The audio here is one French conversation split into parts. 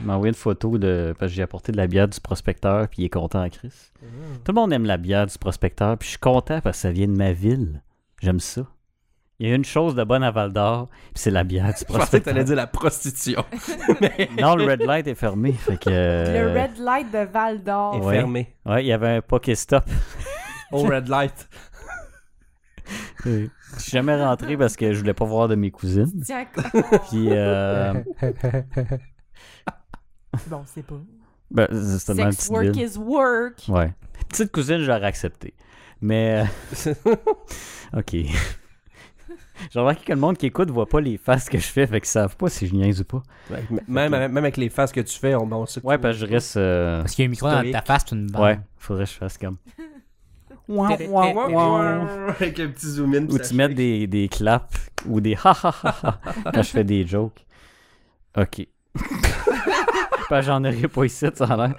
Il m'a envoyé une photo de. Parce que j'ai apporté de la bière du prospecteur, puis il est content à Chris. Mm. Tout le monde aime la bière du prospecteur, puis je suis content parce que ça vient de ma ville. J'aime ça. Il y a une chose de bonne à Val d'Or, puis c'est la bière du Je pensais que prospecteur. t'allais dire la prostitution. non, le red light est fermé. Fait que, Le Euh, red light de Val d'Or. Et Ouais. fermé. Ouais, il y avait un Pokéstop. Au red light. Je suis jamais rentré parce que je voulais pas voir de mes cousines. Tiens, Puis, euh, bon, c'est pas. ben, c'était dans une petite Sex work ville. is work. Ouais. Petite cousine, je l'aurais accepté. Mais. euh, ok. J'ai remarqué que le monde qui écoute voit pas les faces que je fais, fait qu'ils savent pas si je niaise ou pas. Ouais, m- même, même avec les faces que tu fais, on, on sait que Ouais, tu- parce que je reste. euh, Parce qu'il y a un micro dans ta Historique. face, tu une bande. Ouais, faudrait que je fasse comme. Ouah, ouah, ouah, ouah. Avec un petit zoom in. Ou tu mets des, des claps ou des ha ha ha ha quand je fais des jokes. Ok. Pas j'en aurais pas ici, ça a l'air.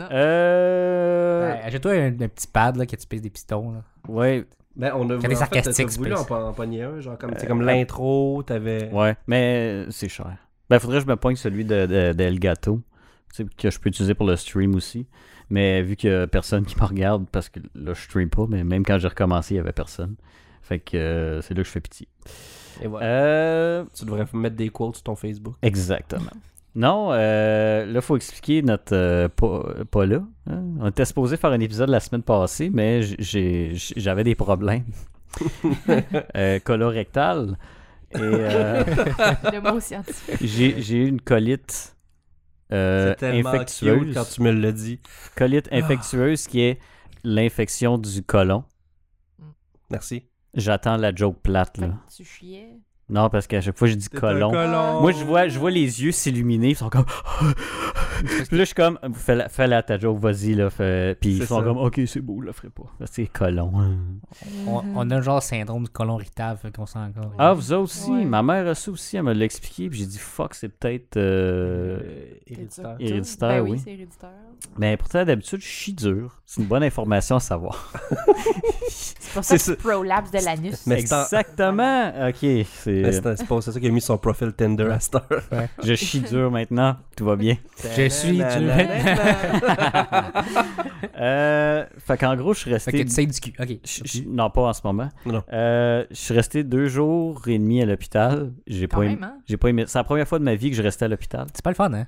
Euh. Euh, Ouais, Ben, Achète-toi un, un petit pad là, que tu pèses des pistons. Là. Ouais, Ben, on a T'as des en fait, sarcastiques, t'as voulu Space. en, en pogner un, genre comme, c'est comme l'intro, t'avais... Euh, ouais, mais c'est cher. Ben, faudrait que je me poigne celui de, de, d'Elgato, tu sais, que je peux utiliser pour le stream aussi. Mais vu qu'il y a personne qui me regarde, parce que là, je stream pas, mais même quand j'ai recommencé, il y avait personne. Fait que euh, c'est là que je fais pitié. Et voilà. Euh. Tu devrais mettre des quotes sur ton Facebook. Exactement. Non, euh, là, il faut expliquer notre euh, pas, pas là. hein. On était supposé faire un épisode la semaine passée, mais j- j'ai- j- j'avais des problèmes euh, colorectales. Et euh, Le mot scientifique. j'ai j'ai eu une colite euh, c'est tellement infectieuse. cute quand tu me Ah. le dis. Colite infectieuse qui est l'infection du côlon. Merci. J'attends la joke plate, là. Tu chiais. Non, parce qu'à chaque fois, je dis colon. Moi, je vois, je vois les yeux s'illuminer, ils sont comme. Puis là, je suis comme, fais la, fais la ta joke, vas-y, là. fais- Puis ils C'est sont ça. comme, ok, c'est beau, je le ferai pas. Là, C'est colon. hein. On, Mm-hmm. on a un genre de syndrome du colon irritable fait qu'on sent encore. Ah, vous autres aussi, Ouais. ma mère a ça aussi, elle me l'a expliqué, puis j'ai dit, fuck, c'est peut-être. euh, Euh, héréditaire. Héréditaire, Ben oui. oui, c'est héréditaire. Mais pourtant, d'habitude, je suis dur. C'est une bonne information à savoir. C'est pour C'est ça que tu prolapses de l'anus. Mais c'est en- Exactement. Ok, Mais c'est. Ben, c'est c'est pas c'est ça qu'il a mis sur son profil Tinder à cette heure. Je chie dur maintenant, tout va bien. Je suis Euh, fait qu'en gros, je suis Fait resté. que tu sais du cul. Ok. Je- je- non, pas en ce moment. Non. Euh, je suis resté deux jours et demi à l'hôpital. J'ai Quand pas, aimé- même, hein? j'ai pas aimé. C'est la première fois de ma vie que je restais à l'hôpital. C'est pas le fun, hein?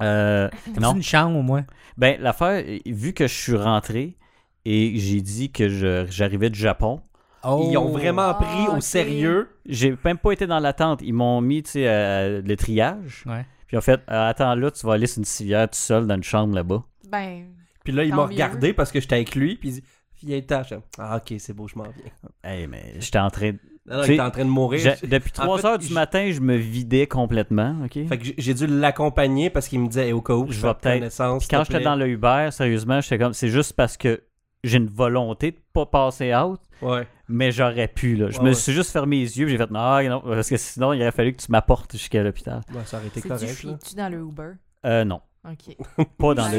Euh, T'as non. une chambre au moins. Ben, l'affaire, euh, vu que je suis rentré et j'ai dit que je- j'arrivais du Japon, Oh. Ils ont vraiment Ah, pris au ok. sérieux. j'ai même pas été dans l'attente. Ils m'ont mis, tu sais, à le triage. Ouais. Puis en fait, Ah, attends là, tu vas aller sur une civière tout seul dans une chambre là-bas. Ben, Puis là, il Tant m'a mieux. regardé parce que j'étais avec lui. Puis il dit Viens tâche. Ah, ok, c'est beau, je m'en viens. Hey, mais j'étais en train. de- Non, Tu non, il sais, était en train de mourir. J'ai- Depuis En 3 fait, heures du je- matin, je me vidais complètement, OK? Fait que j'ai- j'ai dû l'accompagner parce qu'il me disait Eh, Au cas où, Je je vais vais peut-être- peut-être. Puis quand j'étais dans le Uber, sérieusement, j'étais comme, c'est juste parce que j'ai une volonté de pas passer out, Ouais. mais j'aurais pu, là. Je Ouais, me ouais. suis juste fermé les yeux, puis j'ai fait, non, non, parce que sinon, il aurait fallu que tu m'apportes jusqu'à l'hôpital. Ouais, ça aurait été c'est du correct. là. chier-tu dans le Uber? Euh, non. OK. Pas dans le, Ouais,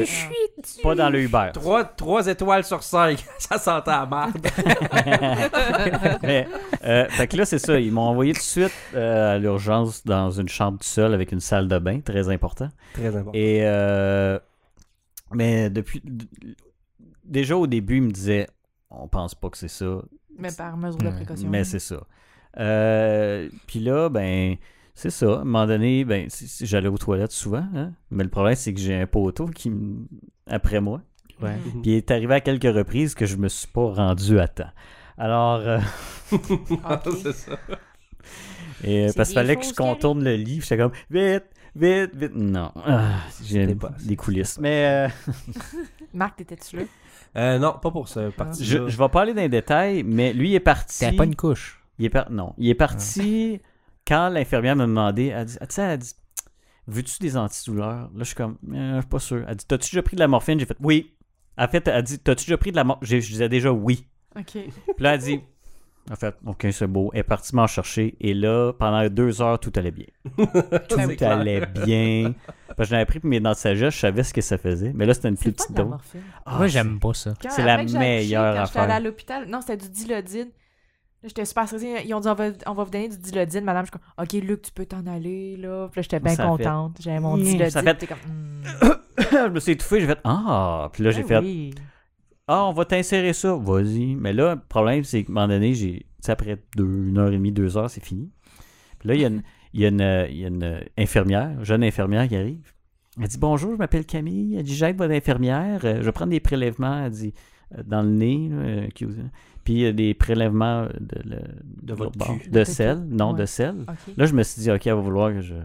non. pas dans le Uber. Trois, trois étoiles sur cinq. ça sentait la merde. mais, euh, fait que là, c'est ça. Ils m'ont envoyé tout de suite euh, à l'urgence dans une chambre tout seul avec une salle de bain, très important. Très important. Et euh, mais depuis déjà au début, ils me disaient on pense pas que c'est ça, Mais par mesure de précaution. mais c'est ça. Euh, Puis là, ben c'est ça. À un moment donné, ben c'est- c'est- j'allais aux toilettes souvent, hein. mais le problème c'est que j'ai un poteau qui me- après moi. Ouais. Mhm. Puis il est arrivé à quelques reprises que je me suis pas rendu à temps. Alors euh, c'est ça. Et euh, C'est parce qu'il des fallait que je choses qui arrivent. contourne le lit, puis j'étais comme vite, vite, vite. Non, Ah, j'ai C'était pas- des coulisses. Mais euh, Marc, t'étais-tu là? Euh, non, pas pour ce parti. je, je vais pas aller dans les détails, mais lui il est parti. T'as pas une couche. il est par- Non, il est parti quand l'infirmière me demandait, elle dit, Ah, tu sais, elle dit, veux-tu des antidouleurs Là, je suis comme, Euh, je suis pas sûr. Elle dit, t'as-tu déjà pris de la morphine J'ai fait, oui. En fait, elle dit, t'as-tu déjà pris de la morphine Je disais déjà oui. OK. Puis là, elle dit, en fait, ok, c'est beau. Elle est partie m'en chercher. Et là, pendant deux heures, tout allait bien. tout Ben oui. allait bien. Parce que j'en avais pris pour mes dents de sagesse, je savais ce que ça faisait. Mais là, c'était une plus C'est pas petite de la dose. morphine. Ah, Moi, j'aime pas ça. Quand- C'est la après que j'ai accouché, meilleure Quand j'étais allée affaire. à l'hôpital, non, c'était du dilodine. Là, j'étais super stressée. Ils ont dit on va, on va vous donner du dilodine, madame. Je suis comme OK, Luc, tu peux t'en aller. là. Puis là, j'étais bien Ça fait- contente. J'avais mon Mmh, dilodine. ça fait- T'es comme, hmm. je me suis étouffé, j'ai fait Ah! Puis là, j'ai Ah fait oui. Ah, on va t'insérer ça, vas-y. Mais là, le problème, c'est qu'à un moment donné, j'ai. tu sais, après deux, une heure et demie, deux heures, c'est fini. Puis là, il y a une, il y a une- il y a une infirmière, jeune infirmière qui arrive. Elle dit Bonjour, je m'appelle Camille. Elle dit J'aide votre infirmière. Euh, Je vais prendre des prélèvements. Elle dit euh, Dans le nez. là, euh, qui- Puis euh, des prélèvements de, le- De votre bon, cul. De De sel. tout, Non, ouais. de sel. OK. Là, je me suis dit Ok, elle va vouloir que je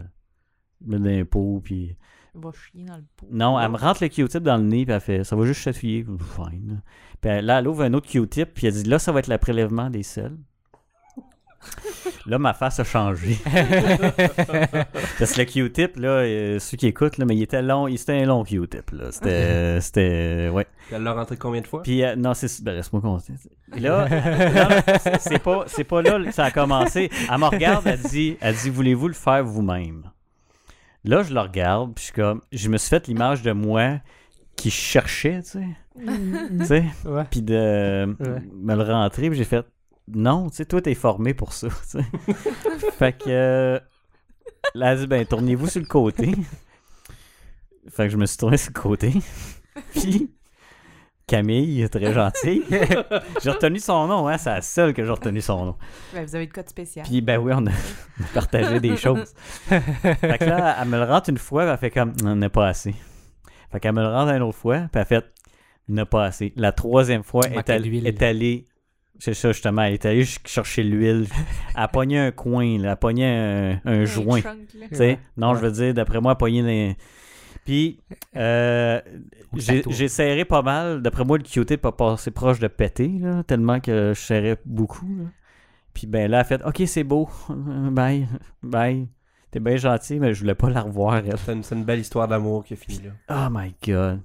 me donne un pot. Puis Va chier dans le pot. non, elle me rentre le Q-tip dans le nez, puis elle fait ça va juste chatouiller. Fine. Puis elle- là, elle ouvre un autre Q-tip, puis elle dit là, ça va être le prélèvement des selles. là, ma face a changé. Parce que le Q-tip, là, euh, ceux qui écoutent, là, mais il était long, il- c'était un long Q-tip. là. C'était. euh, C'était. Ouais. Elle l'a rentré combien de fois? Puis euh, non, c'est. Ben, laisse-moi compter. Là, non, c'est- c'est pas, c'est pas là que ça a commencé. Elle me regarde, elle dit, elle dit voulez-vous le faire vous-même Là, je la regarde, puis je suis comme, je me suis fait l'image de moi qui cherchait, tu sais, Ben, tu sais, Ouais. puis de Ouais. me le rentrer, puis j'ai fait non, tu sais, toi t'es formé pour ça, tu sais. fait que euh, là, elle dit ben tournez-vous sur le côté. Fait que je me suis tourné sur le côté. puis Camille, très gentille, j'ai retenu son nom, hein, c'est la seule que j'ai retenu son nom. Ben, vous avez de quoi de spécial. Puis ben oui, on a on a partagé des choses. fait que là, elle me le rentre une fois, puis elle fait comme on n'a pas assez. Fait qu'elle me le rentre une autre fois, puis elle fait n'a pas assez. La troisième fois, elle est, Manquait allée- d'huile. est allée. C'est ça, justement. Elle est allée jusqu- chercher l'huile. Elle a pogné un coin, là. Elle a pogné un, un Un joint. trunk, là. Tu sais, non, je veux dire, d'après moi, pogner les. Puis, euh, On j'ai s'attend. j'ai serré pas mal. D'après moi, le Q-tip a passé proche de péter, là, tellement que je serrais beaucoup. là. Puis, ben là, elle a fait Ok, c'est beau. Euh, Bye. Bye. T'es bien gentil, mais je voulais pas la revoir, elle. C'est une, c'est une belle histoire d'amour qui a fini là. Oh my god.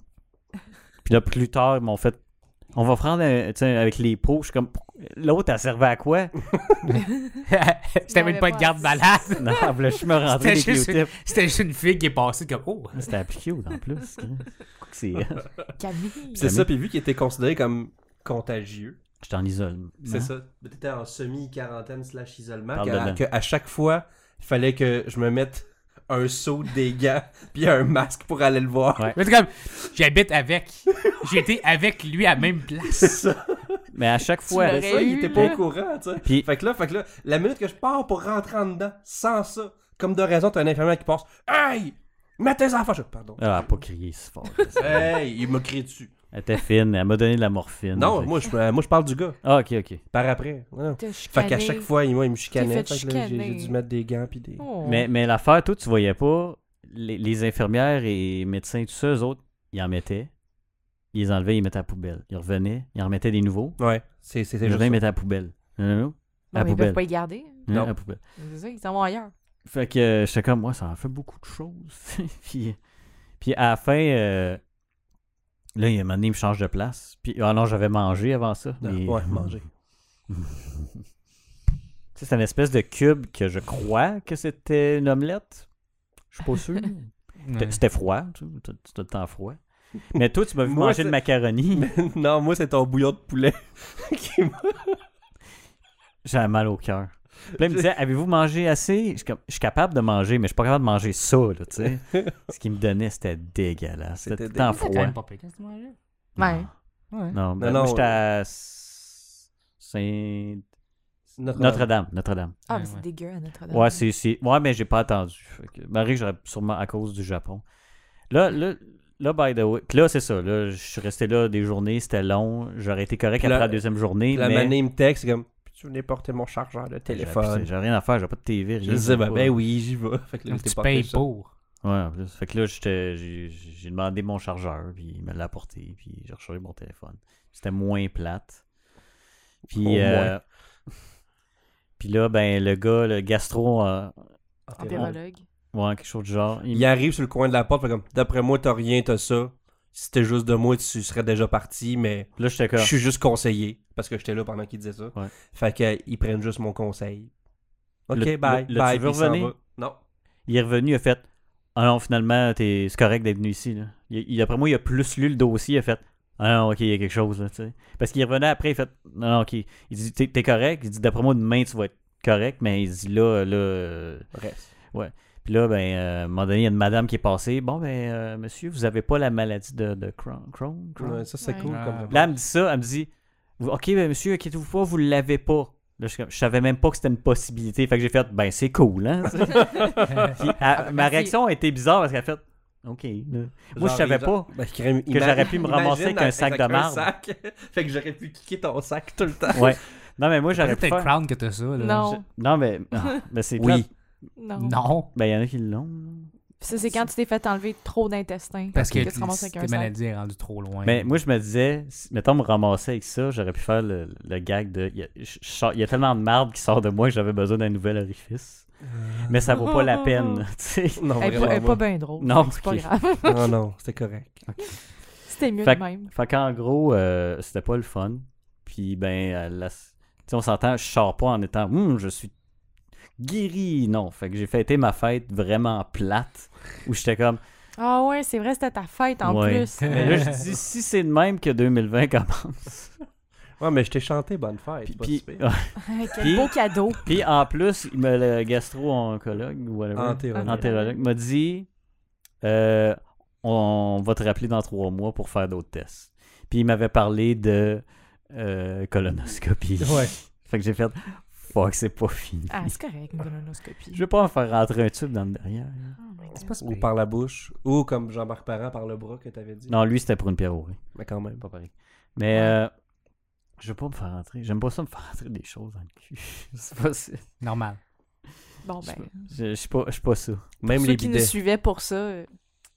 Puis là, plus tard, ils m'ont fait On va prendre, un- tu sais, avec les pots. Je suis comme L'autre, elle servait à quoi C'était même pas une garde malade. Non, elle voulait juste me rentrer des C'était juste- Q-tips. C'était juste une fille qui est passée comme Oh! C'était appliqué, en plus. Quoi que c'est. Camille. Puis c'est ça, puis vu qu'il était considéré comme contagieux, J'étais en isole. c'est ça. T'étais en semi-quarantaine slash isolement, Parle qu'à dedans. que à chaque fois, il fallait que je me mette un seau, des gants, puis un masque pour aller le voir. Ouais. Mais c'est comme J'habite avec. J'étais avec lui à la même place. C'est ça. Mais à chaque Tu fois. l'aurais Mais ça, il eu, était pas là. au courant, tu sais. Puis- Fait que là, fait que là, la minute que je pars pour rentrer en dedans, sans ça, comme de raison, t'as un infirmière qui passe. Hey! Mets tes enfants! Je... Pardon. Elle a pas crié si fort. Hey! Il me crie dessus. Elle était fine, elle m'a donné de la morphine. Non, Fait- moi je, euh, moi, je parle du gars. Ah, ok, ok. Par après. Non. T'as Fait chicané. qu'à chaque fois, il, moi, il me chicanait. T'es fait Fait que là, j'ai j'ai chicaner. dû mettre des gants puis des. Oh. Mais, mais l'affaire, toi, tu voyais pas, les, les infirmières et médecins, tout ça, eux autres, ils en mettaient, ils les enlevaient, ils les mettaient à la poubelle. Ils revenaient, ils en remettaient des nouveaux, Ouais, c'est c'est ils juste. revenaient, ils ça. mettaient à la poubelle. Non, non, non, Non, à mais ils poubelle. peuvent pas y garder. non, Non. à la poubelle. C'est ça, ils s'en vont ailleurs. Fait que euh, j'étais comme, moi, ça en fait beaucoup de choses. puis, puis à la fin, euh, là, il y a un moment donné, il me change de place. Puis, ah non, j'avais mangé avant ça. Non, mais- Ouais, manger. Tu sais, C'est une espèce de cube que je crois que c'était une omelette. Je suis pas sûr. C'était- C'était froid, tu sais, t'as- t'as tout le temps froid. Mais toi, tu m'as vu Moi, manger de c'est- macaroni. Mais non, moi, c'est ton bouillon de poulet qui m'a- J'avais mal au cœur. Puis là, il me disait Avez-vous mangé assez Je suis comme, Je suis capable de manger, mais je suis pas capable de manger ça, là, tu sais. Ce qu'il me donnait, c'était dégueulasse. C'était tout le C'était temps C'était quand froid. même pas pire quand tu mangeais. Ouais. Ouais. Non, ben, non, euh, moi, j'étais à Saint- Notre- Notre-Dame. Notre-Dame. Ah, Ouais, mais c'est ouais. dégueu à Notre-Dame. Ouais, c'est, c'est- ouais, mais j'ai pas attendu. Fait que- Marie, j'aurais sûrement à cause du Japon. Là, là, là by the way. Puis là, c'est ça. Là, je suis resté là des journées, c'était long. J'aurais été correct Puis après là- la deuxième journée. La mais manée me texte comme Tu venais porter mon chargeur de J'aurais- téléphone. J'aurais rien à faire, j'ai pas de TV. Je Rien, disais, ben, pas. ben oui, j'y vais. Fait que là, Donc, j'étais tu porté payes ça. pour. Ouais, en plus. Fait que là, j'étais- j'ai, j'ai demandé mon chargeur, puis il me l'a apporté, puis j'ai rechargé mon téléphone. C'était moins plate. Au Puis, moins. euh, puis là, ben, le gars, le gastro, euh, Ah, Entérologue. ouais, quelque chose du genre, il Il arrive sur le coin de la porte, fait comme D'après moi, t'as rien, t'as ça. Si c'était juste de moi, tu serais déjà parti, mais là, j'étais je comme. suis juste conseiller parce que j'étais là pendant qu'il disait ça. Ouais. Fait qu'ils prennent juste mon conseil. Ok, Le- bye. le- le- bye, tu veux puis il s'en revenir? va. Non. Ah. Il est revenu, il a fait Ah non, finalement, t'es- c'est correct d'être venu ici. Là. Il, il- après moi, il a plus lu le dossier, il a fait Ah non, ok, il y a quelque chose, là, tu sais. Parce qu'il revenait après, il fait, non, non, ok. Il dit, t'es t'es correct. Il dit, d'après moi, demain, tu vas être correct, mais il dit, là, là. euh, Reste. Puis là, ben, euh, à un moment donné, il y a une madame qui est passée. Bon, ben, euh, monsieur, vous avez pas la maladie de, de Crohn. Crohn, Crohn? Ouais, ça, c'est Ouais. cool. Ah. Comme... Là, elle me dit ça, elle me dit Ok, ben, monsieur, inquiétez-vous pas, vous l'avez pas. Là, je, suis comme, je savais même pas que c'était une possibilité. Fait que j'ai fait Ben, c'est cool, hein. tu sais. Puis, elle- Ah, ma merci. réaction a été bizarre parce qu'elle a fait Ok. là. Moi, je savais pas. Ben, crème, Que j'aurais pu me ramasser avec un sac de marde. sac. fait que j'aurais pu kicker ton sac tout le temps. Ouais. Non, mais moi, J'aurais j'aurais pu. peut-être faire- crown que t'as ça. Là. Non. Je- Non, mais. ah, ben, c'est Oui. plate. Non. Non. Ben, il y en a qui l'ont. là. Ça, c'est quand tu t'es fait enlever trop d'intestin. Parce que, tu te ramasses avec un tes sac. maladies est rendu trop Ben loin. Mais moi, je me disais, si- mettons, me ramasser avec ça, j'aurais pu faire le, le gag de. Il y a- je- je sors- il y a tellement de marde qui sort de moi que j'avais besoin d'un nouvel orifice. Mais ça vaut pas la peine, tu sais. Non, Elle est pas, elle est vraiment. pas bien drôle. Non, fait que Oh. c'est pas ok. grave. Non, non, c'était correct. C'était mieux Fait de que- même. Fait qu'en gros, euh, c'était pas le fun. Puis ben, euh, la- tu sais, on s'entend, je sors pas en étant, Hum, je suis guéri. Non, fait que j'ai fêté ma fête vraiment plate, où j'étais comme, Ah ouais, c'est vrai, c'était ta fête en Ouais. plus. mais là, je dis, si c'est de même que 2020 commence. Ouais, mais je t'ai chanté bonne fête. Puis, pas puis- si pire. Puis- Hey, Quel beau cadeau. puis en plus, il me- le gastro-oncologue, ou whatever, Entérologue. entérologue, m'a dit, euh, on va te rappeler dans trois mois pour faire d'autres tests. Puis il m'avait parlé de euh, colonoscopie. Ouais. Fait que j'ai fait Fuck, c'est pas fini. Ah, c'est correct, une colonoscopie. Je vais pas me faire rentrer un tube dans le derrière. Oh my God. C'est pas si Ou pire. par la bouche. Ou comme Jean-Marc Parent par le bras que t'avais dit. Non, lui, c'était pour une pierre au rein. Mais quand même. Pas pareil. Mais euh, je vais pas me faire rentrer. J'aime pas ça me faire rentrer des choses dans le cul. C'est pas ça. Normal. Bon, ben, Je je suis pas, je suis pas ça. Même ceux les qui nous bidets. suivaient pour ça, euh,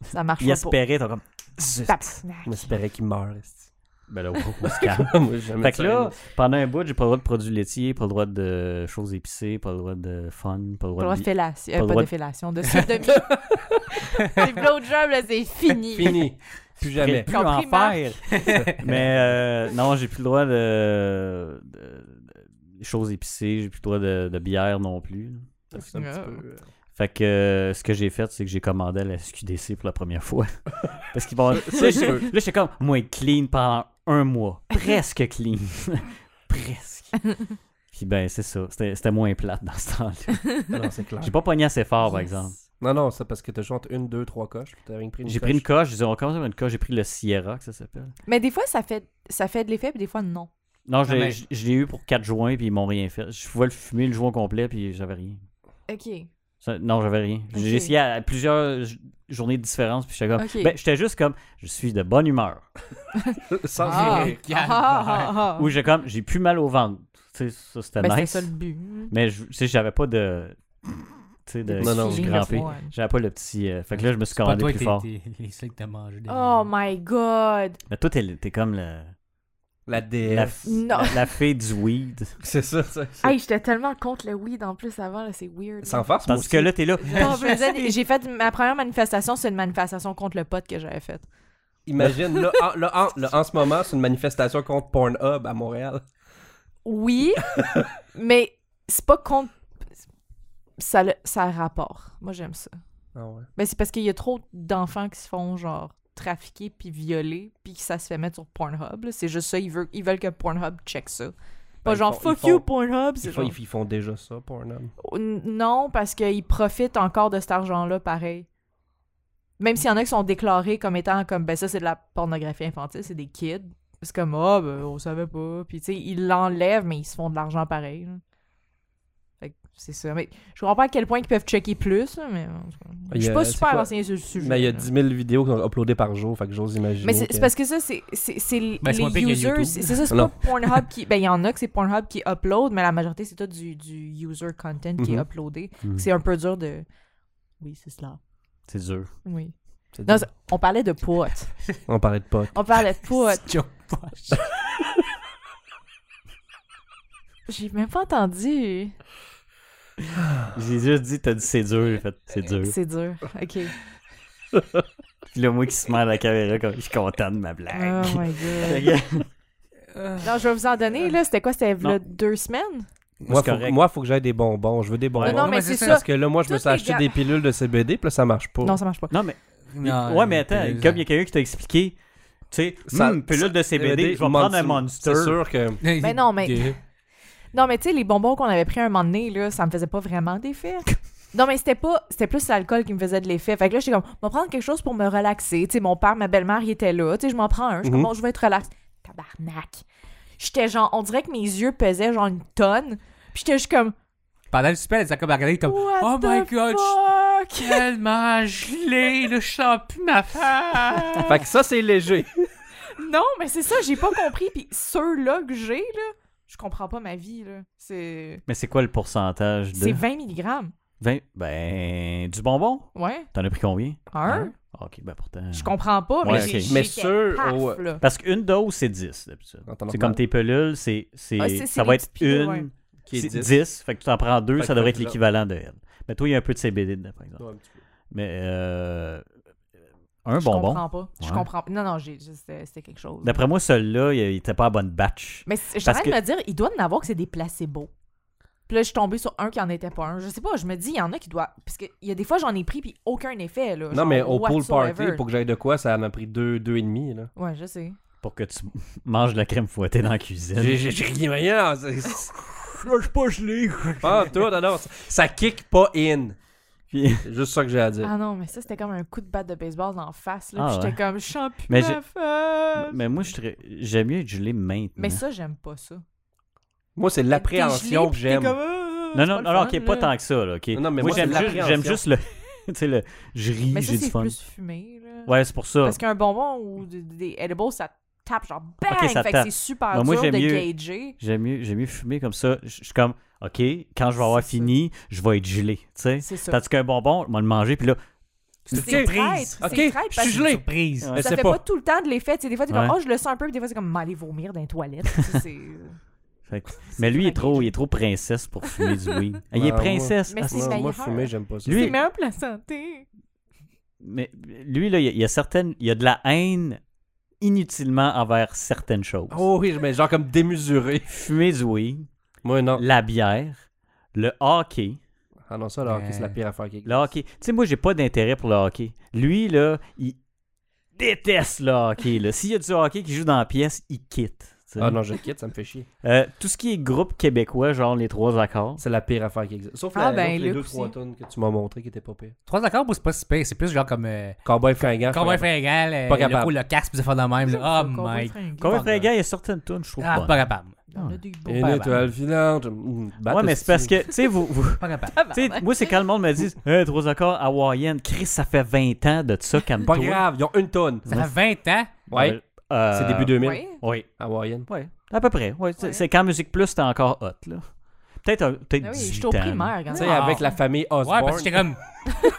ça marche Il pas. espérait, t'as comme. Zut. Tabarnak. On espérait qu'il meure. esti. Ben là, wow, on se calme. Moi, j'ai jamais Fait que ça, là, pendant un bout, j'ai pas le droit de produits laitiers, pas le droit de choses épicées, pas le droit de fun, pas le Pas le droit droit de de. fellation. euh, pas le pas droit de de- fellation, de sodomie. Les blowjobs, là, c'est fini. Fini. Plus jamais. plus en Compris, Marc. faire. Mais euh, non, j'ai plus le droit de, de- de- choses épicées, j'ai plus le droit de, de bière non plus. là. C'est un petit peu, euh, Fait que euh, ce que j'ai fait, c'est que j'ai commandé à la SQDC pour la première fois. Parce qu'ils vont. Là, j'étais- là, j'étais comme, moi, clean pendant un mois. Presque clean. Presque. Puis ben, c'est ça. C'était c'était moins plate dans ce temps-là. Non, c'est clair. J'ai pas pogné assez fort, Ah, par exemple. Non, non, c'est parce que t'as joué entre une, deux, trois coches. puis t'as rien pris une J'ai pris une coche. coche. Je disais, on commence par une coche. J'ai pris le Sierra, que ça s'appelle. Mais des fois, ça fait, ça fait de l'effet, puis des fois, non. Non, je Ah, l'ai- mais- je je l'ai eu pour 4 joints, puis ils m'ont rien fait. Je pouvais le fumer, le joint complet, puis j'avais rien. OK. Ça- non, j'avais rien. J'ai Ok. essayé à, à plusieurs j- journées de différence, puis j'étais comme. Ok. Ben, j'étais juste comme, je suis de bonne humeur. Sans Ah, rire. ah, ah, ah, ah. Ou j'ai comme, j'ai plus mal au ventre. Tu sais, ça, c'était Ben, c'est nice. ça le but. Mais je- tu sais, j'avais pas de. Tu sais, de. Non, non. de Feeling grimper. of one. J'avais pas le petit. euh, fait que là, je me suis C'est pas commandé toi plus qui fort. t'es- t'es- les seuls que t'as mangé. des- Oh my God. Mais toi, t'es t'es comme le- La la, déesse. Euh, Non. la, la fée du weed. C'est ça, ça. c'est- Hey, j'étais tellement contre le weed en plus avant, là, c'est weird. Sans farce, moi Tandis que aussi. là, t'es là. Non, je me disais, j'ai fait ma première manifestation, c'est une manifestation contre le pot que j'avais faite. Imagine, là, en, là, en, là, en ce moment, c'est une manifestation contre Pornhub à Montréal. Oui, mais c'est pas contre. Ça, le- ça a rapport. Moi, j'aime ça. Ah ouais. Mais c'est parce qu'il y a trop d'enfants qui se font, genre, trafiquer puis violer, puis que ça se fait mettre sur Pornhub. là. C'est juste ça, ils veulent, ils veulent que Pornhub check ça. Pas Ben, ils genre, font- ils fuck you, font- Pornhub. c'est Ils font, genre- ils font déjà ça, Pornhub. Oh, n- Non, parce qu'ils profitent encore de cet argent-là, pareil. Même s'il y en a qui sont déclarés comme étant comme ben ça c'est de la pornographie infantile, c'est des kids. C'est comme ah ben on savait pas. Puis tu sais ils l'enlèvent mais ils se font de l'argent pareil. là. Fait que c'est ça. Mais je comprends pas à quel point ils peuvent checker plus. là, Mais en tout cas, je Il y suis a- pas c'est super quoi? renseigné sur le sujet. Mais il y a là. 10 000 vidéos qui sont uploadées par jour, fait que j'ose imaginer. Mais c'est que- c'est parce que ça, c'est c'est- c'est l- Ben, c'est moins les pire que users. YouTube. C'est c'est ça, c'est Non. pas Pornhub qui. Ben, il y en a que c'est Pornhub qui upload, mais la majorité, c'est tout du, du user content qui est Mhm. uploadé. Mhm. C'est un peu dur de. Oui, c'est cela. C'est dur. Oui. c'est Non, dur. c'est- on parlait de potes. On parlait de potes. On parlait de potes. Joke poche. J'ai même pas entendu. J'ai juste dit, t'as dit c'est dur. J'ai fait, c'est dur. C'est dur. OK. Puis là, moi qui se mets à la caméra, comme, je suis content de ma blague. Oh my Fait god. que- Euh, Non, je vais vous en donner, là. C'était quoi? C'était Non. là, deux semaines? Moi, c'est faut, correct. moi, faut que j'aille des bonbons. Je veux des bonbons. non, non, mais mais c'est c'est ça. Parce que là, moi, je me Tous suis les acheté gars- des pilules de CBD, puis là, ça marche pas. Non, ça marche pas. Non, mais. Non, euh, ouais, mais attends, t'es- comme il y a quelqu'un qui t'a expliqué, sais, Ça- hum, pilule de CBD, je vais prendre un monster. C'est sûr que. Ben non, mais- Des- Non, mais tu sais, les bonbons qu'on avait pris un moment donné, là, ça me faisait pas vraiment d'effet. Non, mais c'était pas. C'était plus l'alcool qui me faisait de l'effet. Fait que là, j'étais comme, je vais prendre quelque chose pour me relaxer. Tu sais, mon père, ma belle-mère, il était là. Tu sais, je m'en prends un. Je suis comme, Mhm. bon, je vais être relax. Tabarnak. J'étais genre, on dirait que mes yeux pesaient genre une tonne. Puis j'étais juste comme, Pendant le super, elle s'est comme à regarder comme What Oh the my god, je fuck? suis tellement gelé, là, je sens plus ma Ah. face. Fait que ça, c'est léger. Non, mais c'est ça, j'ai pas compris. Puis ceux-là que j'ai, là, je comprends pas ma vie, là. C'est. Mais c'est quoi le pourcentage de C'est 20 milligrammes. 20? Ben, du bonbon? Ouais. T'en as pris combien? Un. Un? Ok, ben pourtant. Je comprends pas, mais Ouais, j'ai- ok. j'étais Mais sûr, paf, au- là. Parce qu'une dose, c'est 10 d'habitude. En temps C'est normal. comme tes pilules, c'est, c'est- Ouais, Ah, c'est- ça c'est va les être petites pilules, une ouais. Qui est c'est 10. 10, fait que tu en prends deux, Fait ça que devrait fait être que là- l'équivalent de elle. Mais toi, il y a un peu de CBD dedans, par exemple. Ouais, un petit peu. Mais euh, un Je bonbon. comprends pas. Je Ouais. comprends Non, non, j'ai- j'ai- c'était c'était quelque chose. D'après moi, celui-là, il il était pas à bonne batch. Mais c'est- je suis en Parce train de me dire, il doit en avoir que c'est des placebos. Puis là, je suis tombée sur un qui en était pas un. Je sais pas, je me dis, il y en a qui doivent. Parce qu'il y a des fois, j'en ai pris, puis aucun effet, là. Non, Genre, mais au pool whatsoever. party, pour que j'aille de quoi, ça m'a pris deux, deux et demi. Là. Ouais, je sais. Pour que tu manges de la crème fouettée dans la cuisine. j'ai rien, rien. c'est- c'est- Là, je suis pas gelé. Ah, toi, non, non, ça- ça kick pas in. Puis- C'est juste ça que j'ai à dire. Ah non, mais ça, c'était comme un coup de batte de baseball dans la face, là. Ah puis j'étais ouais. comme, je sens plus Mais ma j'ai- face. mais moi, je serais- j'aime mieux être gelé maintenant. Mais ça, j'aime pas ça. Moi, c'est l'appréhension que T'es gelé, j'aime. puis t'es comme, Ah, non, c'est non, pas non, le ok, fun, pas là. tant que ça. Là, ok. Non, non, mais moi, j'aime, c'est juste, j'aime juste le. tu sais, le. Je ris, Mais ça, j'ai du c'est fun. plus fumé, là. Ouais, c'est pour ça. Parce qu'un bonbon ou des, des edibles, ça tape genre bang! Ok, ça fait tape. que c'est super Mais moi, dur de j'aime mieux- gager. J'aime mieux, j'aime mieux fumer comme ça. Je je suis comme, OK, quand je vais avoir C'est ça. fini, je vais être gelé. Tu sais? C'est ça. Tandis qu'un bonbon, on va le manger, puis là, C'est C'est une traître. surprise. Ah, Ok, C'est traître Je parce suis que gelé. Surprise. Ouais. Mais ça c'est fait pas. pas- tout le temps de l'effet. Tu sais, des fois, c'est comme, Ouais. oh, je le sens un peu, puis des fois, c'est comme, m'aller vomir dans les toilettes. Tu sais, c'est- euh, fait que- mais lui, il est vraiment trop, gay. il est trop princesse pour fumer du weed. Il Ouais, est moi- princesse. Mais Ah, c'est c'est- Non, moi, meilleur. fumer, j'aime pas ça. Lui- c'est meilleur pour la santé. mais lui, là, il y a- il y a certaines, il y a de la haine inutilement envers certaines choses. Oh oui, mais genre comme démesuré. Fumer du weed, Moi, non. la bière, le hockey. Ah non, ça, le hockey, c'est Euh, la pire affaire qui existe. Le hockey. Tu sais, moi, j'ai pas d'intérêt pour le hockey. Lui, là, il déteste le hockey. là. S'il y a du hockey qui joue dans la pièce, il quitte. tu sais. Ah non, je quitte, ça me fait chier. Euh, tout ce qui est groupe québécois, genre les trois accords. C'est la pire affaire qui existe. Sauf Ah, la, ben, sauf les Luc deux, trois aussi. tonnes que tu m'as montré qui étaient pas pires. Trois accords, moi, c'est pas si pire. C'est plus genre comme. Euh, Cowboy fringant. Cowboy fringant. fringant, euh, Pas le, le, capable. coup, le casque, pis ça fait de même. là. Oh my god. Combien Pardon. de gars, il y a certaines tunes, je trouve Ah, bonnes. pas capable. On a des bons. Une Pas étoile filante. Ouais, mais c'est parce que, tu sais, vous, vous- Pas capable. tu sais, moi, c'est quand le monde me dit, Hey, trois accords hawaïennes, Chris, ça fait 20 ans de ça, calme-toi. Pas grave, ils ont une tonne. Ça fait 20 ans. Ouais, Euh, c'est début 2000. Ouais. Oui, Hawaïenne. oui, à peu près. Ouais, c'est- Ouais. C'est quand Musique Plus, t'es encore hot, là. Peut-être un- peut-être Ah oui, 18 j'étais au ans, là. primaire Ah, quand Tu sais, même. avec la famille Ouais, Osborne. parce que j'étais comme.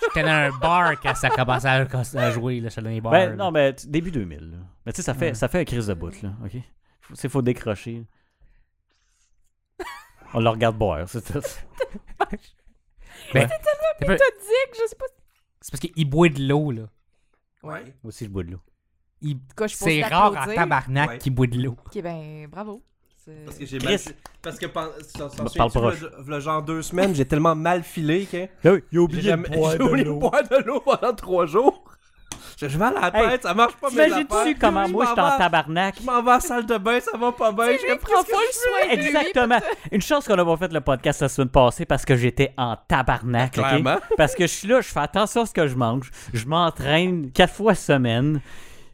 J'étais dans un bar quand ça commençait à, quand ça a joué, là, sur les bars. Ben, là. non, mais t- début 2000. là. Mais tu sais, ça fait, Ouais. ça fait un crise de bout, là. OK? Faut- C'est faut décrocher. On le regarde boire, c'est tout. C'est pas- T'as dit que je sais pas. c'est parce qu'il boit de l'eau, là. Ouais. Moi aussi, je bois de l'eau. Il- Quoi, je C'est pense rare en l'applaudir. tabarnak Ouais. qu'il boit de l'eau. Ok, ben, bravo. C'est- Parce que j'ai Chris. mal- Parce que pen- ça- ça- Me ça- parle ça- proche. le- le genre deux semaines, j'ai tellement mal filé que il a j'ai jamais- j'ai oublié de boire de l'eau pendant trois jours. J'ai j'ai mal à la Hey, tête, ça marche pas mes T'imagines-tu affaires. comment moi, je suis m'en en vais- tabarnak? Je m'en vais à la salle de bain, ça va pas bien. Je prends pas le soin de lui. Exactement. Une chance qu'on a pas fait le podcast la semaine passée parce que j'étais en tabarnak. ok? Clairement. Parce que je suis là, je fais attention à ce que je mange. Je m'entraîne quatre fois semaine.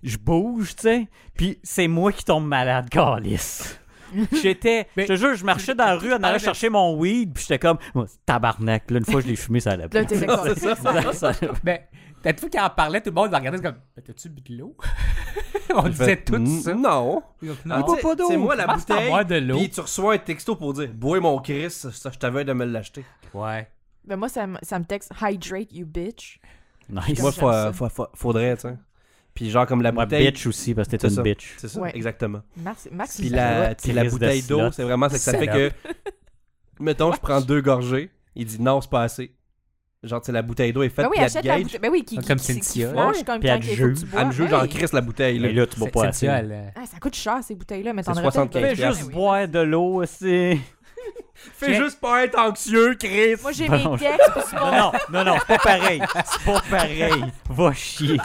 Je bouge, tu sais. Puis c'est moi qui tombe malade, calice. J'étais, Mais- je te jure, je marchais dans la rue en allant chercher mon weed, puis j'étais comme, Oh, tabarnak. Là, une fois, je l'ai fumé, ça allait Là, plus. t'es d'accord. C'est ça. Ça allait- Ben, t'as tout qui en parlait, tout le monde va regarder comme Ben, T'as-tu bu de l'eau On disait tout ça. Ah, Non. Non. boit pas d'eau. C'est moi la Commence par bouteille. boire de l'eau. Puis tu reçois un texto pour dire Bois mon Chris, ça, je t'avais de me l'acheter. Ouais. Ben, moi, ça me ça me texte Hydrate, you bitch. Nice. Moi, Moi, Moi, j'aime faut- ça. faudrait, tu sais. Puis genre, comme la bouteille. bitch aussi, parce que t'es C'est une ça. bitch. C'est ça, Ouais. Ah, exactement. Max, Max Puis il- la, puis la Chris de bouteille d'eau, slut. c'est vraiment ça que ça fait que. Mettons, je prends deux gorgées. Il dit non, c'est pas assez. Genre, tu sais, la bouteille d'eau est faite. Ben oui, puis elle achète te la gauge. bouteille. Ben oui, qui, Comme qui, qui, qui Cynthia. flanche comme Puis quand elle il faut que juge. tu bois. Elle me juge en Hey. Chris la bouteille. Mais Là. là, tu bois C'est- pas c'est assez. viol, euh. Ah, ça coûte cher ces bouteilles-là, mais C'est t'en aurais peut-être 75 Fais besoin. juste Ben oui. boire de l'eau, c'est... Fais juste pas être anxieux, Chris. Moi, j'ai Non, mes textes, puis c'est bon. Non, non, non, non, c'est pas pareil. C'est pas pareil. Va chier.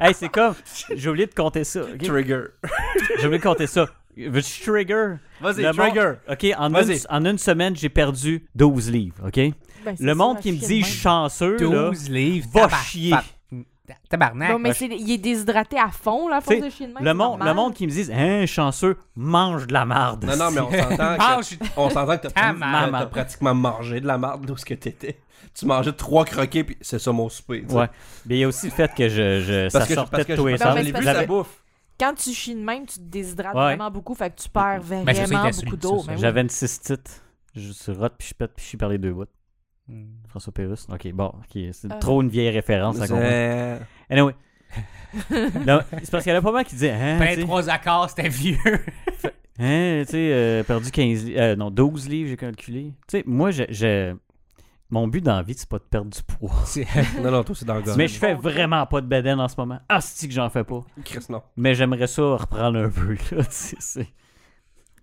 Hey, c'est comme. J'ai oublié de compter ça. ok? Trigger. J'ai oublié de compter ça. Veux-tu trigger? Vas-y, Le monde- trigger. OK, en une, Vas-y. en une semaine, j'ai perdu 12 livres, OK? Ben, c'est Le ça, monde la qui me fille dit « de même. chanceux », là, 12 livres. va tabar- chier. fa- Tabarnak. Non, mais c'est- il est déshydraté à fond, là, à force T'sais, de chier de même. le c'est monde, le normal. monde qui me dit « Hein, chanceux, mange de la marde. » Non, non, mais on s'entend Ah, que... Mange On s'entend que t'as- Ta t'as marde. t'as pratiquement mangé de la marde d'où ce que t'étais. Tu mangeais trois croquets, puis c'est ça mon souper. tu sais. Ouais. Mais il y a aussi le fait que je, je- ça Parce que, sortait parce de que tous je, les Ben parce sens. que l'ai j'avais- vu, J'avais- ça bouffe. Quand tu chies de même, tu te déshydrates Ouais. vraiment beaucoup, fait que tu perds vraiment Ben, c'est ça, il était beaucoup assommé, d'eau. c'est Ben oui. J'avais une cystite. Je suis rote, puis je pète, puis je suis par les deux bouts. Hmm. François Pérusse. OK, bon. ok, C'est Euh. trop une vieille référence. ça comprend. C'est- Anyway. Non, c'est parce qu'il y en a pas mal qui disaient hein, tu sais, 23 accords, c'était vieux. Hein, tu sais, euh, perdu 15 li- euh, non, 12 livres, j'ai calculé. Tu sais, moi, j'ai- j'ai. Mon but dans la vie, c'est pas de perdre du poids. Non, non, toi, c'est dans le gars. Mais je fais vraiment pas de bédaine en ce moment. Ah, c'est que j'en fais pas. Chris, non. Mais j'aimerais ça reprendre un peu, là. tu sais, c'est-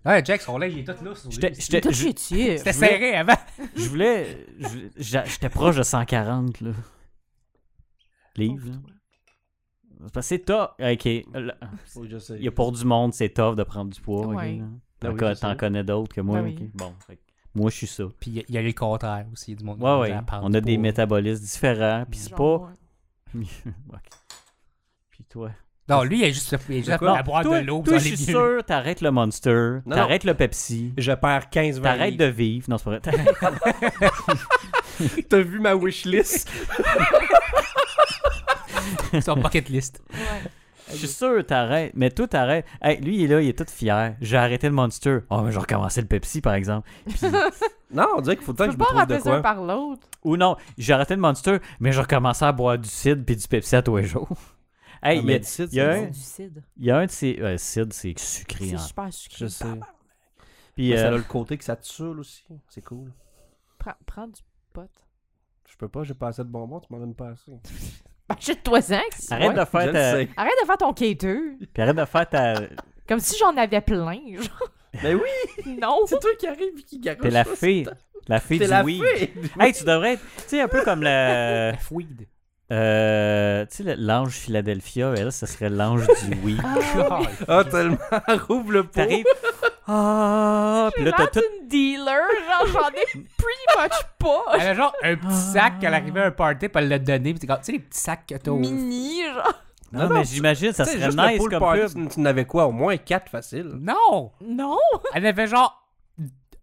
Ouais, Jack, son linge, il est tout là. sur lui. J'étais- Mais j'étais- toi, Je tu es C'était serré avant. je voulais. je- j'a- J'étais proche de 140, là. Livres, là. C'est parce que c'est tough. OK. là, Oui, je sais. Il y a pour du monde, c'est tough de prendre du poids. ok, Ouais. là. Ah oui, T'en- je T'en sais. connais d'autres que moi. Ah oui. ok. Bon, fait que moi, je suis ça. Puis il y a- il y a eu le contraire aussi, il y a du monde. qui Ouais, nous ouais. apprend On a des pour- métabolismes différents. Puis c'est pas. Ok. Puis toi. Non, lui, il a juste, il a juste Non, la boire toi- de l'eau. Toi, dans je les suis yeux. sûr, t'arrêtes le Monster, Non, t'arrêtes le Pepsi, Je perds 15 20 t'arrêtes de vivre. Non, c'est pas vrai. T'arrêtes- T'as vu ma wishlist? C'est un bucket list. Je suis sûr, t'arrêtes. Mais toi, t'arrêtes. Hey, lui, il est là, il est tout fier. J'ai arrêté le Monster. Oh, mais j'ai recommencé le Pepsi, par exemple. Puis- Non, on dirait qu'il faut le temps Tu que peux je me pas trouve de remplacer un quoi. par l'autre. Ou non, j'ai arrêté le Monster, mais j'ai recommencé à boire du cidre puis du Pepsi à tous les jours. Hey, Ah, il y mais a- du cidre, il y a c'est un- C'est du cidre. il y a un de ces. euh, cidre, c'est sucré. C'est hein. super sucré. Je sais. Puis, Ça a euh, le côté que ça te saoule aussi. C'est cool. Prends, prends du pot. Je peux pas, j'ai pas assez de bonbons, tu m'en donnes pas assez. Achète-toi ça. arrête, de je faire le ta... sais. Arrête de faire ton quêteux. puis arrête de faire ta. Comme si j'en avais plein. genre. Mais oui, non. c'est toi qui arrive et qui garoche. T'es la ça, fée. La fée T'es du la weed. fée. Hey, tu devrais être. Tu sais, un peu comme la. La fouide. Euh, tu sais, le- l'ange Philadelphia, elle, ça serait l'ange du oui. Ah, tellement, rouvre le pot. T'arrives. Ah, puis là, t'as tout. une dealer. Genre, j'en ai pretty much pas. Elle avait genre un petit sac qu'elle arrivait à un party, puis elle l'a donné. Puis c'est comme, tu sais, les petits sacs que t'as. au- Mini, genre. Non, Ah, Non, non, mais j'imagine, ça Tu sais, serait juste le nice pool comme party, pub. tu- Tu n'avais quoi? Au moins 4 faciles. Non! Non. Elle avait genre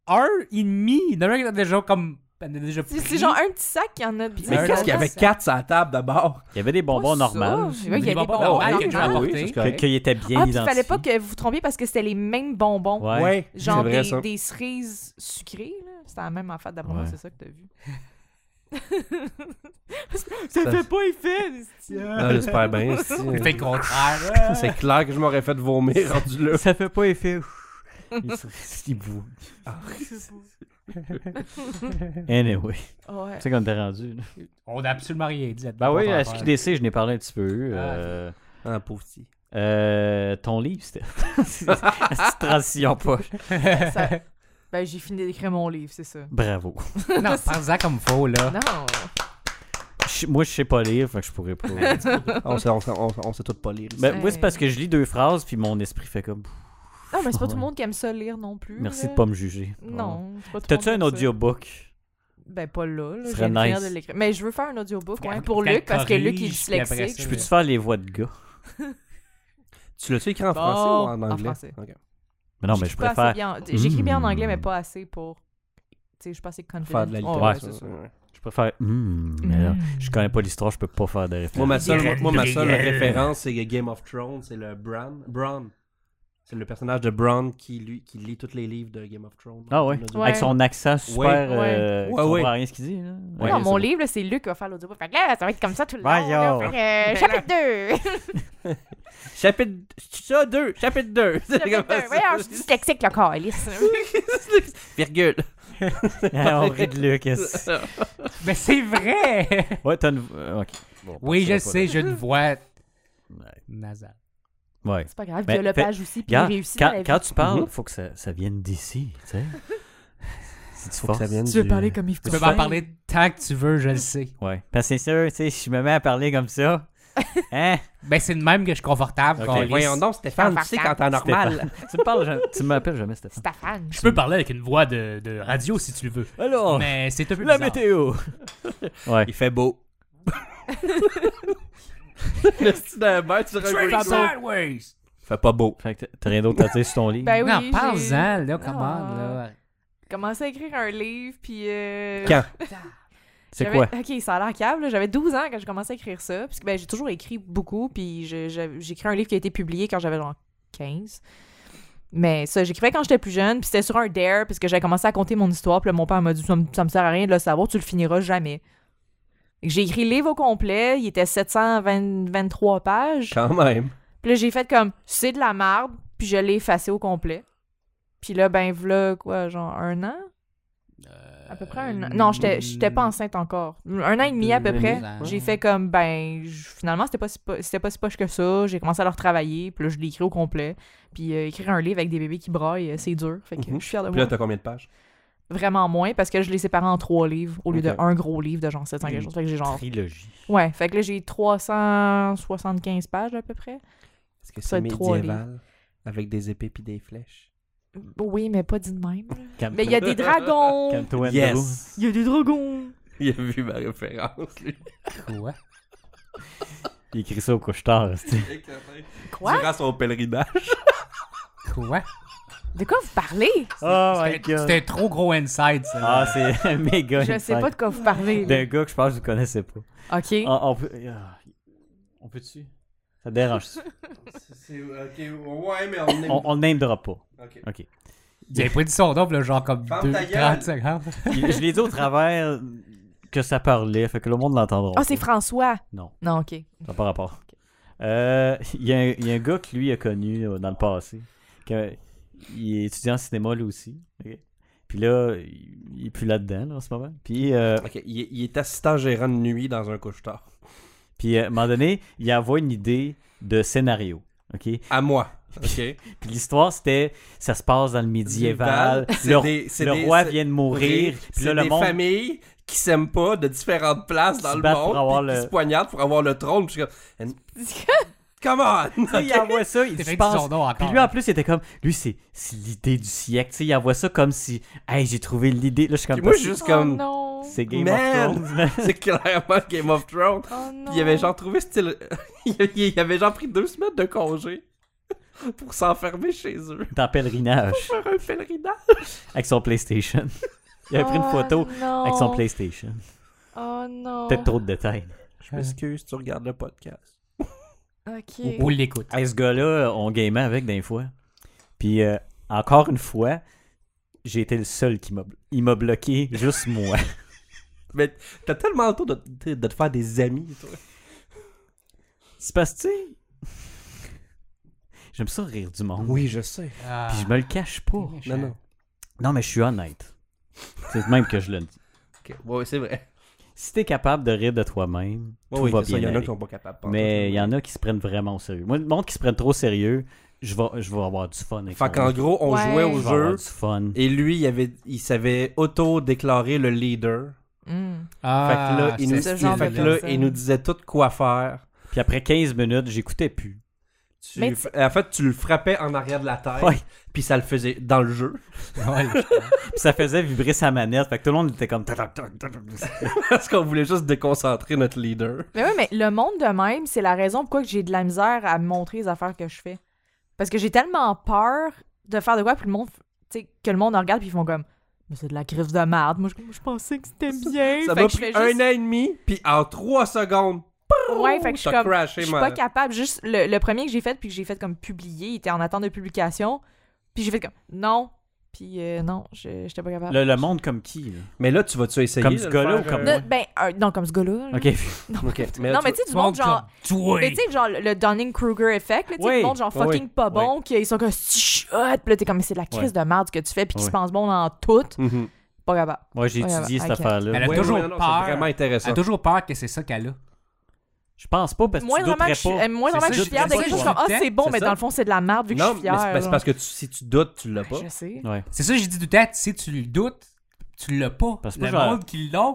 un et demi. Il y en a un qui en a déjà comme. elle en a déjà C'est- pris. C'est genre un petit sac qui en a dix. Mais Ouais, qu'est-ce qu'il y ouais, avait ça. 4 sur la table d'abord? Il y avait des bonbons Pas ça. normaux. C'est vrai, Il y a Des des bonbons bonbons normaux, normaux. il y a déjà Ah, apporté. Que- Qu'ils étaient bien Ah, puis il identifiés. fallait pas que vous vous trompiez parce que c'était les mêmes bonbons. Ouais. Ouais. Genre C'est vrai, des, ça. des cerises sucrées, là. C'était la même affaire d'après moi, Ouais. c'est ça que t'as vu. ça fait pas effet! c'est- Ah, J'espère bien. Elle si. fait le contraire. hein. C'est clair que je m'aurais fait vomir rendu là. Ça fait pas effet. Il serait si beau. Ah, Anyway, Ah Ouais. tu sais qu'on était rendu. là. On n'a absolument rien dit Ben là-dedans. oui, Pas à faire. SQDC, je n'ai parlé un petit peu. euh, Ah, pauvre petit. euh, ton livre, c'était. Cette transition poche. Ça- Ben, j'ai fini d'écrire mon livre, c'est ça. Bravo. Non, parle-en comme faut, Ah. là. Non! Je- moi, je sais pas lire, fait que je pourrais pas. On sait, on sait, on sait, on sait tout pas lire. Ben, moi, c'est parce que je lis deux phrases, puis mon esprit fait comme. Pff, Non, mais c'est pas tout Ouais. le monde qui aime ça lire non plus. Merci là. de pas me juger. Non, c'est pas tout le monde T'as-tu qui un aime ça. audiobook? Ben, pas là. là. Ce Je serait viens de finir nice. de l'écrire. Mais je veux faire un audiobook, ouais, Faut pour qu'elle Luc, parce que Luc, il est corrige, puis après dyslexique. ça, Je peux-tu faire les voix de gars? Tu l'as-tu écrit en Bon, français ou en en anglais? français. Ok. Mais Ben non, mais je J'écris pas assez préfère, bien- J'éris bien en anglais, Mm. mais pas assez pour. Tu sais, je suis pas assez confident. Faire de la Ouais, ouais, littérature. c'est Mmh. ça. ouais. je préfère. Hmm, mais là, je connais pas l'histoire, je peux pas faire de Moi, référence. ma seule, Des moi, ma seule réels. référence, c'est Game of Thrones, c'est le Bran. Bran. C'est le personnage de Bran qui, lui, qui lit tous les livres de Game of Thrones. Ah ouais. On a Avec son accent super. Ouais. euh, Ouais. tu Ouais, comprends ouais. rien ce qu'il dit. Là. Ouais, non, c'est mon bon. livre, là, c'est Luc qui va faire l'audiobook. Fait que là, ça va être comme ça tout le long. Voyons. là. Fait que, euh, chapitre 2! Chapitre... Ça, 2! Chapitre 2! chapitre 2! Voyons, je suis dyslexique, le calice. Virgule. On rit de Lucas. Mais c'est vrai! Ouais, t'as une. euh, Ok. Bon, oui, je partira pas sais, j'ai une voix là. Ouais. nasale. Ouais. C'est pas grave, Mais il y a le fait- page aussi, puis il Regarde, réussit dans quand, la vie. quand tu parles, Mhm. faut que ça, ça vienne d'ici, tu sais. Si tu forces. Tu veux parler comme Yves Tu Tu peux fais- m'en parler tant que tu veux, je le sais. Ouais. Parce que c'est sûr, tu sais, si je me mets à parler comme ça, Hein? Ben, c'est le même que je suis confortable. Ok, câlisse. voyons donc, Stéphane, tu sais quand t'es en normal. Tu me parles, jamais- tu m'appelles jamais Stéphane. Stéphane. Je peux parler avec une voix de, de radio si tu le veux. Alors, Mais c'est un peu la bizarre. météo. ouais. Il fait beau. le style d'un bain, tu Straight sideways. Fait pas beau. Fait que t'as rien d'autre à dire sur ton livre? Ben oui, non, j'ai parle-en, là, comment, Ah. là. commencé à écrire un livre, puis... euh, Quand? c'est quoi? J'avais- Ok, ça a l'air câble. J'avais 12 ans quand j'ai commencé à écrire ça. Parce que ben, j'ai toujours écrit beaucoup. Puis je- je- j'ai écrit un livre qui a été publié quand j'avais genre 15. Mais ça, j'écrivais quand j'étais plus jeune. Puis c'était sur un dare. Parce que j'avais commencé à conter mon histoire. Puis là, mon père m'a dit ça me, ça me sert à rien de le savoir. Tu le finiras jamais. Fait que J'ai écrit le livre au complet. Il était 723 pages. Quand même. Puis là, j'ai fait comme c'est de la merde. Puis je l'ai effacé au complet. Puis là, ben, voilà quoi, genre un an? À peu près un an. Non, j'étais j'étais pas enceinte encore. Un an et demi à peu Euh, Deux près. ans. J'ai fait comme, ben, je- finalement, c'était pas, si po- c'était pas si poche que ça. J'ai commencé à le retravailler. Puis là, je l'ai écrit au complet. Puis euh, écrire un livre avec des bébés qui braillent, euh, c'est dur. Fait que Mhm. je suis fière de Puis là, moi. t'as combien de pages? Vraiment moins parce que je l'ai séparé en trois livres au lieu Ok. de un gros livre de genre 700 quelque chose. Fait que j'ai genre. Trilogie. Ouais, fait que là, j'ai 375 pages à peu près. Est-ce que Ça c'est va être trois médiéval? Avec des épées pis des flèches? Oui, mais pas dit de même. là. Calme- Mais il y a des dragons! Calme-toi, Andrew. Yes! Il y a des dragons! Il a vu ma référence, lui. Quoi? Il écrit ça au couche-tard. c'est- Quoi? Durant son pèlerinage. Quoi? De quoi vous parlez? Oh my C'était god. c'était un trop gros inside, ça. Ah, c'est méga. Je sais pas de quoi vous parlez. là. D'un gars que je pense que je connaissais pas. Ok. On, on peut. ah, On peut-tu? Ça te dérange. Ok, ouais, mais on on, on le name drop pas. Ok. Il avait pas dit son nom, là, genre comme Ferme deux- ta gueule. 30 secondes. Il- Je l'ai dit au travers que ça parlait, fait que le monde l'entendra. Ah, c'est pas. François. Non, Non, ok. ça n'a pas rapport. Euh, Il y, a un- il y a un gars que lui a connu euh, dans le passé. que- il est étudiant en cinéma lui aussi. ok? Puis là, il il est plus là-dedans là, en ce moment. Puis, euh, Ok, il, est- il est assistant gérant de nuit dans un couche-tard. puis euh, à un moment donné, il envoie une idée de scénario. ok? À moi. Ok. Puis l'histoire, c'était ça se passe dans le médiéval. Médiéval, c'est Le, des- c'est le des- roi c'est- vient de mourir. Puis C'est là, le des monde. familles qui s'aiment pas de différentes places Qui dans se le battent pour monde. avoir puis qui le- se poignardent pour avoir le trône. Puis je suis comme, Come on! Tu sais, Il envoie ça, il dit, T'es je fait dit pense- son nom encore. Puis lui, en plus, il était comme, lui, c'est c'est l'idée du siècle. Tu sais, il envoie ça comme si, hey, j'ai trouvé l'idée. Là, je suis comme, Puis moi, je suis juste Oh comme, non. c'est Game Man! of Thrones. c'est clairement Game of Thrones. Oh non. Puis il avait genre trouvé style. il avait genre pris deux semaines de congé pour s'enfermer chez eux. Dans pèlerinage, Faire un pèlerinage. avec son PlayStation. Il a pris une Oh photo non. avec son PlayStation. Oh non. Peut-être trop de détails. Je m'excuse, tu regardes le podcast. Ok. Ou l'écoute. Hey, ce gars-là, euh, on gamait avec des fois. Puis, euh, encore une fois, j'ai été le seul qui m'a il m'a bloqué, juste moi. Mais t'as tellement le temps de, de- de te faire des amis, toi. C'est parce que, tu sais, j'aime ça rire du monde. Oui, je sais. Ah. Puis je me le cache pas. Non, non. Non, mais je suis honnête. C'est de même que je le dis. Ok, Ouais, c'est vrai. Si t'es capable de rire de toi-même, Ouais, tout oui, va c'est ça, bien. Il y en a aller. qui sont pas capables. pantoute, mais il y là. en a qui se prennent vraiment au sérieux. Moi, le monde qui se prenne trop au sérieux, je vais, je vais avoir du fun. Avec Fait mon qu'en jeu. gros, on Ouais. jouait je au vais avoir jeu du fun. et lui, il, avait, il savait auto-déclarer le leader. Hmm. Ah, fait que là, il nous, ce il- genre fait de que là, personne. il nous disait tout quoi faire. Puis après 15 minutes, j'écoutais plus. Tu- Mais tu- En fait, tu le frappais en arrière de la tête, Ouais. puis ça le faisait dans le jeu. Puis ça faisait vibrer sa manette. Fait que tout le monde était comme. Parce qu'on voulait juste déconcentrer notre leader. Mais oui, mais le monde de même, c'est la raison pourquoi que j'ai de la misère à montrer les affaires que je fais. Parce que j'ai tellement peur de faire de quoi, puis le monde, tu sais, que le monde en regarde, puis ils font comme, mais c'est de la crise de merde. Moi, je, moi, je pensais que c'était bien. Ça Fait m'a que je pris fais un juste- an et demi, puis en trois secondes, Ouais, fait que je suis t'as comme, crashé, je suis man. pas capable. Juste le, le premier que j'ai fait, puis que j'ai fait comme publier, il était en attente de publication. Puis j'ai fait comme non. Puis euh, non, je- j'étais pas capable. Le, le monde comme qui là? Mais là, tu vas-tu essayer Comme de ce le gars-là faire, ou comme euh, Ne- ben, euh, non, comme ce gars-là. là. Ok. Non, Ok, mais mais là, non, tu- mais tu sais, du monde genre. Toi! Mais tu sais, genre le Dunning-Kruger effect, là, tu sais, Oui, du monde genre oui, fucking pas bon, qui ils sont comme si shot, puis là, t'es comme, mais c'est de la crise de merde ce que tu fais, puis qui Ouais. se pense bon dans tout. Mhm. Pas capable. Moi, j'ai Ouais, étudié ouais, cette ok. affaire-là. Elle a Ouais, toujours ouais, non, peur. C'est vraiment Elle a intéressant. toujours peur que c'est ça qu'elle a. Je pense pas parce que Moi, tu vraiment, douterais que je suis, pas. euh, moi, C'est ça, vraiment que je je suis fière de douterais quelque pas, chose, je je suis comme, ah, c'est bon, C'est mais ça. dans le fond, c'est de la merde vu que Non, je suis mais fière. c'est- c'est genre. parce que tu- si tu doutes, tu l'as pas. Je sais. Ouais. C'est ça, j'ai dit tout à l'heure, si tu le doutes, tu l'as pas. Parce que le moi, genre- monde qui l'a,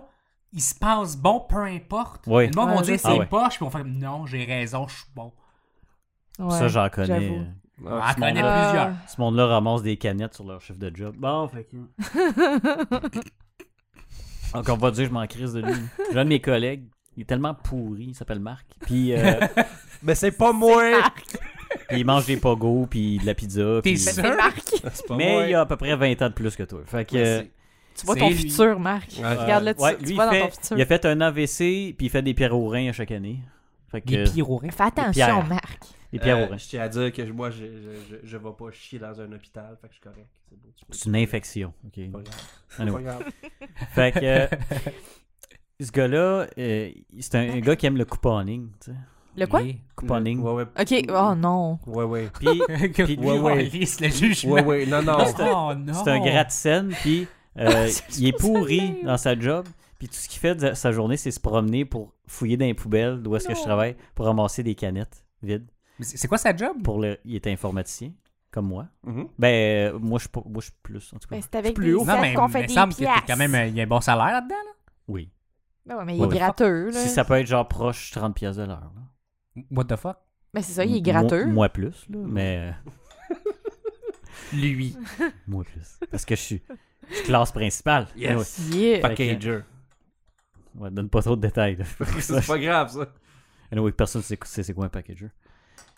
il se passe bon, peu importe. Oui. Le monde Ouais, va je dire sais. c'est Ah ouais. poche, puis on fait comme, non, j'ai raison, je suis bon. ça, j'en connais. j'avoue. On Ah, en c'est mon- connaît monde-là. plusieurs. Ah. Ce monde-là ramasse des canettes sur leur chiffre de job. Bon, fait que. Donc, on va dire, je m'en crise de lui. J'ai un de mes collègues, il est tellement pourri, il s'appelle Marc. Puis, euh, Mais c'est pas moi! puis il mange des pogos, puis de la pizza. T'es puis- sûr? C'est Marc. C'est pas moi. Mais il a à peu près 20 ans de plus que toi. Fait que. euh, Merci. Tu vois C'est ton lui. futur, Marc. Ouais. Regarde-le, tu, ouais, tu lui, vois il, dans fait, ton futur. il a fait un AVC, puis il fait des pierres aux reins à chaque année. Fait que, Des pires au rein. Fais attention, Pierre. Marc. des pierres aux Euh, reins. Je tiens à dire que je- moi, je, je, je, je vais pas chier dans un hôpital, fait que je suis correct. C'est beau, tu peux- C'est une infection. ok? Pas grave. Anyway. Pas grave. Fait que euh, ce gars-là, euh, c'est un, un gars qui aime le couponing. tu sais. Le quoi? Oui. Couponing. Ouais, ouais. Ok, oh non. Ouais, ouais. Puis Que Puis- lui, on ouais. lisse le jugement. Ouais, ouais. Non, non. c'est Oh non! c'est un gratte-scène, puis euh, Ah, C'est il est ça, ça pourri m'aime. dans sa job. Puis tout ce qu'il fait de sa journée, c'est se promener pour fouiller dans les poubelles d'où est-ce que je Non. travaille pour ramasser des canettes vides. Mais C'est c'est quoi sa Mm. job? Pour le... Il est informaticien, comme moi. Mhm. Ben, euh, moi, je suis pas- moi, je suis plus, en tout cas. Ben, c'est avec plus des haut. sacs mais qu'on il fait me des semble que piastres. t'es quand même un- il y a un bon salaire là-dedans. là. Oui. Ben ouais, mais il est Ouais. gratteux, là. Si ça peut être genre proche 30 pièces de l'heure. là. What the fuck? Ben c'est ça, il est Mo- gratteux. Mm. Moi plus, là, mais... Lui. euh, moi plus. Parce que je suis je suis classe principale. Yes. Anyway. Yeah. Fait que- Ouais, donne pas trop de détails. Là. C'est pas grave, ça. Anyway, personne sait sait c'est quoi un packager.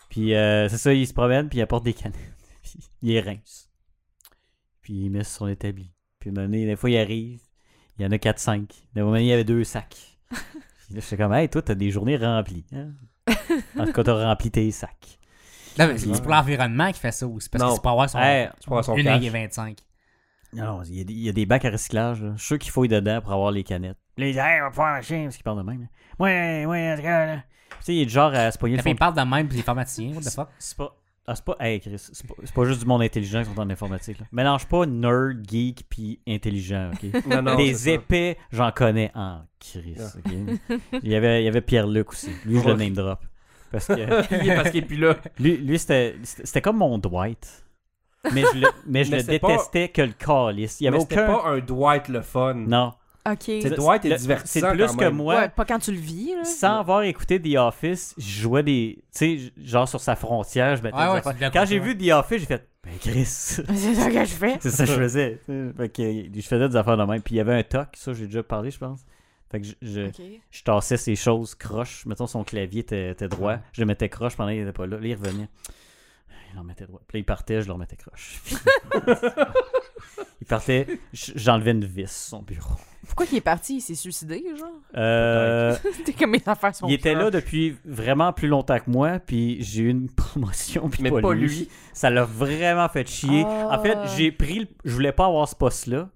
Puis euh, c'est ça, il se promène, puis il apporte des canettes. Puis il les rince. Puis il met sur son établi. Puis à un moment donné, des fois, il arrive. Il y en a 4-5. D'un moment, donné, il y avait deux sacs. Puis là, je suis comme, hey, toi, t'as des journées remplies. Hein? En tout cas, t'as rempli tes sacs. Là, mais c'est c'est pour l'environnement qu'il fait ça ou c'est parce Non. qu'il se peut avoir son. Hey, Tu prends son une cash. ligne et 25. non, non, il y, a des- il y a des bacs à recyclage. là. Je suis sûr qu'il fouillent dedans pour avoir les canettes. Là, il dit, hey, on va pouvoir machin, parce qu'il parle de même. là. Ouais, ouais, en tout cas, là. Puis, tu sais, il est du genre à se poigner le T'as fond fait de parle de même, puis les pharmaciens, what the fuck? C'est pas. Ah, c'est pas. Hey, Chris, c'est pas, c'est pas juste du monde intelligent qui sont en informatique. Là. Mélange pas nerd, geek, puis intelligent, ok? Non, non. c'est Des ça. épais, j'en connais en Chris, Ah. ok? Il y avait, il y avait Pierre-Luc aussi. Lui, je le Ouais. name drop. Parce que Il est parce qu'il est plus là. lui, lui c'était c'était c'était comme mon Dwight. Mais je le, mais je Mais le c'était pas- détestais que le calice. Il y avait Mais c'était aucun. pas un Dwight le fun. Non. Ok. C'est Dwight est Le- divertissant. C'est plus quand que même. moi. Ouais, pas quand tu le vis, là. Sans avoir écouté The Office, je jouais des. Tu sais, j- genre sur sa frontière, je mettais Ouais, des ouais, affaires. tu devais Quand écouter, j'ai ouais. vu The Office, j'ai fait Ben Chris, C'est ça que je fais. C'est ça que je faisais. tu sais. Fait que je faisais des affaires de même. Puis il y avait un toc, ça j'ai déjà parlé, je pense. Fait que je, je, Ok. je tassais ces choses croches. Mettons son clavier était, était droit. Je le mettais croche pendant qu'il était pas là. Là, il revenait. Il en mettait droit. Puis là, il partait, je le remettais croche. il partait, j- j'enlevais une vis son bureau. Pourquoi il est parti? Il s'est suicidé, genre? Euh, C'était comme mes affaires sont il était pires. là depuis vraiment plus longtemps que moi, puis j'ai eu une promotion. Puis Mais pas lui. Ça l'a vraiment fait chier. Ah. En fait, j'ai pris. le- Je voulais pas avoir ce poste-là.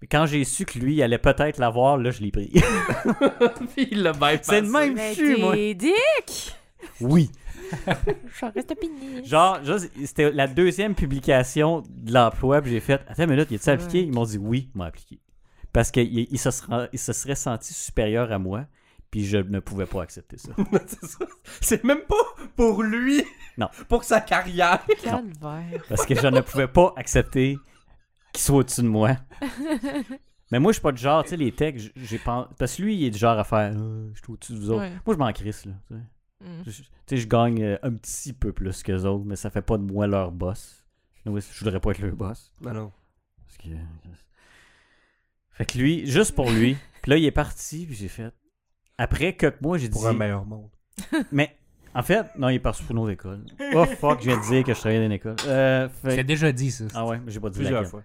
Mais quand j'ai su que lui il allait peut-être l'avoir, là, je l'ai pris. Ben, il l'a bien C'est le même Mais chou, moi. t'es dick! Oui. J'en reste opinion. Genre, juste, c'était la deuxième publication de l'emploi, puis j'ai fait Attends une minute, il est-tu appliqué Ouais. Ils m'ont dit Oui, ils m'ont appliqué. Parce qu'il il il se, sera- il se serait senti supérieur à moi, puis je ne pouvais pas accepter ça. C'est ça. C'est même pas pour lui. Non. Pour sa carrière. Calvaire. Parce que je ne pouvais pas accepter qu'il soit au-dessus de moi. Mais moi, je suis pas du genre, tu sais, les techs, j- j'ai pas. Parce que lui, il est du genre à faire. Euh, je suis au-dessus de vous autres. Ouais. Moi, je m'en crisse, là. tu sais. Mm. Je- je- Tu sais, je gagne euh, un petit peu plus qu'eux autres, mais ça fait pas de moi leur boss. Anyway, Je voudrais pas être leur boss. Non, non. Parce que... euh, Fait que lui, juste pour lui, puis là, il est parti, puis j'ai fait. Après quelques mois, j'ai dit. Pour un meilleur monde. Mais en fait, non, il est parti pour une autre école. Oh fuck, je viens de dire que je travaillais dans une école. Euh, Tu l'as fait... déjà dit, ça. Ah ouais, mais j'ai pas dit Plusieurs laquelle. fois.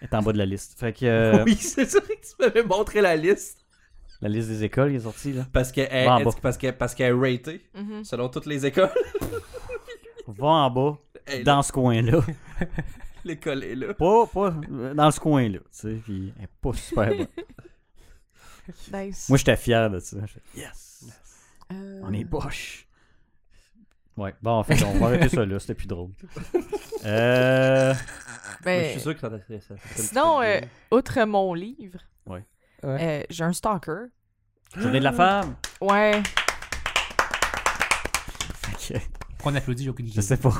Elle est en bas de la liste. Fait que euh, Oui, c'est ça que tu m'avais montré la liste. la liste des écoles, il est sortie, là. Parce qu'elle est, Va en bas. parce qu'elle- parce qu'elle est ratée Mhm. selon toutes les écoles. Va en bas, Elle- dans ce coin-là. L'école est là. Pas, pas euh, dans ce coin-là, tu sais, puis elle est pas super bonne. Nice. Moi, j'étais fier de ça. J'étais, Yes! Euh, On est poche. Ouais, bon, en fait, on va arrêter ça là, c'était plus drôle. Euh, Mais Je Ben, suis sûr que ça t'intéresse. ça t'intéresse. sinon, euh, outre mon livre, Ouais. Ouais. euh, j'ai un stalker. Journée de la femme? Ouais. Fait que, Pourquoi on applaudit, j'ai aucune idée. je sais pas.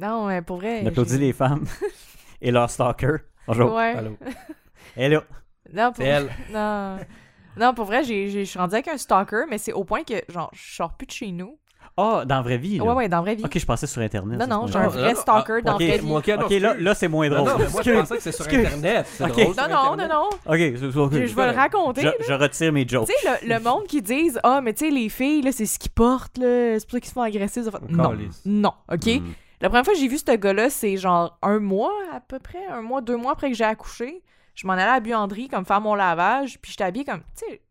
Non, mais pour vrai. On applaudit j'ai- les femmes et leur stalker. Bonjour. Ah, Ouais. Allô. Elle est là. Non, pour C'est elle. Non. Non, pour vrai, j'ai- j'ai- je suis rendue avec un stalker, mais c'est au point que, genre, je sors plus de chez nous. Ah, dans la vraie vie. là. Ouais, ouais, dans la vraie vie. Ok, je pensais sur Internet. Non, ça, non, c'est j'ai pas un grave. Ah, vrai stalker dans la ok, vraie vie. moi, ok, non, Ok, là, excuse. là c'est moins Non, drôle. non, mais moi, je Excuse. pensais que c'est sur Excuse. Internet. C'est Ok. drôle, sur Non, non, non, Internet. non. Ok, c'est- ok. Je, je vais le raconter. Je, oh. je retire mes jokes. Tu sais, le, le monde qui disent Ah, mais tu sais, les filles, là, c'est ce qu'ils portent, là, c'est pour ça qu'ils se font agresser. ça fait- Non. Calisse. Non, OK? Mm. La première fois que j'ai vu ce gars-là, c'est genre un mois à peu près, un mois, deux mois après que j'ai accouché. Je m'en allais à Buanderie comme faire mon lavage, puis j'étais habillée comme, tu sais,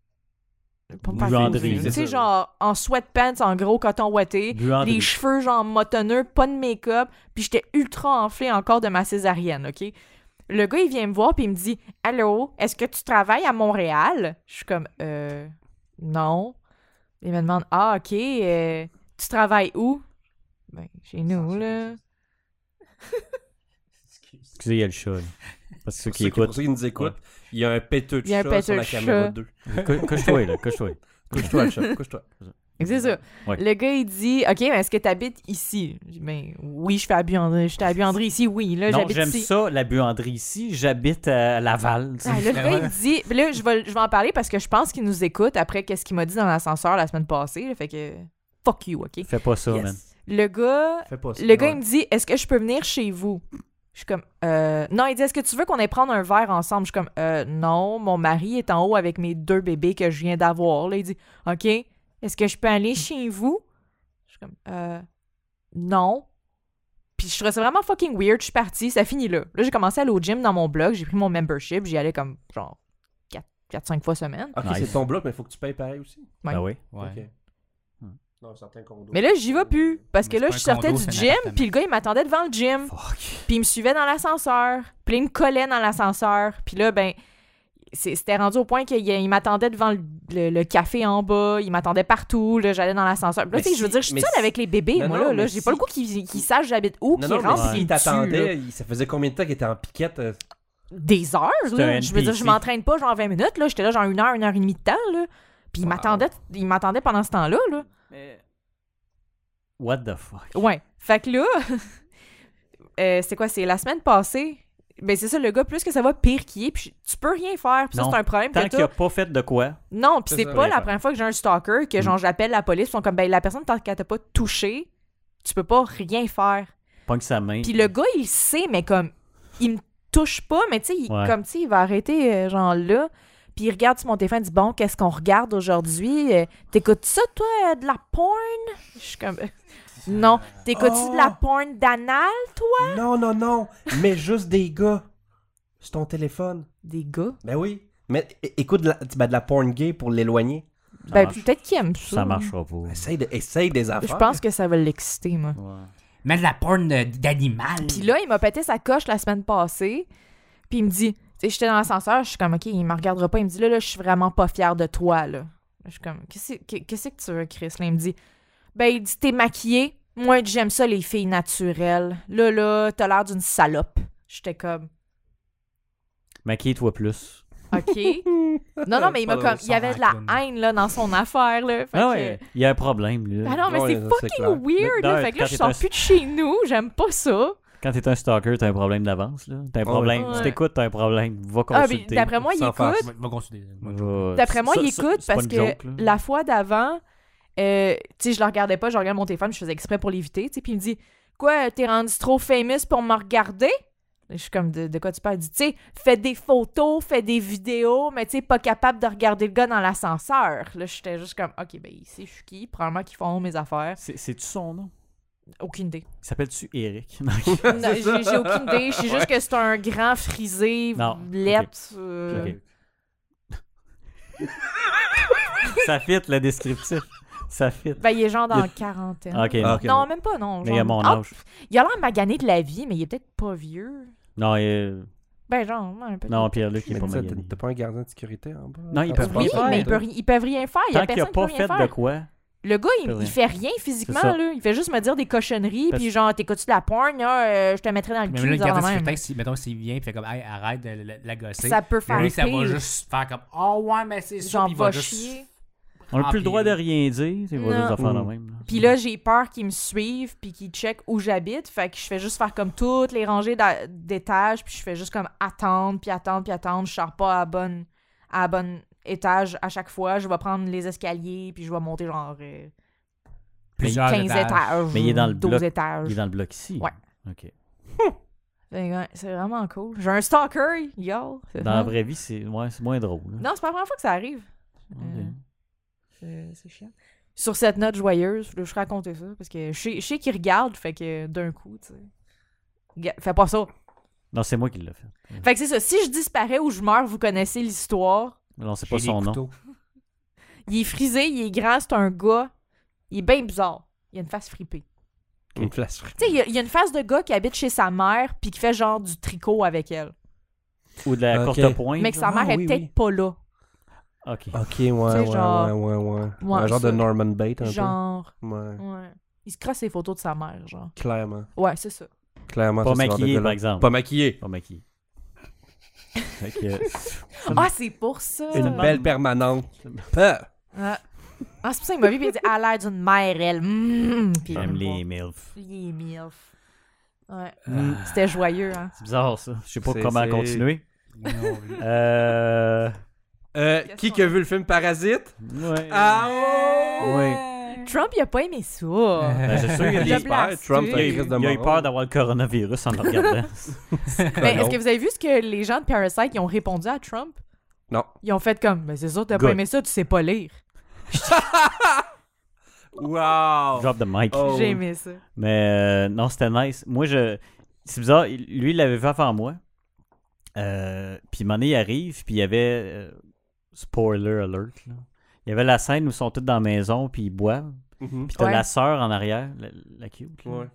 pas me faire Buanderie, poser, c'est Tu sais, ça. genre en sweatpants, en gros coton ouaté, Buanderie. les cheveux genre motonneux, pas de make-up, puis j'étais ultra enflée encore de ma césarienne, OK? Le gars, il vient me voir, puis il me dit « Allô, est-ce que tu travailles à Montréal? » Je suis comme « Euh, non. » Il me demande « Ah, OK, euh, tu travailles où? » Ben, chez nous, là. Excuse. Excusez, il y a le chat. là. Parce que ceux Pour qui ceux qui- Pour écoutent. ceux qui nous écoutent, il y a un péteux de Il y a un chat sur péteux la de caméra chat. 2. Cou- Couche-toi, là, couche-toi. Couche-toi, le chat, couche-toi. Fait que C'est ça. Ouais. Le gars, il dit OK, mais est-ce que tu habites ici Je dis, Ben oui, je fais à Buanderie. J'étais à Buanderie ici, oui. Là, Non, Euh, j'habite j'aime ici. ça, la buanderie ici. J'habite à Laval. tu sais. Ah, là, le Ah gars, ouais. il dit. puis Là, je vais, je vais en parler parce que je pense qu'il nous écoute après qu'est-ce qu'il m'a dit dans l'ascenseur la semaine passée. là. fait que fuck you, OK Fais pas ça, Yes. man. Le gars, Fais pas ça. le gars, il me dit Est-ce que je peux venir chez vous Je suis comme Euh, Non, il dit Est-ce que tu veux qu'on aille prendre un verre ensemble Je suis comme Euh, Non, mon mari est en haut avec mes deux bébés que je viens d'avoir. Là, il dit OK, est-ce que je peux aller chez vous Je suis comme Euh, Non. Puis je trouvais ça vraiment fucking weird. Je suis partie, ça finit là. Là, j'ai commencé à aller au gym dans mon blog, j'ai pris mon membership, j'y allais comme genre 4-5 fois semaine. Ok, Nice. c'est ton bloc, mais faut que tu payes pareil aussi. Ouais. Ah oui. Ouais. Ok. Hmm. Non, certains condos. Mais là, j'y vais plus parce Mais que c'est là, pas je un sortais condo, du c'est un gym, appartement. puis le gars, il m'attendait devant le gym. Fuck. Puis il me suivait dans l'ascenseur. Puis là, il me collait dans l'ascenseur. Puis là, ben, c'est- c'était rendu au point qu'il il m'attendait devant le, le- le café en bas. Il m'attendait partout. Là, j'allais dans l'ascenseur. Puis Là, Mais tu sais, si- je veux dire, je suis mais seule si- avec les bébés, Non, moi, non, là. là. mais J'ai si- pas le goût qu'ils qu'ils sachent j'habite où, Non, qu'ils non, mais rentrent, si s'il qu'ils me tuent, là. t'attendait, il- ça faisait combien de temps qu'il était en piquette euh, Des heures, C'est un là. Je veux dire, NPC. je m'entraîne pas genre 20 minutes, là. J'étais là genre une heure, une heure et demie de temps, là. Puis il Wow. m'attendait il m'attendait pendant ce temps-là, là. What the fuck? Ouais. Fait que là, euh, c'est quoi, c'est la semaine passée. Ben c'est ça, le gars, plus que ça va, pire qu'il est. Puis tu peux rien faire. Puis ça, Non. c'est un problème Tant que qu'il a t'as. pas fait de quoi, Non, puis C'est c'est ça. pas Rien la faire. première fois que j'ai un stalker que Mm. genre j'appelle la police. Ils sont comme, ben la personne, tant qu'elle t'a pas touché, tu peux pas rien faire. pogne sa main. Puis le gars, il sait, mais comme, il me touche pas, mais tu sais, il- Ouais. comme, tu sais, il va arrêter, euh, genre là. Puis il regarde sur mon téléphone, il dit, bon, qu'est-ce qu'on regarde aujourd'hui? Euh, T'écoutes ça, toi, euh, de la porn? Je suis comme, euh, non. T'écoutes-tu de la Oh! porn d'anal, toi? Non, non, non, mais juste des gars. C'est ton téléphone. Des gars? Ben oui. Mais é- écoute de la, ben, de la porn gay pour l'éloigner. Ça ben, marche. peut-être qu'il aime ça. Ça marchera pas. Essaye, de- essaye des affaires. Je pense que ça va l'exciter, moi. Mais de la porn de- d'animal. Puis là, il m'a pété sa coche la semaine passée. Puis il me dit, tu sais, j'étais dans l'ascenseur, je suis comme, OK, il me regardera pas. Il me dit, là, là, je suis vraiment pas fière de toi, là. Je suis comme, qu'est-ce qu'est- qu'est-ce que tu veux, Chris? Là, il me dit, ben, il dit, t'es maquillée. Moi, j'aime ça, les filles naturelles. Là, là, t'as l'air d'une salope. J'étais comme, Maquille-toi plus. OK. non, non, mais il m'a Pas comme, drôle, il y avait de la rancune. haine, là, dans son affaire, là. Fait Ah que- ouais, il y a un problème, là. Ah non, mais Ouais, c'est ça, c'est fucking clair. weird, là. D'ailleurs, Fait que quand là, je t'es un- sors plus de chez nous. J'aime pas ça. Quand t'es un stalker, t'as un problème d'avance, là. T'as un problème. ouais. Si t'écoutes, t'as un problème. Va Ah, mais consulter. d'après moi, il Sans faire- écoute. Va, va consulter. Va- Va- D'après moi, Ça- il ça, écoute c'est pas parce une que joke, là. la fois d'avant, euh, tu sais, je le regardais pas, je regardais mon téléphone, je faisais exprès pour l'éviter, tu sais, puis il me dit Quoi, t'es rendu trop famous pour me regarder Je suis comme de, de quoi tu parles Il dit, Tu sais, fais des photos, fais des vidéos, mais tu sais, pas capable de regarder le gars dans l'ascenseur. Là, j'étais juste comme Ok, ben, il sait, je suis qui, probablement qu'ils font mes affaires. C'est- C'est-tu son nom? Aucune idée. Il s'appelle-tu Eric? Non, J'ai j'ai aucune idée, je sais juste que c'est un grand frisé, Non, lettre. euh, Ok. Euh. ça fit le descriptif. Ça fit. Ben, il est genre Il dans y la quarantaine. Ok, non. Ah, ok, non, bon. même pas, non. Mais il y a genre- mon Ah, âge. Il a l'air magané de la vie, mais il est peut-être pas vieux. Non, il- Ben, genre, ouais, un peu. non Pierre-Luc, il Mais est pas ça, magané. t'as t'as pas un gardien de sécurité en bas? Non, ils Ah, peuvent tu pas Oui, le faire. penses mais pas, ils, toi? peuvent, ils peuvent rien faire. Il y a Tant qu'il personne a qui peut pas rien fait faire. de quoi, Le gars, Il il, peut rien. il fait rien physiquement, C'est ça. là. Il fait juste me dire des cochonneries, Parce- puis genre, t'écoutes-tu de la porn, là, euh, je te mettrai dans le Mais cul, là, le des affaires gardien de même. sécuritaire, si, mettons, s'il vient et fait comme, hey, arrête de la, la gosser. Ça peut faire lui, ça va pire. juste faire comme, oh ouais, mais c'est sûr, Genre, puis il va va juste. chier. on Ah, n'a plus le droit de remplir. rien dire. C'est Non. pas des affaires de Mm. même. là. Puis là, j'ai peur qu'ils me suivent, puis qu'ils checkent où j'habite. Fait que je fais juste faire comme toutes les rangées d'a- d'étages, puis je fais juste comme attendre, puis attendre, puis attendre. Je sors pas à la bonne, à la bonne étages à chaque fois. Je vais prendre les escaliers, puis je vais monter genre euh, Plusieurs 15 étages. étages. Mais il est dans le 12 bloc. étages. Il est dans le bloc ici. Ouais. OK. Fait que, ouais, C'est vraiment cool. J'ai un stalker, yo! C'est Dans la vraiment- vraie vie, c'est ouais, c'est moins drôle. là. Non, c'est pas la première fois que ça arrive. Ok. Euh, c'est- C'est chiant. Sur cette note joyeuse, je vais raconter ça parce que je sais- je sais qu'il regarde, fait que d'un coup, tu sais. Ga- Fais pas ça. Non, c'est moi qui l'ai fait. Fait que c'est ça. Si je disparais ou je meurs, vous connaissez l'histoire. Non, c'est J'ai pas des son nom. couteaux. Il est frisé, il est grand, c'est un gars. Il est bien bizarre. Il a une face fripée. Une flasque. Tu sais, il y a- il y a une face de gars qui habite chez sa mère puis qui fait genre du tricot avec elle. Ou de la Ok. courte pointe. Mais que sa Ah, mère est oui, peut-être oui. pas là. OK. Ok, ouais, ouais, genre- ouais, ouais, ouais. Ouais, Un genre ça. de Norman Bates, un Genre. peu. Ouais. Ouais. Il se crosse les photos de sa mère, genre. Clairement. Ouais, c'est ça. Clairement, Pas ça, c'est le genre de maquillé, gars-là. par exemple. Pas maquillé. Pas maquillé. Fait que- Ah, c'est pour ça! Une belle permanente. Ah, Ah, Ah, c'est pour ça qu'il m'a vu puis il dit « à l'air d'une mère, elle. Mm. Puis J'aime il les est MILF. milf. Ouais. Mm. Ah. C'était joyeux, hein. C'est bizarre, ça. Je sais pas C'est- comment c'est- continuer. Non, Euh... euh, Qu'est-ce qui qu'on qui a a? vu le film Parasite? Ouais. Euh, Ah oh! Oui. Trump, il a pas aimé ça. Ben, c'est sûr, il y a Le des- J'espère, blasté. Trump, Il a, eu- Crise de il a eu moron. peur d'avoir le coronavirus en le regardant. Mais Ben, est-ce que vous avez vu ce que les gens de Parasite, ils ont répondu à Trump? Non. Ils ont fait comme « Mais c'est sûr, t'as Good. pas aimé ça, tu sais pas lire. Wow! Drop the mic. Oh. J'ai aimé ça. Mais euh, non, c'était nice. Moi, je. C'est bizarre, il- lui, il l'avait fait avant moi. Euh, puis, un moment donné, il arrive, puis il y avait. euh, spoiler alert, là. Il y avait la scène où ils sont tous dans la maison, puis ils boivent. Mhm. Puis t'as Ouais. la sœur en arrière, la, la cute, là, Ouais.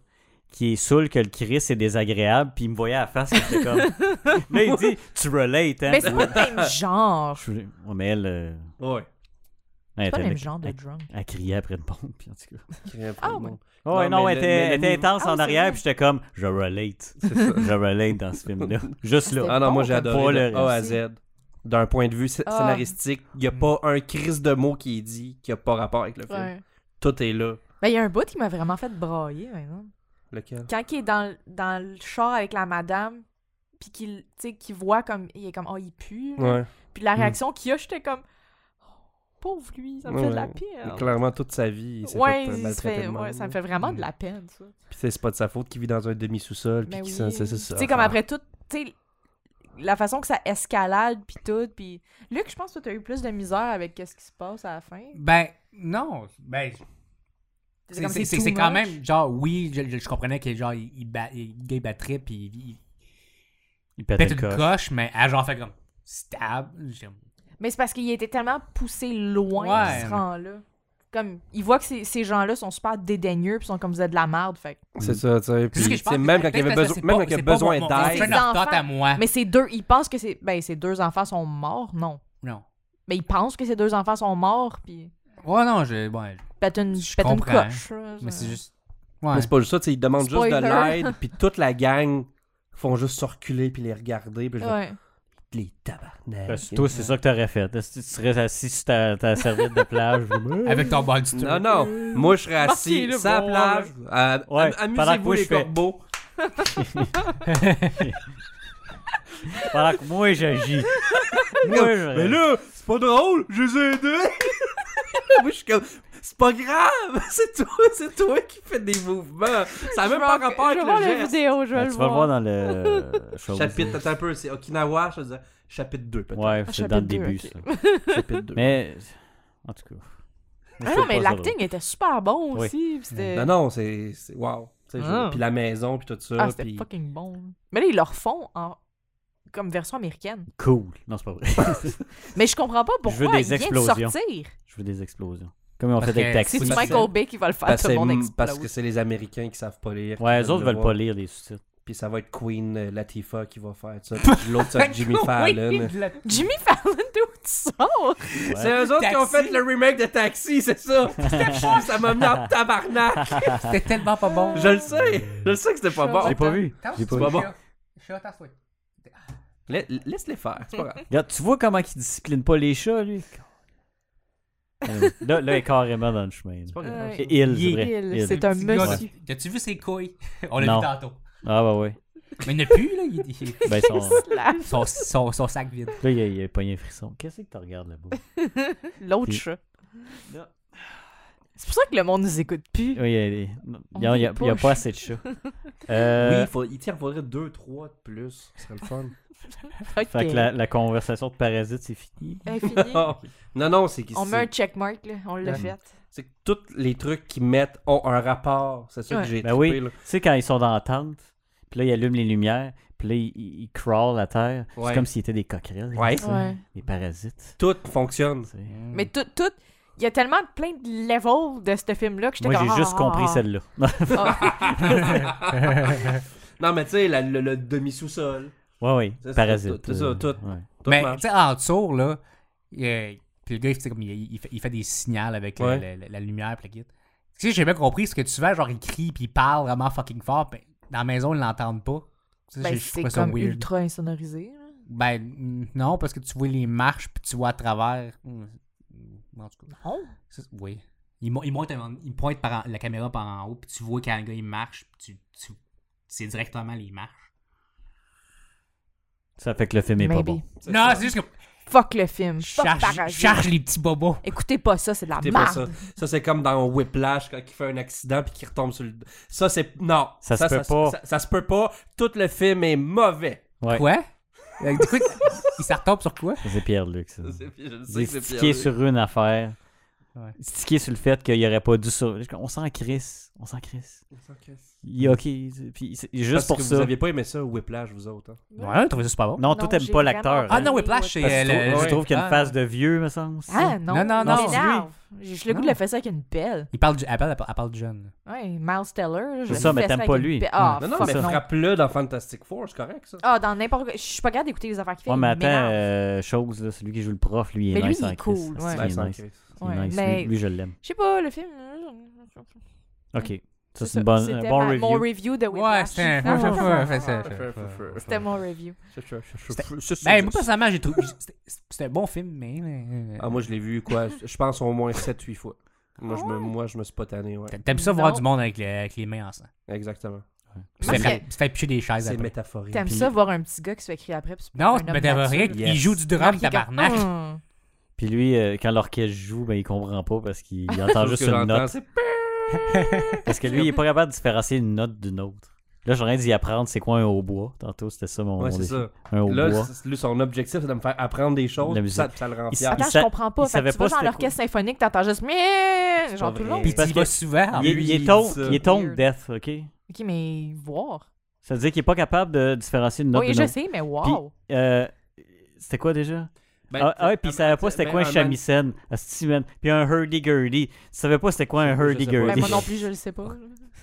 qui est saoule que le Chris est désagréable, puis il me voyait à la face, puis j'étais comme. là, il dit, tu relates, hein. Mais c'est pas le même genre. Je- ouais, mais elle. euh, Ouais. elle C'est pas était- le même genre de elle, drunk. elle criait après une pompe, puis en tout cas. Ah, ouais. Oh, ouais, Non, non, mais elle le- était, mais le elle était niveau- intense Ah, en c'est arrière, vrai. puis j'étais comme, je relate. je relate dans ce film-là. Juste là. C'était Ah non, moi bon, j'ai comme Paul adoré de A à aussi. Z. D'un point de vue sc- Ah. scénaristique, il n'y a pas un crise de mots qui est dit qui a pas rapport avec le film. Ouais. Tout est là. Ben, il y a un bout qui m'a vraiment fait brailler, maintenant. Lequel? quand il est dans, le- dans le char avec la madame, puis qu'il tu sais, qu'il voit comme. Il est comme, oh, il pue. là. Ouais. Puis la Mm. réaction qu'il a, j'étais comme, Oh, pauvre lui, ça me fait de la Ouais. peine. Clairement, toute sa vie, il s'est Ouais, fait euh, il se maltraiter fait, de même, ouais, ça me là. Mm. fait vraiment de la peine, ça. Puis c'est c'est pas de sa faute qu'il vit dans un demi-sous-sol. Puis Ben qu'il oui. s'en- c'est- c'est Tu ça. sais, comme après tout, tu sais, la façon que ça escalade, puis tout, puis... Luc, je pense que tu as eu plus de misère avec qu'est-ce qui se passe à la fin. Ben, non. Ben, C'est c'est comme, c'est- too c'est- c'est quand much. même, genre, oui, je, je- je comprenais que, genre, il, il, bat- il- le gars, il battrait, puis il, il Il pète pète une une coche, coche. mais elle, genre, fait comme stab. J'ai- Mais c'est parce qu'il était tellement poussé loin, Ouais. ce rang-là. Comme, il voit que ces, ces gens-là sont super dédaigneux, puis sont comme, vous êtes de la merde, fait que- C'est ça, tu sais. C'est juste que Puis je pense c'est même que- quand il avait peut-être besoin, parce que c'est même pas- quand il avait c'est pas besoin mon- mon d'aide. train of thought enfants. à moi. Mais ces deux, ils pensent que c'est. Ben, ces deux enfants sont morts, non. Non. Mais ils pensent que ces deux enfants sont morts, puis. Ouais, non, je. Ouais, Pète une, Je pète une comprends. coche. là, mais ça. c'est juste. Ouais. Mais c'est pas juste ça, tu sais, il demande juste de Spoiler. l'aide. Puis toute la gang font juste se reculer puis les regarder. Puis je Ouais. les tabarnak. Parce que Toi, c'est ça que t'aurais fait. là. Si tu serais assis sur ta, ta serviette de plage. euh, puis- Avec ton body tout. Non, non. Moi, je serais assis Marquez-le, sur la bon, plage. euh, am- Ouais, pendant que Amusez-vous moi, je les fais- corbeaux. Pendant que moi, j'agis. moi, je... Mais là, c'est pas drôle. Je les ai aidés. Moi, je suis comme... C'est pas grave. C'est toi, c'est toi qui fais des mouvements. Ça n'a même pas rapport avec je vais voir le la geste. vidéo, je vais Ah, le tu vas le voir. voir dans le. show. Chapitre, attends un peu, c'est Okinawa, je veux dire, chapitre 2 peut-être. Ouais, c'est Ah, chapitre dans le deux, début, ok. ça. Chapitre 2. Mais. En tout cas. Moi, je Ah trouve non, mais pas ça l'acting était super bon Oui. aussi. puis c'était- Non, non, c'est. c'est- Wow. Tu sais, je- Ah. Puis la maison, puis tout ça. Ah, c'était puis... fucking bon. Mais là, ils le refont en. Comme version américaine. drôle. Cool. Non, c'est pas vrai. Mais je comprends pas pourquoi des il vient explosions. de sortir. je veux des explosions. Comme ils ont Parce fait avec que Taxi. C'est Oui, parce Michael que- Bay qui va le faire, Parce, tout le monde que- explose. parce que c'est les Américains qui savent pas lire. Ouais, qui les autres le veulent voir. pas lire les sous-titres. Puis ça va être Queen euh, Latifah qui va faire ça. Puis l'autre, ça va être Jimmy Fallon. Jimmy Fallon, d'où tu sors? C'est eux autres qui ont Taxi. fait le remake de Taxi, c'est ça. ça m'a mené en tabarnak. C'était tellement pas bon. Je le sais. Je le sais que c'était pas bon. J'ai pas vu. J'ai pas C'est pas vu. bon. Je suis à La- Laisse-les faire, c'est pas grave. Regarde, tu vois comment il discipline pas les chats, lui? là, là, il est carrément dans le chemin. là. C'est pas grave. Ouais. Il, c'est Il- vrai. il, Il. c'est- un monsieur. T'as-tu vu ses couilles? On l'a Non. vu tantôt. Ah, bah ouais. Mais il n'y en a plus, là. Il, il- Ben, son... Slap. son, son- son sac vide. Là, il a, il a pogné un frisson. Qu'est-ce que tu regardes là-bas? L'autre Puis- chat. C'est pour ça que le monde nous écoute plus. Oui, il y a, des- il y a- On il y a- veut il y a pas. pas assez de chats. Oui, Euh, il, faut, il tire, faudrait deux, trois de plus. Ce serait le fun. Ok. Fait que la, la conversation de parasite, c'est fini. Infini. Ah. non, non, Oh, c'est qu'ils On met un checkmark, là. On l'a Ouais. fait. C'est que tous les trucs qu'ils mettent ont un rapport. C'est ça Ouais. que j'ai Ben trippé, oui. là. Tu sais, quand ils sont dans la tente, puis là, ils allument les lumières, puis là, ils, ils- ils crawlent à terre. Ouais. C'est comme s'ils étaient des coquerelles. Ouais. tu sais, Ouais. Des parasites. Tout fonctionne. tu sais. Mais tout, tout. Il y a tellement de plein de levels de ce film-là que j'étais Moi, comme, j'ai ah, juste ah, compris ah. celle-là. Ah, Non, mais tu sais, la- le, le demi-sous-sol. ouais, C'est oui. ça, Parasite. tout- tout ça, euh, tout. ouais. Tout Mais, marche. tu sais, en dessous, là, il, euh, puis le gars, il, fait comme, il, il fait, il fait des signaux avec euh, Ouais. la, la- la lumière, puis le kit. Tu sais, j'ai bien compris, ce que tu veux, genre, il crie, puis il parle vraiment fucking fort, puis dans la maison, ils l'entendent pas. Tu sais, ben, j'ai- je c'est trouvais ça comme weird. ultra insonorisé. là. Ben, mm, non, parce que tu vois les marches, puis tu vois à travers. Mm, mm, En tout cas. Non. Ça, c'est- oui. Il, mo- il, monte un- il pointe par en- la caméra par en haut, puis tu vois quand le gars il marche, puis tu, tu, c'est directement les marches. Ça fait que le film est pas Maybe. bon. C'est Non, ça. c'est juste que. Fuck le film. Fuck Charge, Parasite. charge les petits bobos. Écoutez pas ça, c'est de la T'es pas merde. ça. Ça, c'est comme dans Whiplash quand il fait un accident puis qu'il retombe sur le. Ça, c'est. Non. Ça se peut pas. Ça, ça se peut pas. Tout le film est mauvais. Ouais. Quoi? Euh, du coup, il s'en retombe sur quoi? Ça, C'est Pierre-Luc, ça. Je Il est stické Mm. sur une affaire. Ouais. Stické sur le fait qu'il aurait pas dû sur... On s'en crisse. On s'en crisse. Il- ok. Puis c'est- juste Juste pour que ça. vous aviez pas aimé ça, Whiplash, vous autres. hein. Ouais, je trouvais ça super bon. Non, Non, toi, t'aimes j'ai pas l'acteur. vraiment hein? Ah non, Whiplash, c'est. Parce que euh, je trouve- le- je ouais. trouve qu'il y a Ah. une phase de vieux, me semble. aussi. Ah non, Non, non, il non, c'est m'énerve. J'ai j'ai le goût de Non. le faire ça avec une pelle. Il parle du, elle, parle, elle parle du jeune. Ouais, Miles Teller. je C'est ça, le mais fais t'aimes avec pas une lui. pelle. Ah, Non, non, fuck mais frappe-le dans Fantastic Four, c'est correct, ça. Ah, dans n'importe quoi. Je suis pas capable d'écouter les affaires qu'il fait. Ouais, mais il attends, m'énerve. euh, Chose, là, celui qui joue le prof, lui, il est Mais lui, nice il est en Christ. cool, ouais. Il Ouais, est c'est nice. ok. Il est Ouais, euh, nice. Lui- mais- Lui, je l'aime. Je sais pas, le film. euh, Ok. Ça, c'est c'est ça. une bonne, un C'était bon ma- review. mon review de Ouais, Whiplash. c'était un. Non, ouais, non, ouais, non, ouais, non, non. c'est- C'était mon review. Ben, moi, personnellement, j'ai trouvé. c'était- C'était un bon film, mais. euh, Ah, moi, je l'ai vu, quoi, je pense au moins 7-8 fois. Moi, je me, Ouais. moi, je me suis pas tanné, ouais. t'a- T'aimes ça voir Non. du monde avec, le- avec les mains ensemble. Exactement. Tu Moi, fais, ce pa- que- tu fais picher des chaises C'est après. métaphorique. Ah, ben, T'aimes Puis- ça voir un petit gars qui se fait crier après? puis c'est Non, un tu homme m'as rien. mature. Yes. Il joue du Non, drum, il est comme, tabarnak. Ah. Hum. Puis lui, euh, quand l'orchestre joue, ben, il comprend pas parce qu'il il entend Tout ce juste que une j'entends, note. c'est- Hum. Parce que lui, il est pas capable de différencier une note d'une autre. Là, j'ai rien d'y apprendre c'est quoi un hautbois. Tantôt, c'était ça mon, Ouais, mon c'est défi. ça. Un Là, hautbois. c'est- lui, son objectif, c'est de me faire apprendre des choses, La puis ça, musique. ça le rend Ah, Il fier. s- Attends, sa- je comprends pas. il Fait que savait tu vas pas dans c'était l'orchestre symphonique, t'entends juste mais genre pas tout le vrai. long. Puis tu parce y que- vas souvent. Il, est- lui, il il est dit tone, ça. il est tone Weird. death, ok? Ok, mais voir. Ça veut dire qu'il est pas capable de différencier une note Oui, d'une je autre. sais, mais wow. Euh, c'était quoi déjà? Ben, ah, ah ouais, puis il savait pas ben, c'était quoi un man- shamisen, asti, man. puis un hurdy-gurdy. Il savait pas c'était quoi un Je sais pas. Ben, hurdy-gurdy. moi non plus, je le sais pas.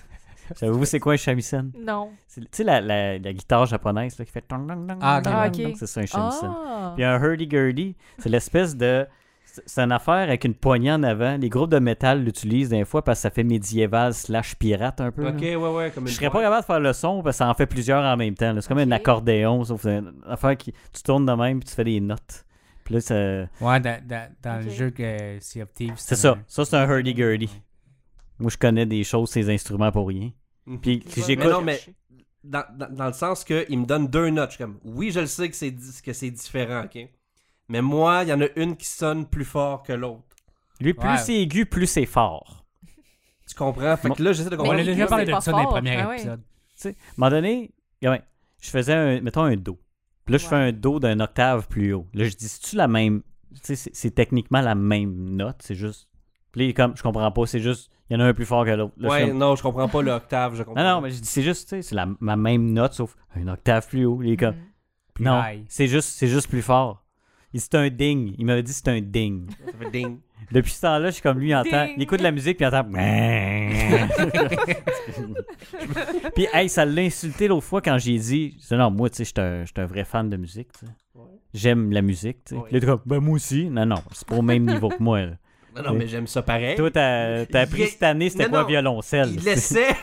Savez-vous c'est quoi un shamisen? Non. C'est- Tu sais, la, la, la guitare japonaise là, qui fait... tong, tong, tong, Ah, ok. tong, Ah, tong, ok. tong, C'est ça un shamisen. Ah. Puis un hurdy-gurdy, c'est l'espèce de... c'est- C'est une affaire avec une poignée en avant. Les groupes de métal l'utilisent des fois parce que ça fait médiéval slash pirate un peu. Ok, là. ouais, ouais, comme une Je serais pas pointe. capable de faire le son parce que ça en fait plusieurs en même temps. là. C'est comme un Ok. accordéon, sauf que c'est une affaire qui... Tu tournes de même puis tu fais des notes. Puis là, ça... Ouais, dans, dans, dans le Ok. jeu que euh, Sea of Thieves. euh, C'est ça. Ça, c'est un hurdy-gurdy. Moi, je connais des choses, ces instruments pour rien. Mhm. Puis si Mais j'écoute. non, mais dans, dans, dans le sens que il me donne deux notes. Je suis comme, oui, je le sais que c'est di- que c'est différent, ok? Mais moi, il y en a une qui sonne plus fort que l'autre. Lui, plus Ouais. c'est aigu, plus c'est fort. Tu comprends? Fait que là, j'essaie de On comprendre. a Ben Mais déjà Aigu, parlé c'est de pas ça dans les fort. premiers Ah ouais. épisodes. Tu sais, à un moment donné, eh ben, je faisais, un, mettons, un Do. Puis là, je Ouais. fais un Do d'un octave plus haut. Là, je dis, c'est-tu la même. Tu sais, c'est- c'est techniquement la même note, c'est juste. Puis là, il est comme, je comprends pas, c'est juste, il y en a un plus fort que l'autre. Là, je suis Ouais, comme, non, je comprends pas l'octave, je comprends. non, non, mais je dis, c'est juste, tu sais, c'est la, ma même note, sauf un octave plus haut. Il est comme, Mhm. Plus non, high. c'est juste, c'est juste plus fort. Il dit, c'est un ding. Il m'avait dit, c'est un ding. Ça fait ding. Depuis ce temps-là, je suis comme lui, il entend. Ding. Il écoute la musique, puis il entend. puis, hey, ça l'a insulté l'autre fois quand j'ai dit. je dis, Non, moi, tu sais, je suis un- je suis un vrai fan de musique, tu sais. Ouais. J'aime la musique, tu sais. Puis là, t'es comme, ben, moi aussi. Non, non, c'est pas au même niveau que moi. là. Non, non, mais j'aime ça pareil. Toi, t'as t'as appris Il- cette année, c'était non, quoi non. violoncelle? il tu sais. laissait.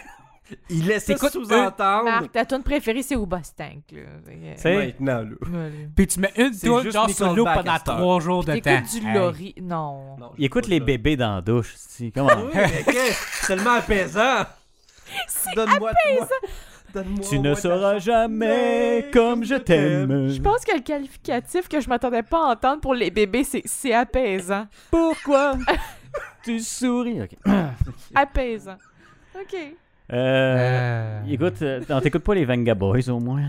il laissait T'écoutes sous-entendre. Marc, ta tune préférée, c'est Oubastank. là. Tu Fait sais, Maintenant, là. que- Voilà. Puis tu mets une C'est toune juste genre Nickelback solo à pendant cette heure. trois jours de temps. T'écoutes du Hey. Lori. Non. Non, il écoute pas les ça. bébés dans la douche, tu sais. Comment? Oui, mais qu'est-ce? C'est tellement apaisant. Donne-moi, moi- Donne-moi Tu ne moi ta seras chance. jamais comme je t'aime. Je pense que le qualificatif que je m'attendais pas à entendre pour les bébés, c'est c'est apaisant. Pourquoi tu souris? Ok. Apaisant. OK. Euh, Euh, Écoute, euh, non, t'écoutes pas les Vanga Boys au moins.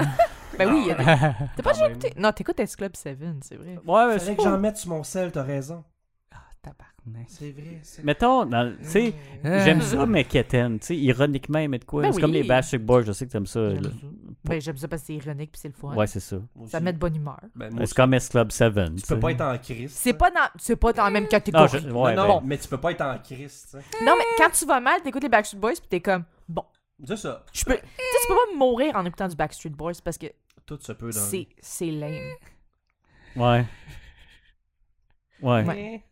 Ben oui, il y Ah. a des- T'as pas Quand déjà même. écouté. Non, t'écoutes S-Club 7, c'est vrai. Ouais, mais Fallait que j'en mette sur mon sel, t'as raison. Tabarnak. C'est vrai, c'est Mettons, dans- tu sais, Mm. Euh. j'aime ça, mais quétaine. Tu sais, ironiquement, mais de quoi? Ben c'est comme oui. les Bashik Boys, je sais que t'aimes ça. J'aime là. ça. Ben, j'aime ça parce que c'est ironique puis c'est le fun. Ouais, c'est ça. ça met de bonne humeur. Ben, moi C'est aussi. comme S Club 7. Tu peux pas être en crise. C'est pas dans, c'est pas dans la même Non, catégorie. je- Non, ouais, non, ben, mais tu peux pas être en crise, tu sais. Non, mais quand tu vas mal, t'écoutes les Backstreet Boys pis t'es comme, bon, C'est ça. je peux. Tu sais, tu peux pas mourir en écoutant du Backstreet Boys parce que Tout se peut dans la c'est, vie. c'est lame. ben, ouais. Ouais. Ouais.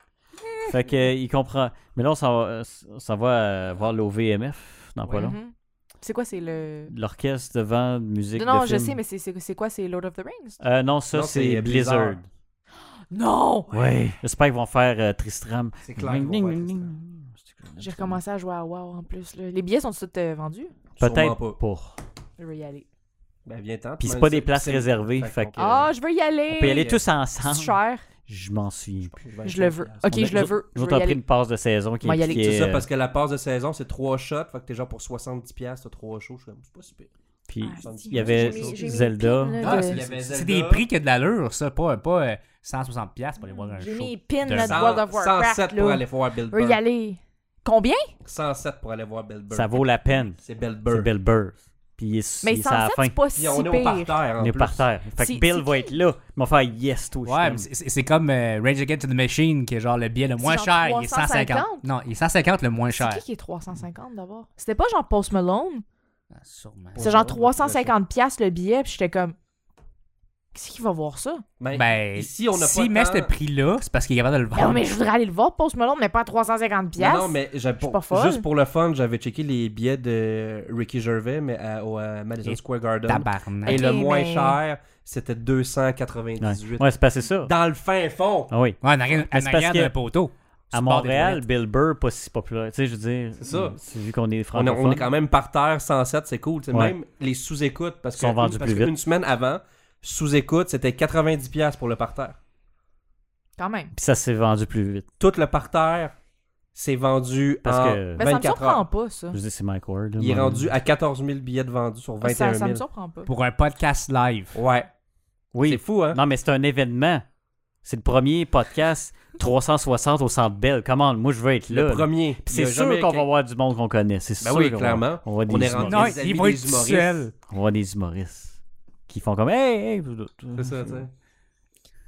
Fait que, euh, il comprend. Mais là, on s'en va, euh, on s'en va, euh, voir l'OVMF dans pas long. Mhm. C'est quoi, c'est le. L'orchestre de vent, de musique. Non, non, de je film. sais, mais c'est, c'est, c'est quoi, c'est Lord of the Rings? Euh, non, ça, Non, c'est c'est Blizzard. Blizzard. Non! Ouais. J'espère qu'ils vont faire euh, Tristram. C'est clair. qu'ils vont faire ça. J'ai recommencé à jouer à WoW en plus. là. Les billets sont tous euh, vendus? Peut-être Sûrement pas. pour. Je veux y aller. Ben, viens ten Puis c'est pas des places réservées. Fait que, euh, Ah, je veux y aller! on peut y aller euh, tous C'est ensemble. cher. Je m'en suis. Je le veux. On Ok, a- je le nous- veux. Je Nous veux autres, on y a pris aller. une passe de saison qui Moi, y aller. impliquait, C'est ça, euh, parce que la passe de saison, c'est 3 shots. Fait que t'es genre pour 70$, t'as 3 shows. Je suis comme, c'est pas super. Puis Ah, si, il y avait j'ai mis- j'ai mis Zelda. Ah, de- c'est- Il y avait c'est c'est Zelda. des prix qui a de l'allure, ça. Pas, pas euh, 160$ piastres pour aller voir un J'ai show. mis pin de- notre World of Warcraft. 107 là. pour aller voir Bill Je veux y Burr. aller. Combien? 107 pour aller voir Bill Burr. Ça vaut la peine. C'est Bill C'est Burr. Bill Burr. Puis il est, Mais il est à la 107, fin. c'est pas si Puis on est au pire. parterre. en On est plus. par terre. Fait C'est- que Bill c'est va être là. Il va faire yes, toi. je Ouais, t'aime. mais c'est- c'est c'est comme euh, Rage Against the Machine qui est genre le billet le C'est moins genre cher. Il est 350. 150. Non, il est 150 le moins C'est cher. qui qui est 350 d'abord? C'était pas genre Post Malone? Ah, sûrement. C'est genre Malone, 350 piastres le billet, puis j'étais comme... Qu'est-ce qui va voir ça? Ben, Ben, ici, on a pas. s'il met tant- ce prix-là, c'est parce qu'il est capable de le vendre. Non, mais je voudrais aller le voir, Post Malone, mais pas à 350 Non, piastres. non, mais j'ai- pour- pas folle. juste pour le fun, j'avais checké les billets de Ricky Gervais mais à, au à Madison Et Square Garden. Tabarnak. Et le Ok, moins mais- cher, c'était Ouais, 298. Ouais, c'est passé ça. Dans le fin fond. Ah oui. Ouais, en arrière, Mais en c'est arrière parce que- d'un poteau. À Sur le bord des Montréal, toilettes. Bill Burr, pas si populaire. Tu sais, je veux dire. C'est ça. C'est vu qu'on est On est, francophone. on est quand même par terre, 107, c'est cool. tu sais, Ouais. Même les sous-écoutes, parce Ils sont que- vendus parce plus que vite. une semaine avant, sous-écoute, c'était 90$ pour le parterre. Quand même. Puis ça s'est vendu plus vite. Tout le parterre s'est vendu Parce en que- Ben, ça me 24 surprend heures. pas, ça. Je veux dire, c'est Mike Ward. là, Il est mon- rendu à 14 000 billets de vendus Ah, sur 21 Ça, 000. ça me surprend pas. Pour un podcast live. Ouais, c'est Oui. fou, hein? Non, mais c'est un événement. C'est le premier podcast 360 au Centre Bell. Comment? Moi, je veux être là. le là. premier. Puis Il y c'est a sûr jamais qu'on va quelqu'un- voir du monde qu'on connaît. C'est Ben sûr. oui, qu'on va- clairement. On va On Oh, des est rendu- humoristes. Non, les amis il va des être tout humoristes. seul. On va des humoristes qui font comme Hey, hey. C'est ça, tu sais.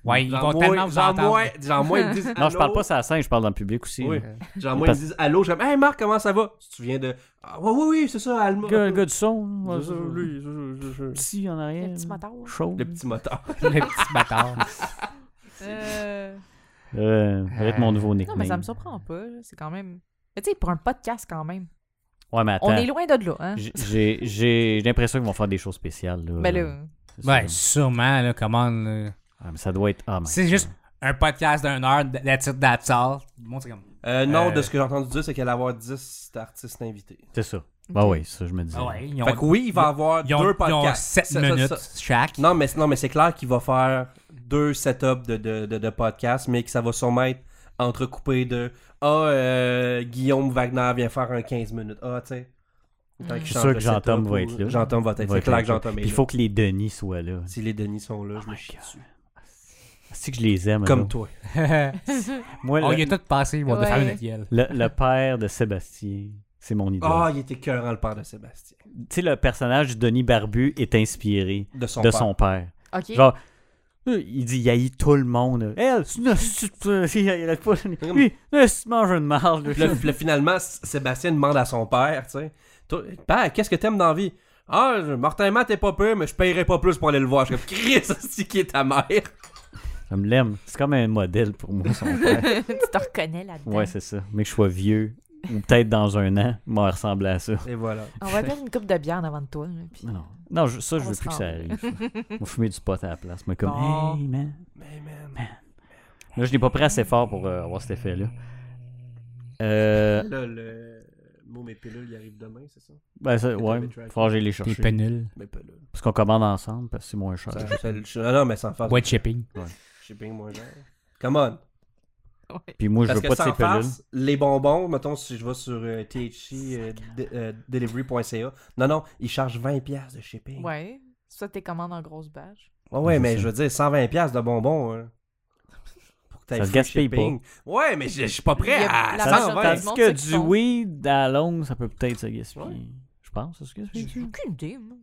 Ouais, ils Genre vont moi- tellement vous genre moi- entendre. genre moi, ils me disent. Non, je parle allô. pas sur la scène, je parle dans le public aussi. Oui. là. Genre, moi, ils me disent Allô, je suis comme, Hey Marc, comment ça va Tu te souviens de. Ah, oui, oui, oui, c'est ça, Alma. Le gars, le gars du son, Ouais, là, ça, ça, lui, ça, ça, ça, ça. petit en arrière. Le petit là, moteur. chaud. Le petit motard. Le petit bâtard. Euh, Euh, avec mon nouveau nickname. Non, mais ça me surprend pas. là. C'est quand même. Mais tu sais, pour un podcast, quand même. Ouais, mais attends. On est loin de là, hein? J- J'ai j'ai l'impression qu'ils vont faire des choses spéciales. Là. Ben là. C'est Ouais, ça. sûrement, là, comment. là. Ah, mais ça doit être. ah, my C'est God. juste un podcast d'une heure, th- that's it, that's all. Le monde, c'est comme. Euh, non, Euh. de ce que j'ai entendu dire, c'est qu'elle va avoir 10 artistes invités. C'est ça. Ben oui, ça, je me dis. Ah ouais, ils ont, Fait que oui, il va avoir ils ont, deux ils ont podcasts. sept Ça, ça, minutes ça. chaque. Non, mais, non, mais c'est clair qu'il va faire deux setups de, de, de, de podcasts, mais que ça va sûrement être entrecoupé de Ah, euh, Guillaume Wagner vient faire un 15 minutes. Ah, tu sais. Tant qu'il Je suis change sûr de que Jean-Tom setup va ou- être là. Jean-Tom va être là. Va C'est être clair là. que Jean-Tom est Puis il là. faut que les Denis soient là. Si les Denis sont là, Oh je me my chie God. dessus. C'est que je les aime. Comme Ah, là. toi. Moi, oh, le, il est tout passé, ils vont te Ouais. faire une gueule. le- le père de Sébastien, c'est mon idole. Ah, il était cœur le père de Sébastien. Tu sais, le personnage de Denis Barbu est inspiré De son de père. son père. Ok. Genre, euh, il dit, il haït tout le monde. Elle, c'est une hostie de- euh, il arrête pas. Lui, euh, c'est mange une marde. Puis là, puis là, finalement, S- Sébastien demande à son père, tu sais, Toi, Père, qu'est-ce que t'aimes dans la vie? Ah, je- Martin Matt est pas peu, mais je paierai pas plus pour aller le voir. Je suis comme, Chris, c'est qui est ta mère? Ça me l'aime. C'est comme un modèle pour moi, son père. tu te reconnais là-dedans. Ouais, c'est ça. Mais que je sois vieux, ou peut-être dans un an, moi, ressembler à ça. Et voilà. On va mettre une coupe de bière en avant de toi. là, puis- Non, non je- ça, je On veux se plus que ça rend. arrive. On va fumer du pot à la place. Mais comme, Ah. Bon. hey, man. Mais man, Là, je n'ai pas pris assez fort pour euh, avoir cet effet-là. Euh, là, le Moi, mes pilules, ils arrivent demain, c'est ça? Ben, ça, Des ouais, private faut que j'aille les Tes chercher. penules. Mes pilules. Parce qu'on commande ensemble, parce que c'est moins cher. Ça, ça- ça- ah non, mais sans faire White shipping. shipping moins cher. Come on. Puis moi, je veux Parce que pas de ces sans pelules. farce, les bonbons, mettons, si je vais sur euh, THC euh, de- euh, delivery.ca, non, non, ils chargent 20$ de shipping. Ouais, Ouais. Ça, tes commandes en grosse badge. ouais, C'est mais ça. je veux dire, 120$ de bonbons. hein, pour que t'aies Ça se free gaspille shipping. Ouais, mais je je suis pas Il prêt y a à la Tandis- 120$. majorité Tandis du monde, que ceux qui du sont- weed à la longue, ça peut peut-être se gaspiller. Ouais. Je pense, ça se J'ai gaspille. aucune idée, moi.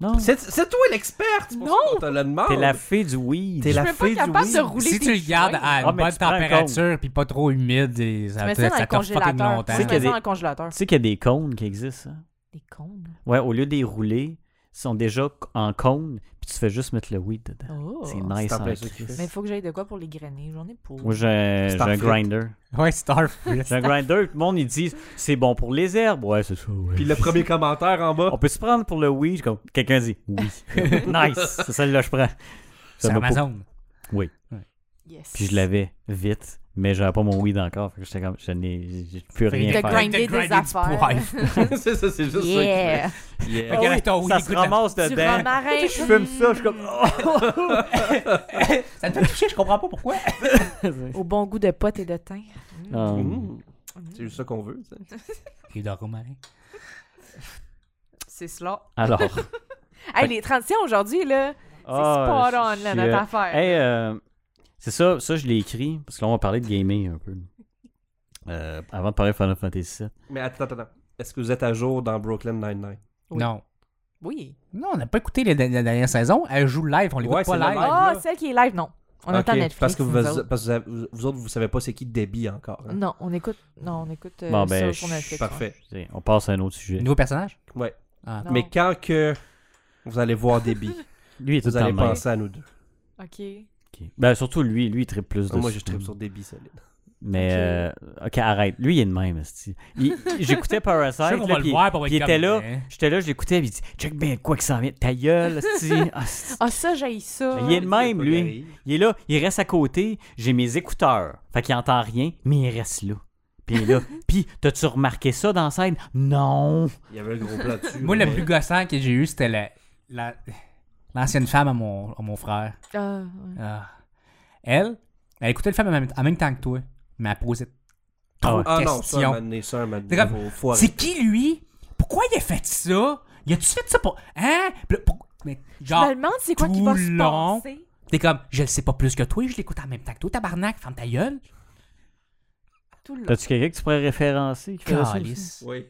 Non, C'est c'est toi l'experte, c'est pour Non. ça qu'on te le demande. t'es la fée du weed. T'es la Je suis fée même pas du capable de weed. rouler Si des tu le gardes joints. à Ah, une mais bonne tu prends en température puis pas trop humide, et Tu ça mets te ça dans le ça t'offre fucking congélateur. longtemps. Tu sais mets qu'il y a ça dans le congélateur. Tu sais qu'il y a des cônes qui existent. hein? Des cons. là. Ouais, au lieu des roulés, ils sont déjà en cône, puis tu fais juste mettre le weed dedans. Oh. C'est nice hein. C'est en en plein Christ. ça qu'il fait. Mais il faut que j'aille de quoi pour les grainer. J'en ai pas. Moi, j'ai un, j'ai C'est en un frites. grinder. Ouais, Star J'ai un grinder, tout le monde, ils disent c'est bon pour les herbes. Ouais, c'est ça. ouais. Puis le premier commentaire en bas, On peut se prendre pour le weed, comme quelqu'un dit oui. nice, c'est celle-là que je prends. C'est Ça m'a pas- Amazon. Yes. Puis je l'avais vite, mais j'avais pas mon weed encore. Fait que j'étais comme, je n'ai j'ai plus rien Fait faire. que grinder des affaires. c'est ça, c'est juste Yeah. ça. qu'il fait. Yeah. Ah oui, Regarde ton weed, ça se écoute, la- ramasse Du dedans. romarin. Je fume ça, je suis comme. oh! Ça te fait toucher, je comprends pas pourquoi. Oh! Au bon goût de potes et de thym. Mm. Um, Mmh, C'est juste ça qu'on veut. ça. Et de romarin. C'est cela. alors. Hey, les transitions aujourd'hui, là, c'est spot on, là, notre affaire. Ah, Hey, euh, c'est ça, ça je l'ai écrit, parce que là on va parler de gaming un peu. Euh, avant de parler de Final Fantasy VII. Mais attends, attends, attends. Est-ce que vous êtes à jour dans Brooklyn Nine-Nine? Oui. Non. Oui. Non, on n'a pas écouté les- la dernière saison. Elle joue live, on l'écoute Ouais, pas c'est le live. live. Ah, là. celle qui est live, non. On Ok, entend Netflix. Parce que vous, nous autres. parce que vous avez- vous- vous autres, vous savez pas c'est qui Debbie encore. hein? Non, on écoute. Non, on écoute euh, Bon, ben, ça sur je- Netflix. ouais. Parfait. Tiens, On passe à un autre sujet. Nouveau personnage? Ouais. Ah, Non. Mais quand que vous allez voir Debbie, Lui il est tout vous le temps allez de même. penser à nous deux. OK. Ok. Ben, surtout lui, lui il tripe plus de Ah, Moi, je ça. tripe sur Debbie solide. Mais, euh, ok, arrête. Lui, il est de même. esti. Il- J'écoutais Parasite. Je sais qu'on là, va le puis- voir pour puis il être était comme, là. hein. J'étais là, je l'écoutais, puis il dit Check bien quoi qui s'en vient. Ta gueule, esti. Ah, esti. Ah, ça, j'ai ça. Il est le même, lui. Il est là, il reste à côté, j'ai mes écouteurs. Fait qu'il entend rien, mais il reste là. Puis il est là. Puis, t'as-tu remarqué ça dans la scène? Non! Il y avait un gros plan dessus. Moi, là, le mais- plus gossant que j'ai eu, c'était la- la- l'ancienne femme à mon, à mon frère. Ah, ouais. Ah. Elle, elle écoutait le film en même, en même temps que toi, mais elle posait trop Ah de non, ça, un questions. moment donné, ça, un moment donné, C'est comme- faut- faut c'est qui lui? Pourquoi il a fait ça? Il a-tu fait ça pour. Hein? Puis là, pour- Mais genre, Ben, Je me demande c'est quoi qui Ah, tout va se long. passer. t'es comme, je le sais pas plus que toi, je l'écoute en même temps que toi, tabarnak, ferme ta gueule. Tout le long. T'as-tu quelqu'un que tu pourrais référencer? qui ferait ça aussi? Calice. Oui.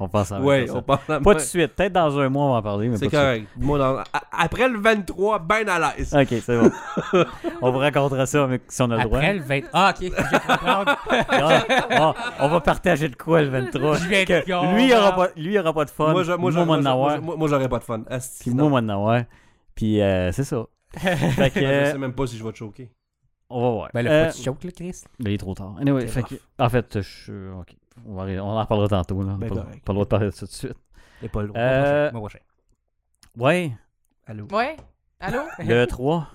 On pense à Oui, on ça. parle à Pas tout de suite, peut-être dans un mois on va en parler, mais C'est pas correct. Moi, dans- a- après le 23, ben à l'aise. tout de suite. Ok, c'est bon. on vous racontera ça mais si on a le droit. Après le 20. Ah, ok, je comprends. Ben, Ah, ah, on va partager de quoi le 23? Je vais Que être con, lui, il aura moi. pas, lui, il aura pas de fun. Moi, je- moi, je- moi, m'en moi, je- moi, avoir. je- moi, moi, j'aurais pas de fun. Asti, Puis non. moi, m'en avoir. Puis euh, c'est ça. fait que, Je sais euh, même pas si je vais te choquer. on va voir. Ben, le Euh, petit choke, là, Chris. Mais il est trop tard. Anyway, T'es fait que- en fait, je, euh, ok. on, va arrêter- on en reparlera tantôt. Là. On Ben, n'a pas, correct. pas le droit de parler de ça tout de suite. Et pas le droit. Euh, Moi, prochain. ouais, Allô. Ouais. Allô? le 3.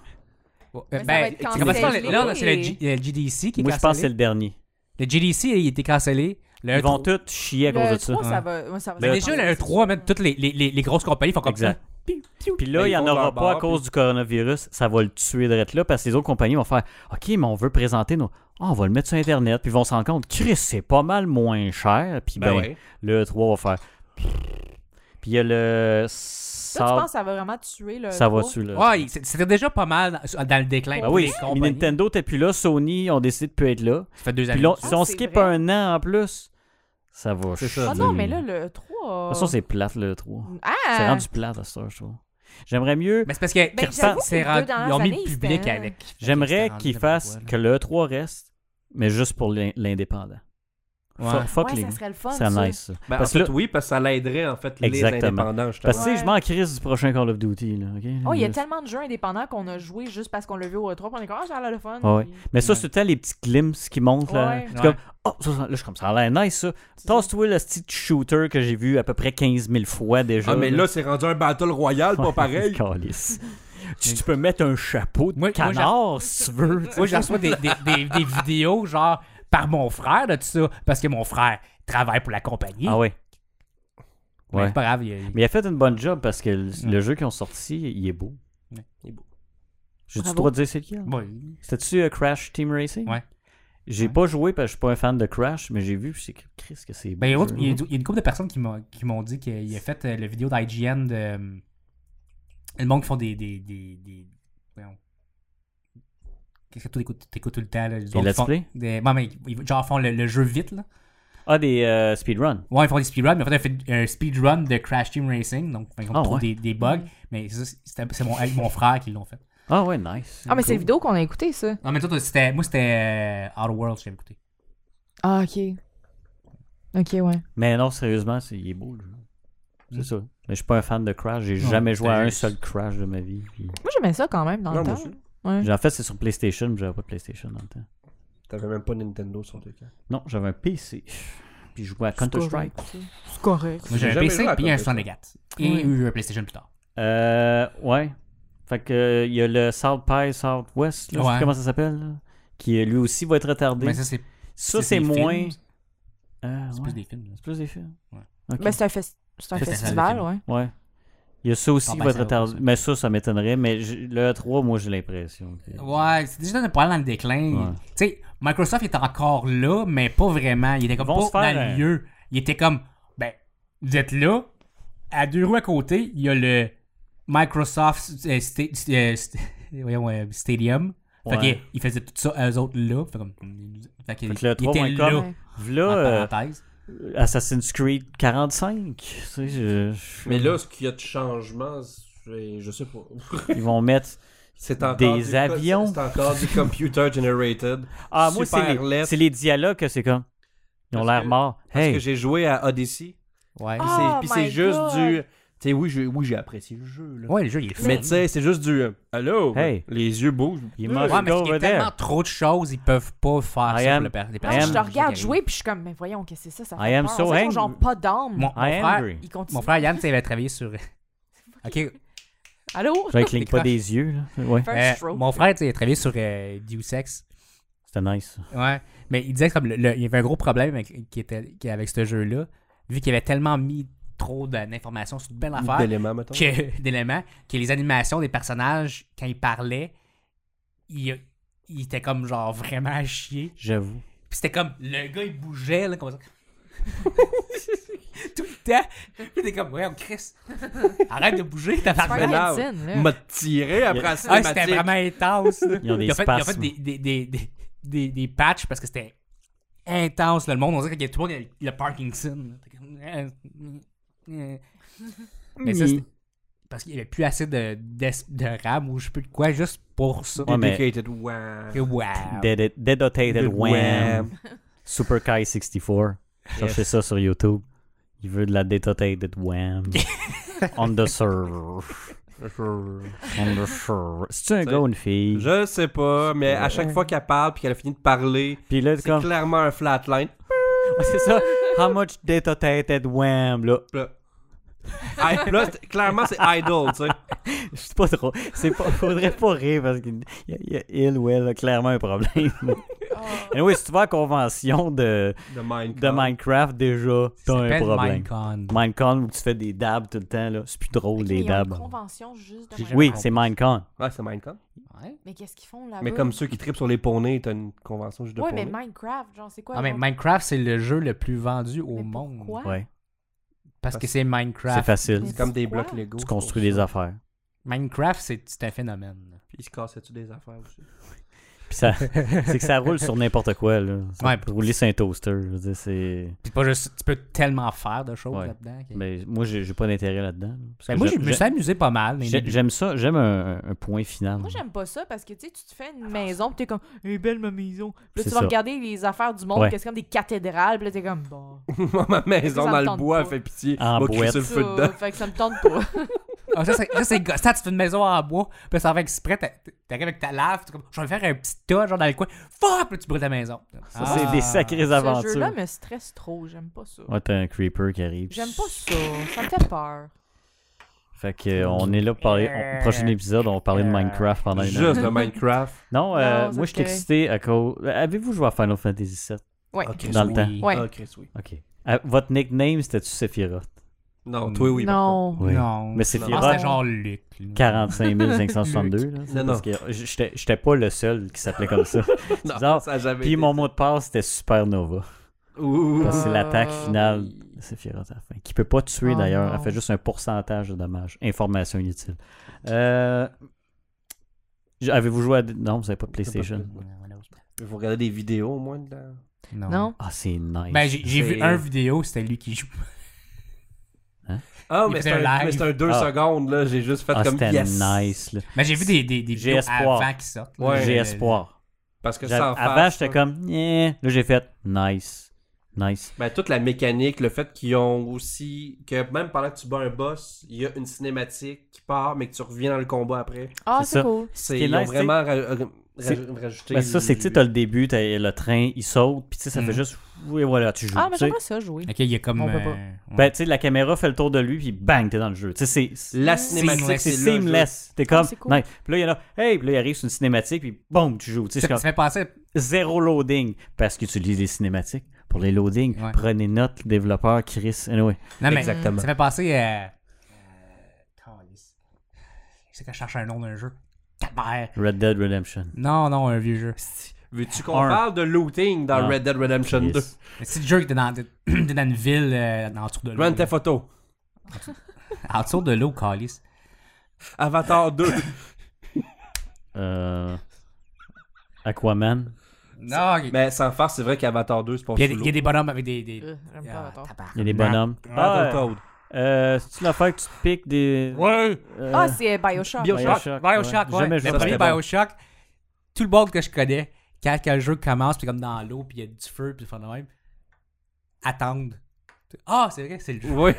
Moi, prochain. Mais ça va Ben, être c'est parce que là, cancellé. là, là, c'est le, G- euh, le GDC qui est Moi, je pense que c'est cancellé. le dernier. Le GDC, il était cancellé. Le Ils vont tro- tous chier à cause Le de ça. 3, ouais. ça va. ouais, ça va Ben, ça Mais va déjà, passer, le 3, c'est même ça. toutes les, les, les, les grosses compagnies font comme Ah, Exact. ça. Puis là, Ben, il ils n'y en font aura leur pas à bar, cause du coronavirus. Ça va le tuer de là parce que les autres compagnies vont faire OK, mais on veut présenter nos. Ah, on va le mettre sur Internet. Puis ils vont se rendre compte Chris, c'est pas mal moins cher. Puis ben, Ben ouais. le 3 va faire. Puis il y a le. Toi, tu Ça, penses que ça va vraiment tuer le. ça va Euh, trois? tuer le. Ouais, c'est- c'était déjà pas mal dans, dans le déclin. Ben pour euh, oui, les mais compagnies. Nintendo t'es plus là, Sony ont décidé de plus être là. Ça fait deux Puis années. là, Ah, si on c'est skip vrai. un an en plus, ça va. C'est chier. ça. Ah non, mais là, le 3. De toute façon, c'est plate le 3. C'est Ah! rendu plate à ça, je trouve. J'aimerais mieux. Mais c'est parce que Ben, c'est j'avoue que c'est les deux rendu- dernières ils ont mis années, le public c'était- hein. avec. J'aimerais qu'ils fassent fassent que le 3 reste, mais juste pour l'in- l'indépendant. Fuck- Fuck Ouais, les. ça serait le fun. Ça ça. nice. ça. Ben, Parce en que fait, oui, parce que ça l'aiderait, en fait, les Exactement. indépendants, justement. Parce que tu sais, je m'en crise du prochain Call of Duty. Là, ok? Oh, il y a Le- tellement de jeux indépendants qu'on a joué juste parce qu'on l'a vu au 3 on est comme, ah, ça a l'air le fun. Ah ouais. puis- Mais ça, c'est tout le temps les petits glimpses qui montent. Là. Ouais. C'est comme, oh, ça, ça- là, je suis comme ça, a l'air nice ça. Tasse-toi le petit shooter que j'ai vu à peu près 15 000 fois déjà. Ah, mais là, c'est rendu un battle royal, pas pareil. Calisse. tu, tu peux mettre un chapeau de Moi- moi, canard si tu veux. tu sais. Moi, je reçois des, des, des, des vidéos genre par mon frère de tout ça, parce que mon frère travaille pour la compagnie. Ah ouais. Mais Ouais. c'est pas grave, il- il- Mais il a fait une bonne job parce que le, le jeu qu'ils ont sorti, il est beau. Ouais, il est beau. J'ai-tu le Bravo. droit de dire c'est qui? hein? bon, C'était-tu euh, Crash Team Racing? Ouais. J'ai Ouais. pas joué parce que je suis pas un fan de Crash, mais j'ai vu, puis c'est que Chris, que c'est beau. ben, le autre, jeu. il, y a, du- il y a une couple de personnes qui m'ont qui m'ont dit qu'il a fait euh, le vidéo d'IGN de. euh, Le monde qui font des. des, des, des- voyons. Qu'est-ce que tu écoutes, t'écoutes tout le temps? Là, les autres let's font play? des- non, mais ils- genre, font le, le jeu vite, là. Ah, des euh, speedruns. Ouais, ils font des speedruns, mais en fait, ils ont fait un speedrun de Crash Team Racing, donc ben, ils ont Ah, trouvé ouais. des, des bugs, mais ça, c'était- c'est mon, avec mon frère qui l'ont fait. Ah ouais, nice. Ah, mais c'est Cool. le vidéo qu'on a écouté, ça. Non, mais toi, toi, c'était, moi, c'était euh, Outer Worlds, j'avais écouté. Ah, ok. Ok, ouais. Mais non, sérieusement, c'est, il est beau le jeu. C'est Mm. ça. Mais je suis pas un fan de Crash. J'ai Non, jamais joué à t'as un juste- seul Crash de ma vie. puis- Moi, j'aimais ça quand même dans Non, le moi temps. aussi. Ouais. En fait, c'est sur PlayStation, mais j'avais pas de PlayStation dans le temps. T'avais même pas Nintendo sur tes cartes. Non, j'avais un PC. Puis je jouais à Counter-Strike. C'est correct. Moi, j'avais un jamais PC joué à puis un Counter-Strike. 64. Et Oui. eu un PlayStation plus tard. Euh, ouais. Fait que euh, il y a le South by Southwest, là, je sais Ouais. plus comment ça s'appelle, là, qui euh, lui aussi va être retardé. Mais ça, c'est, ça, c'est c'est des films, moins. Euh, C'est ouais. plus des films. là. C'est plus des films. Ouais. Ok. Ben, c'est un, fes- c'est C'est un un festival, festival. ouais. Ouais. Il y a ça aussi South qui by va être Southwest, retardé. Mais ça, ça m'étonnerait. Mais j'ai- le 3, moi, j'ai l'impression. que- Ouais, c'est déjà un problème dans le déclin. Ouais. Tu sais, Microsoft était encore là, mais pas vraiment. Il était comme Ils vont se pas faire euh, dans le un- milieu. Il était comme, ben, vous êtes là. À deux roues à côté, il y a le Microsoft euh, sta- euh, sta- voyons, euh, Stadium. Fait Ouais. que, il faisait tout ça, eux autres là. Fait, comme, fait que, Fait que le il était 3.com, là, Ouais. V'là, en euh, parenthèse. Assassin's Creed 45. Tu sais, je- je- Mais là, ce qu'il y a de changement, c'est- je sais pas. ils vont mettre. C'est encore Des du- avions. C'est encore du computer generated. Ah, moi, Super c'est les, lettre. c'est les dialogues que c'est comme. Ils ont Parce l'air que- morts. Parce Hey, que j'ai joué à Odyssey. Ouais. Puis Ah, c'est- puis c'est my juste God. du. Tu sais, oui, j'ai oui, j'ai apprécié le jeu. Là. ouais, le jeu, il est fou. Mais tu sais, c'est juste du. euh, Allô? Hey. Les yeux bougent. you Ouais, must mais go parce qu'il y a over tellement there. trop de choses, ils peuvent pas faire I ça am- pour le per- les I Non, am- personnages. je te regarde qui jouer, arrivent. puis je suis comme, mais voyons, qu'est-ce que c'est ça? ça I am peur. so On dirait qu'ils ont angry. genre pas d'âme. Mon, mon I am frère, angry. Ils continuent. mon frère Yann, tu sais, il avait travaillé sur. Ok. Allô? Je cligne pas des yeux. Là. Ouais, First euh, stroke. mon frère, tu sais, il a travaillé sur euh, Deus Ex. c'était nice. ça. Ouais. Mais il disait que comme le- le- il y avait un gros problème avec, qui était, qui- avec ce jeu-là, vu qu'il avait tellement mis trop de- d'informations sur une belle affaire D'éléments, mettons. que- d'éléments que les animations des personnages, quand ils parlaient, ils il étaient comme genre vraiment à chier. J'avoue. Puis c'était comme, le gars, il bougeait, là, comme ça. Tout le temps. Puis t'es comme, ouais, on crisse. Arrête de bouger, t'as Fire fait Renard. Hansen, là. M'a tiré après la Ah, c'était cinématique. vraiment intense. là. Ils ont des ils ont fait, ils ont fait spasmes. des, des, des, des, des, des patchs parce que c'était intense, là, le monde. On dirait qu'il y a tout le monde, il y a le Parkinson. là. T'es comme, euh, euh, euh. Mais ça, c'était parce qu'il n'y avait plus assez de, d'es- de RAM ou je sais plus de quoi, juste pour ça. Ouais, mais- Dedicated, wow. Et wow. Dead- Dedotated Good Wham. wham. Super Kai 64. Cherchez ça sur YouTube. Il veut de la Dedotated Wham. On the server. On the server. C'est-tu un C'est- gars ou une fille? Je sais pas, mais à chaque fois qu'elle parle puis qu'elle a fini de parler, Puis là, c'est comme. clairement un flatline. Ouais, c'est ça. How much Dedotated Wham, là. Puis Là, Ah, puis là, c'est- clairement, c'est idol, tu sais. C'est pas trop. C'est pas. Faudrait pas rire parce qu'il y, a- il y a il ou elle a clairement un problème. Ah, Anyway, si tu vas à la convention de, De Minecraft. de Minecraft, déjà, Ça t'as un s'appelle problème. Minecon. Minecon où tu fais des dabs tout le temps, là. C'est plus drôle, Ok, mais Oh, les ils ont une dabs. convention juste de J'ai jamais Oui, compris. c'est Minecon. Ouais, c'est Minecraft. Ouais. Mais qu'est-ce qu'ils font là-bas? Ah, Mais comme ceux qui tripent sur les poneys, t'as une convention juste de Ouais, mais poneys. Minecraft, genre, c'est quoi? Ah, ils mais ont- Minecraft, c'est le jeu le plus vendu au Mais monde. pourquoi? Ouais. Parce que Parce- c'est C'est Minecraft. facile. Mais- C'est comme des Quoi? blocs Lego. Tu construis des affaires. Minecraft, c'est c'est un phénomène. Puis ils se cassaient-tu des affaires aussi? Puis ça, c'est que ça roule sur n'importe quoi, là. Ça Ouais. peut rouler sur un toaster. Je veux dire, c'est. Puis pas juste, tu peux tellement faire de choses Ouais. là-dedans. que- Mais moi, j'ai j'ai pas d'intérêt là-dedans. là, parce Ben, que moi, je j'aime- me suis amusé pas mal. mais- j'ai- J'aime ça. J'aime un, un point final. Moi, j'aime pas ça parce que tu sais, tu te fais une maison, puis t'es comme, elle est belle ma maison. Puis là, C'est tu vas ça. regarder les affaires du monde, Ouais. que c'est comme des cathédrales, puis là, t'es comme, Bah, bon. Ma maison Ça me dans le tente bois, pas. elle fait pitié. En Moi, crisser boîte. le feu Ça, dedans. Fait que ça me tente pas. Ah, ça, c'est- ça, c'est gossant. Tu fais une maison en bois. Puis là, ça va exprès. t'a- T'arrives avec ta lave. t'es comme, je vais faire un petit tas, genre dans le coin. Fuck! Puis là, tu brûles ta maison. Ça, Ah. c'est des sacrées Ce jeu-là aventures. me stresse trop, j'aime pas ça. Ouais, t'as un creeper qui arrive. J'aime pas ça, ça me fait peur. Fait que euh, on est là pour parler. au prochain épisode, on va parler de Minecraft pendant une heure. Juste de Minecraft. Non, euh, Non, ça moi je suis c'est correct. excité à cause. Avez-vous joué à Final Fantasy VII Ouais. Ok, Dans le oui. temps. Ouais. Ah, Chris, oui. Ok. Ah, votre nickname c'était-tu Sephiroth Non, toi, oui. par non. Oui. Non. Mais c'est c'est Je Non. Ah, pense Fiera- que c'était genre Luc. là. 45 562. là, c'est Non, parce non. que j'étais j'étais pas le seul qui s'appelait comme ça. contre. Non, bizarre. ça a jamais Puis été. mon mot de passe c'était Supernova. Ouh. Parce que c'est l'attaque Ah. finale de Sephiroth à la fin. Qui peut pas tuer Oh d'ailleurs. Elle non. fait juste un pourcentage de dommages. Information inutile. Euh, j- Avez-vous joué à. d- Non, vous n'avez pas de PlayStation. Vous regardez des vidéos au moins dedans. Non. Non. Ah, c'est nice. Ben, j'ai j'ai C'est- vu un vidéo, c'était lui qui joue. Ah, Il mais c'est faisait un un, live. mais c'est un 2 Ah. secondes, là. J'ai juste fait ah, comme c'était yes. nice. là. Ben, Mais j'ai vu des, des, des J'ai vidéos espoir. avant qu'ils sortent. là. Ouais. J'ai Le- espoir. Parce que J'a- ça en Avant, face, j'étais là. comme. Nyeh. Là, j'ai fait nice. Nice. Ben, toute la mécanique, le fait qu'ils ont aussi. que même pendant que tu bats un boss, il y a une cinématique qui part, mais que tu reviens dans le combat après. Ah, C'est c'est ça. cool. C'est, qui est ils ont nice, vraiment ra- ra- c'est- raj- rajouté. Ben, ça, c'est que tu sais, t'as le début, t'as le train, il saute, puis tu sais, ça Mhm. Mm. fait juste. Oui, voilà, tu joues. Ah, mais tu sais. j'aimerais ça jouer. Ok, il y a comme. On peut pas. euh, ouais. Ben, tu sais, la caméra fait le tour de lui, puis bang, t'es dans le jeu. Tu sais, c'est. La C'est cinématique, c'est, là, le jeu. seamless. T'es comme. Ah, c'est cool. nice. Puis là, il y en a. Hey, puis là, il arrive sur une cinématique, puis boum, tu joues. Tu ça, sais, ça c'est fait penser. comme zéro loading. Parce que tu lis les cinématiques. Pour les loadings, Ouais. prenez note, le développeur Chris. Anyway. Non, mais Exactement. Ça fait penser à. Euh, câlisse. Je sais que je cherche un nom d'un jeu. Ta mère. Red Dead Redemption. Non, non, un vieux jeu. Veux-tu qu'on Un. parle de looting dans Ah. Red Dead Redemption 2 Yes. Mais C'est le jeu que t'es dans, t'es t'es dans une ville euh, en dessous de l'eau. Grand Theft Auto, En dessous de l'eau, Calis. Avatar 2. Euh, Aquaman. Non, il Ben, mais sans faire, c'est vrai qu'Avatar 2, c'est pas y, a sous des- il y a des bonhommes avec des. des... Euh, J'aime pas Ah, Avatar. tabarnak. Il y a des bonhommes. Ah, Battle Code. euh, C'est-tu l'affaire que tu te piques des. Ouais! euh, Ah, c'est Bioshock. Bio- Bioshock, Bioshock, ouais. Jamais Le joué à premier ça. c'était bon. Bioshock, tout le monde que je connais, quand quand le jeu commence, puis comme dans l'eau, puis il y a du feu, puis le même, attendent. Ah, c'est vrai, c'est le jeu. Oui.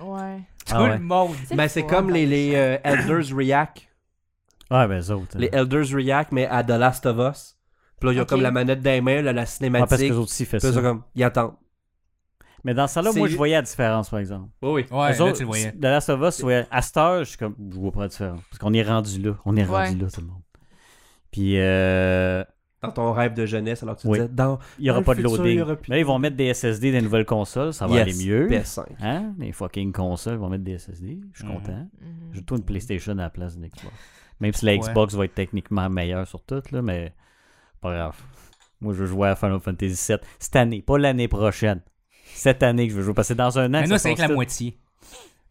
Ouais. Tout Ah ouais. le monde. Mais Ben, c'est comme les, les euh, Elders React. Ouais, ben, les autres. Les Elders React, mais à The Last of Us. Puis là, il y a Ok. comme la manette des mains, là, la Ah, parce que cinématique. les autres aussi font Puis ça. là, c'est comme, ils attendent. Mais dans ça là moi, C'est- je voyais la différence, par exemple. Oui, oui. Ouais, Eux là, autres, tu le voyais. De Last of Us, ouais, à cette heure, je suis comme, je vois pas la différence. Parce qu'on est rendu là. On est rendu Ouais. là, tout le monde. Puis, euh, Dans ton rêve de jeunesse, alors que tu Oui. disais, dans. il y aura Dans pas le de futur, il y loading. aura plus Mais là, ils vont mettre des SSD dans les nouvelles consoles. Ça va Yes, aller mieux. PS5. Hein? Les fucking consoles vont mettre des SSD. Je suis Mhm. content. Mhm. Je tourne une PlayStation à la place d'une Xbox. Même si la Ouais. Xbox va être techniquement meilleure sur toutes, là, mais pas grave. Moi, je veux jouer à Final Fantasy VII cette année, pas l'année prochaine. Cette année que je veux jouer. Parce que dans un an, Mais que nous, ça c'est avec sort la tout, moitié.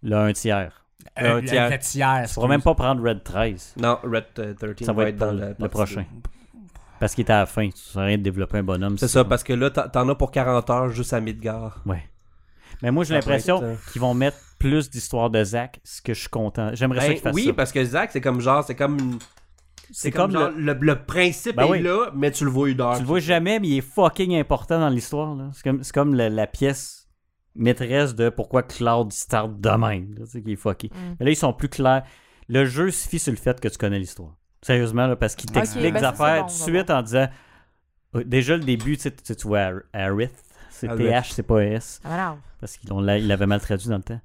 Là, un tiers. Un Euh, tiers. Le tiers. Tu pourras même pas prendre Red 13. Non, Red euh, 13 Ça va être dans pour la le, partie prochain. deux. Parce qu'il était à la fin. Tu saurais rien de développer un bonhomme. C'est ça, parce que là, t'en- t'en as pour 40 heures juste à Midgard. Ouais. Mais moi, j'ai Ça va être, l'impression euh, qu'ils vont mettre plus d'histoire de Zach, ce que je suis content. J'aimerais ça Ben, qu'ils fassent oui, ça. parce que Zach, c'est comme genre, c'est comme une- C'est C'est comme, comme genre, le... le principe Ben est oui. là, mais tu le vois une heure. Tu le vois jamais, mais il est fucking important dans l'histoire. là. C'est comme, c'est comme la, la pièce maîtresse de pourquoi Cloud start de même. là, tu sais, qui est fucké. Mm. Mais là, ils sont plus clairs. Le jeu suffit sur le fait que tu connais l'histoire. Sérieusement, là, parce qu'il Ok, t'explique ben des ça, c'est affaires bon, tout on de va suite en disant. euh, Déjà, le début, tu, sais, tu- tu vois Ar- Arith. C'est Arith. TH, c'est pas S. Ça m'énerve. Parce qu'il l'avait mal traduit dans le temps.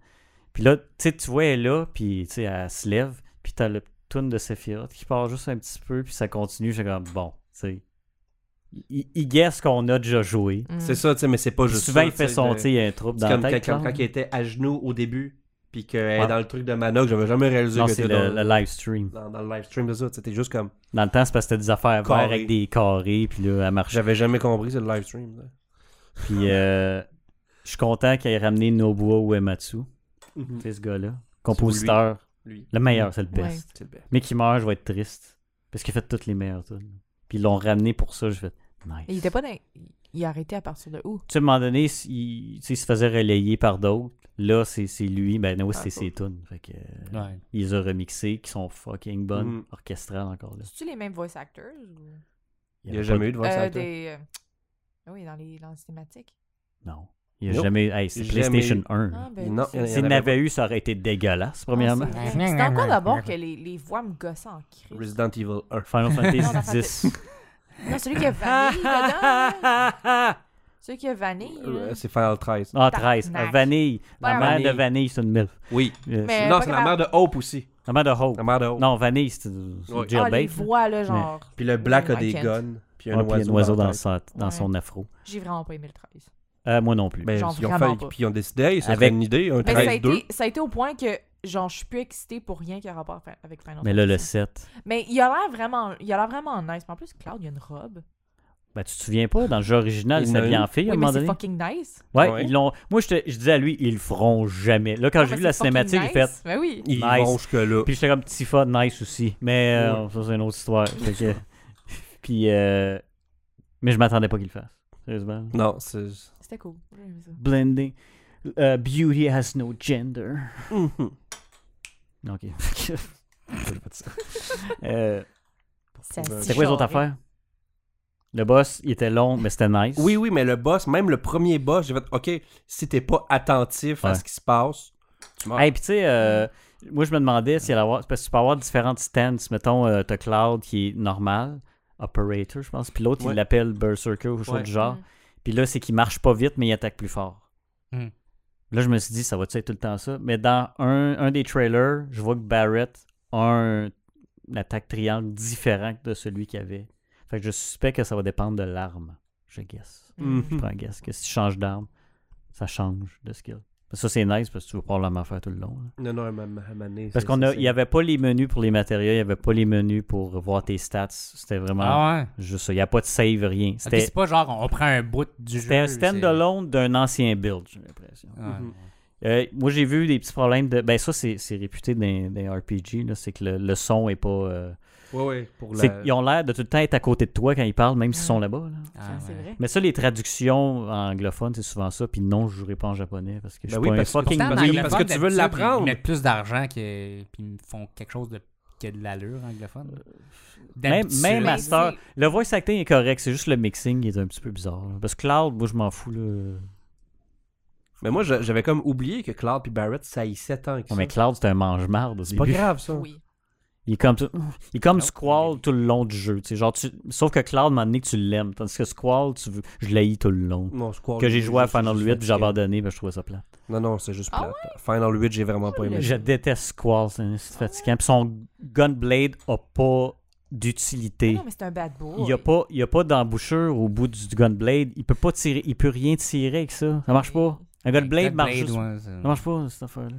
Puis là, tu sais, tu vois, elle est là, puis tu sais, elle se lève, puis t'as le tune de Sephiroth qui part juste un petit peu, puis ça continue. J'ai comme, bon, tu sais. Il, il guesse qu'on a déjà joué. Mm. C'est ça, tu sais, mais c'est pas Puis juste. souvent, ça, il fait tu sais, son, de- tu sais, il y a un trouble dans C'est la comme tête. quelqu'un genre. quand il était à genoux au début, puis qu'elle Ouais. est dans le truc de Manoc, j'avais jamais réalisé Non, que c'est c'était le, dans, le live stream. dans, dans le live stream de ça. C'était juste comme. Dans le temps, c'est parce que c'était des affaires vertes Carré. avec des carrés, puis là, elle marchait. J'avais jamais compris, c'est le live stream. là. Puis euh, je suis content qu'il ait ramené Nobuo Uematsu, Mhm. c'est ce gars-là. Compositeur, Lui, le meilleur, c'est le Ouais. best. c'est le best. Mais qui meurt, je vais être triste. Parce qu'il a fait toutes les meilleures tunes. Puis ils l'ont ramené pour ça, je fais nice. Il était pas dans... Il a arrêté à partir de où? Tu sais, à un moment donné, s- il, tu sais, il se faisait relayer par d'autres. Là, c'est c'est lui. Ben, non, Ah, c'est cool. ses tunes. Fait que, euh, Ouais. il les a remixées, qui sont fucking bonnes. Mhm. Orchestrales encore là. C'est-tu les mêmes voice actors? ou- Il y n'y a avait jamais pas eu de voice Euh, actor. des... euh, ah Oui, dans les, dans les cinématiques. de- Non. Il y a Nope. jamais eu. Hey, c'est Jamais PlayStation eu. 1. Ah, là. Non, il ben, oui, y en c'est- a- S'il avait n'avait eu, ça aurait été dégueulasse, premièrement. Ah, c'est vrai. C'est encore d'abord que les, les voix me gossaient en crise. Resident Evil Ah, 1. Final Non, Fantasy Fantasy- X. Non, celui qui a Vanille dedans. là. Ceux qui ont vanille. là. Euh, C'est Final 13. Ah, 13. Tabarnak. Euh, Vanille. La Ouais, mère de Vanille. Vanille, c'est une MILF. Oui. Euh, Mais- non, pas c'est la grave. mère de Hope aussi. La mère de Hope. La mère de Hope. Non, Vanille, c'est Ouais. Jill Ah, les voix, là, genre. Puis le Black a I des can't. guns. Puis Puis un oiseau, dans dans, la tête. sa- dans Ouais. son afro. J'ai vraiment pas aimé le 13. Euh, moi non plus. Ben, Genre ils ont vraiment fait, pas. puis ils ont décidé, hey, ça Avec- serait une idée, un Mais ça a, 13-2. été, ça a été au point que, genre, je suis plus excitée pour rien qui a rapport fa- avec Final Mais là, le Fantasy. 7. Mais il a l'air vraiment, il a l'air vraiment nice. Mais en plus, Cloud, il a une robe. Ben, tu te souviens pas, dans le jeu original, Il il y en a s'habillait une. en fille à un Oui, mais moment c'est donné. fucking nice. Ouais, Ouais. ils l'ont. Moi, je, te- je disais à lui, ils le feront jamais. Là, quand Ah, j'ai mais vu la c'est fucking cinématique, j'ai nice. fait. Ben oui. Ils Nice. vont jusque-là. Puis j'étais comme Tifa, nice aussi. Mais euh, ça, c'est une autre histoire. Fait que- Puis. euh, Mais je m'attendais pas qu'il le fasse. Sérieusement. Non, c'est... C'était cool. J'ai aimé ça. Blending. Euh, beauty has no gender. Mhm. Ok. Euh, Ça Ben, C'était quoi les autres charrait. affaires? Le boss, il était long, mais c'était nice. Oui, oui, mais le boss, même le premier boss, j'ai fait, OK, si t'es pas attentif Ouais. à ce qui se passe, tu meurs. Hey, puis tu sais, euh, moi je me demandais si elle avoir. Parce que tu peux avoir différentes stances. Mettons, euh, t'as Cloud qui est normal, Operator, je pense. Puis l'autre, Ouais. il l'appelle Berserker ou chose Ouais. du genre. Mm. Puis là, c'est qu'il marche pas vite, mais il attaque plus fort. Mm. Là, je me suis dit, ça va-tu être tout le temps ça? Mais dans un, un des trailers, je vois que Barrett a un, une attaque triangle différent de celui qu'il avait. Fait que je suspecte que ça va dépendre de l'arme, je guess. Mm. Hmm. Je prends un guess que si tu changes d'arme, ça change de skill. Ça, c'est nice parce que tu vas probablement faire tout le long. là. Non, non, ma, ma- ma nez, Parce c'est- qu'on a, c'est- il n'y avait pas les menus pour les matériaux, il n'y avait pas les menus pour voir tes stats. C'était vraiment Ah ouais. juste ça. Il n'y a pas de save, rien. Ok, C'était c'est pas genre on prend un bout du jeu. c'était un c'est- stand-alone d'un ancien build, j'ai l'impression. Ouais. Mhm. Euh, moi, j'ai vu des petits problèmes de. Ben, ça, c'est c'est réputé dans les RPG. là, C'est que le, le son est pas. euh, Ouais, ouais, pour c'est la... qu'ils ont l'air de tout le temps être à côté de toi quand ils parlent, même s'ils Ouais. sont là-bas. là. Ah, Ça, C'est ouais. vrai. Mais ça, les traductions anglophones, c'est souvent ça. Puis non, je jouerai pas en japonais parce que je suis Ben oui, pas un parce que- fucking Pourtant, en Parce geek. anglophone, parce que tu veux d'habitude, l'apprendre. Ils mettent plus d'argent que... puis ils font quelque chose de... qui a de l'allure anglophone. Même, D'habitude, même Mais à cette heure, c'est- le voice acting est correct, c'est juste le mixing qui est un petit peu bizarre. là. Parce que Cloud, moi je m'en fous. Là. Mais moi, je- j'avais comme oublié que Cloud puis Barrett, ça y 7 ans. que Ouais, ça. mais Cloud, c'est un mange-marde au C'est pas début. grave, ça. Oui. Il est comme, tout- il est comme Non. Squall tout le long du jeu. tu sais, Genre, tu- sauf que Cloud m'a donné que tu l'aimes. Tandis que Squall, tu veux... je l'ai tout le long. Non, c'est quoi, Que j'ai joué à c'est Final juste 8 fatigué. puis j'ai abandonné, ben, je trouvais ça plat. Non, non, c'est juste Ah plate. Final 8, j'ai vraiment pas aimé. Je déteste Squall, c'est c'est fatigant. Puis son Gunblade a pas Ah d'utilité. Non, mais c'est un bad boy. Il n'y a pas, il y a pas d'embouchure au bout du Gunblade. Il peut pas tirer, il peut rien tirer avec ça. Ça marche pas. Un Ben, Gunblade marche juste. ouais, c'est- Ça marche pas, cette affaire-là.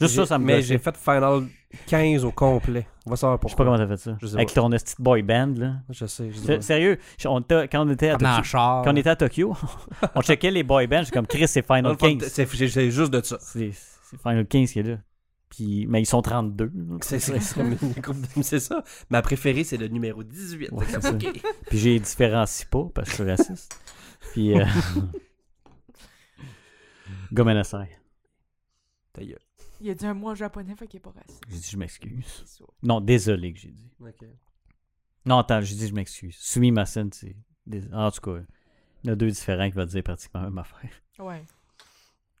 Juste J'ai- ça, ça me Mais gossait. j'ai fait Final 15 au complet. On va savoir Je sais pas pourquoi. comment t'as fait ça. Je sais Avec ton petit boy band, là. Je sais, je sais. S- Sérieux, je- on t'a- quand on était à Comme dans Tokyo, le char. Quand on était à Tokyo, on checkait les boy bands. J'étais comme Chris, c'est Dans Final le fond, 15. c'est- c'est- C'est juste de ça. C'est c'est Final 15 qui est là. Puis, mais ils sont 32. là. C'est c'est- c'est comme une coupe de- c'est ça. Ma préférée, c'est le numéro 18. Ouais, C'est comme, c'est ça. ok. Puis j'ai différencie pas parce que je suis raciste. Puis. Euh... Gomenasai. Ta gueule. Il a dit un mot en japonais, fait qu'il est pas raciste. J'ai dit je m'excuse. C'est ça. Non, désolé que j'ai dit. Ok. Non, attends, j'ai dit je m'excuse. Sumimasen, c'est. dés- En tout cas, il y en a deux différents qui vont dire pratiquement la même affaire. Ouais.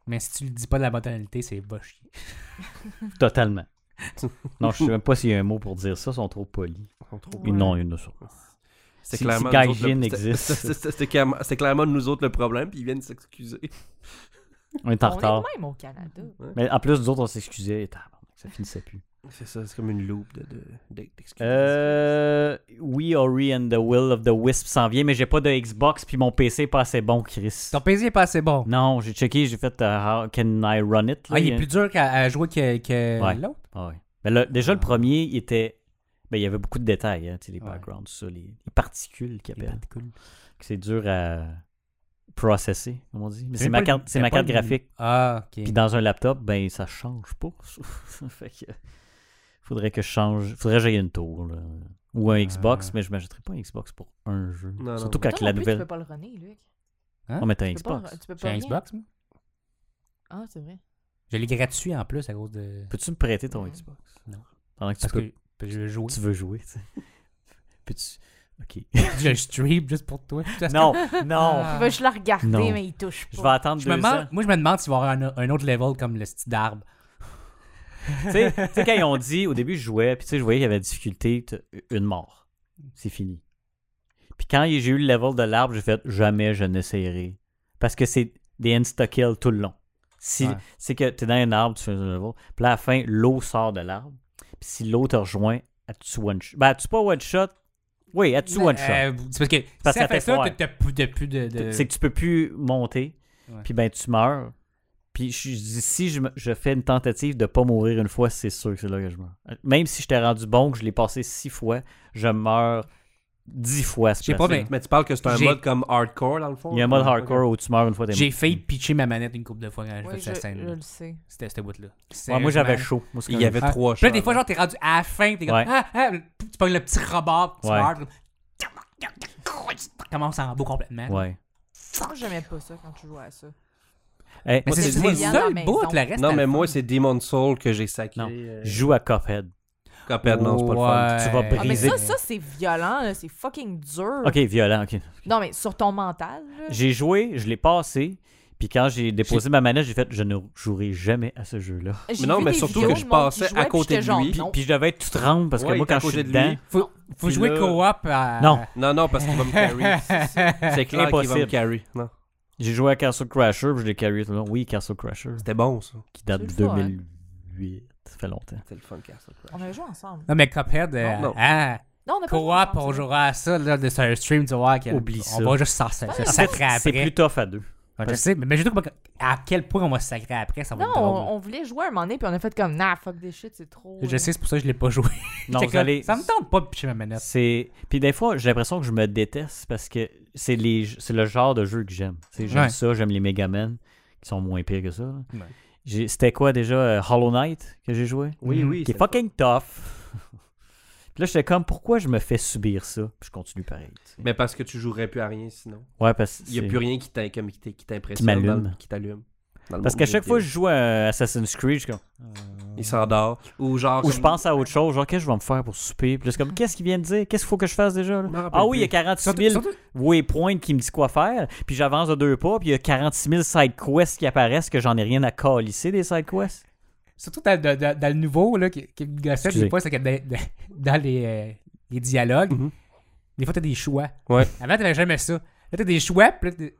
Mais si tu le dis pas de la botanalité, c'est va chier. Totalement. Non, je sais même pas s'il y a un mot pour dire ça, ils sont trop polis. On trouve- Ils Ouais. Non, il y en a sur- C'est Si- clairement si nous autres le- Gaijin c'était- existe. c'était- c'était- C'était clairement- c'était clairement nous autres le problème, puis ils viennent s'excuser. On est en On retard. est de même au Canada. Mais en plus, nous autres, on s'excusait. Et tabarnak, Ça finissait plus. C'est ça, c'est comme une loupe de- de- d'excuses. Euh, oui, Ori and the Will of the Wisp s'en vient, mais j'ai pas de Xbox puis mon PC est pas assez bon, Chris. Ton PC est pas assez bon. Non, j'ai checké, j'ai fait euh, How can I run it? là, Ah, il y a- est plus dur qu'à à jouer que, que euh, Ouais. l'autre. Ah ouais. Ben là, déjà, le Ah. premier, il était. Ben, il y avait beaucoup de détails, hein, tu sais, les Ouais. backgrounds, tout ça, les, les particules qui Il est pas appellent. cool. que C'est dur à processer, comme on dit. Mais C'est c'est pas ma le- carte, c'est c'est ma pas carte le- graphique. Ah, ok. Puis dans un laptop, ben ça change pas. ça. fait que faudrait que je change, faudrait que j'aille une tour là. ou un Xbox, Ah. mais je m'achèterais pas un Xbox pour un jeu. Non, non, Surtout non. quand Toi la non plus, nouvelle, Tu peux pas le runner, Luc. on met un Tu peux pas le- Xbox. Tu peux J'ai pas un rien. Xbox, moi. Ah, c'est vrai. Je l'ai gratuit en plus à cause de. Peux-tu me prêter ton Mm. Xbox Non. Pendant que tu, Parce peux- que je veux jouer. tu veux jouer, tu sais. Peux-tu OK. je stream juste pour toi. non, non. Ah. Il va juste le regarder, Non. mais il touche pas. Je vais attendre Je me deux ans. demande- moi, je me demande s'il va y avoir un, un autre level comme le style d'arbre. tu sais, tu sais, quand ils ont dit, au début, je jouais, puis tu sais, je voyais qu'il y avait la difficulté, t'as une mort. C'est fini. Puis quand j'ai eu le level de l'arbre, j'ai fait, jamais je n'essayerai parce que c'est des insta-kills tout le long. Si, Ouais. C'est que tu es dans un arbre, tu fais un niveau, puis à la fin, l'eau sort de l'arbre, puis si l'eau te rejoint, elle te tue one shot. Ben, elle tue pas one shot. Oui, elle te tue one shot. Euh, c'est parce que Parce si que ça ça fait fait ça, froid. t'as- t'as plus de. Plus de, de- C'est que tu peux plus monter, Ouais. puis ben tu meurs. Puis je, je dis, si je, me- je fais une tentative de pas mourir une fois, c'est sûr que c'est là que je meurs. Même si j'étais rendu bon, que je l'ai passé six fois, je meurs dix fois. à ce J'ai pas, placement. mais- Mais tu parles que c'est un J'ai- mode comme hardcore, dans le fond? Il y a un mode Ok. hardcore où tu meurs une fois, t'es J'ai failli pitcher ma manette une couple de fois quand j'ai Oui, fait je, cette je scène-là. le sais. C'était ce bout-là. Ouais, moi j'avais Sérieusement. chaud. Moi, c'est Il quand y avait même- Ah. trois Puis là, shots. des fois, genre, t'es rendu à la fin, t'es comme, Ouais. ah, ah, tu pognes le petit robot, tu Ouais. meurs, puis comme, tu commences en beau complètement. Ouais. Moi, j'aimais pas ça quand tu jouais à ça. Hey, Mais Moi, c'est c'est- c'est moi, le c'est- seul bout, le reste. Non, t'as- mais moi, c'est Demon Soul que j'ai sacré. Non. Oh. euh, je joue à Cuphead. Cuphead, non, c'est pas le fun. Ouais. Tu vas Ah, mais Brisé. ça, ça c'est violent, là, c'est fucking dur. Ok, violent, ok. Non, mais sur ton mental, là, J'ai joué, je l'ai passé, puis quand j'ai déposé ma manette, j'ai fait « Je ne jouerai jamais à ce jeu-là j'ai Mais non, vu mais des surtout vidéos que de je monde qui passais à jouait, puis côté j'étais de genre, lui, » Puis, non. puis je devais être tout tremble parce que Ouais, il moi, était à quand je suis côté de dedans... lui. Faut, faut Puis jouer là- co-op à. Non, Non, non, parce qu'il va me carry. C'est clair qu'il va me Impossible. carry. Non. j'ai joué à Castle Crasher, puis je l'ai carry tout le long. Oui, Castle Crasher, C'était bon, ça. qui date C'est de le fun, hein. 2008. Ça fait longtemps. C'était le fun, Castle Crash. On a joué ensemble. Non, mais Cuphead, euh, Non, non. hein, Non, on a pas joué co-op, ensemble, on ça. jouera à ça, là, de sur un stream, tu vois, qu'on Oublie ça. va juste s'en se se En fait, sacrer c'est après. plus tough à deux. Ouais, Je sais, mais mais je sais pas à quel point on va se sacrer après, ça va Non, être drôle. on, on voulait jouer un moment donné, puis on a fait comme, nah, fuck des shit, c'est trop. Je euh, sais, c'est pour ça que je l'ai pas joué. Non, J'étais vous comme, allez... Ça me tente pas de pitcher ma manette. C'est puis des fois j'ai l'impression que je me déteste parce que c'est les c'est le genre de jeu que j'aime. Tu sais, J'aime Ouais. ça, j'aime les Mega Man qui sont moins pires que ça. là. Ouais. J'ai- C'était quoi déjà euh, Hollow Knight que j'ai joué Oui, oui. Mm-hmm. Qui est c'est- fucking tough. puis là j'étais comme pourquoi je me fais subir ça Puis je continue pareil. tu sais. Mais parce que tu jouerais plus à rien sinon. Ouais parce que Il n'y a c'est- plus rien qui t'in- comme qui t'in- qui Qui t'impressionne. m'allume. dans le- Qui t'allume. Dans le parce monde qu'à des chaque fois que vidéos. je joue à Assassin's Creed, je suis comme il s'endort. Ou genre. Ou comme- je pense à autre chose, genre, qu'est-ce que je vais me faire pour souper? Puis là, c'est comme, qu'est-ce qu'il vient de dire? Qu'est-ce qu'il faut que je fasse déjà? là? Je m'en rappelle Ah oui, plus. il y a 46 000 Surtout- waypoints qui me dit quoi faire, puis j'avance de deux pas, puis il y a 46 000 side quests qui apparaissent que j'en ai rien à calisser des side quests. Surtout dans, dans- dans- dans le nouveau, là, qui, qui me gossait Excusez. des fois, c'est que dans, dans- dans les, euh, les dialogues, Mhm. des fois, t'as des choix. Ouais. Avant, t'avais jamais ça. Là, t'as des choix, puis là, t'es-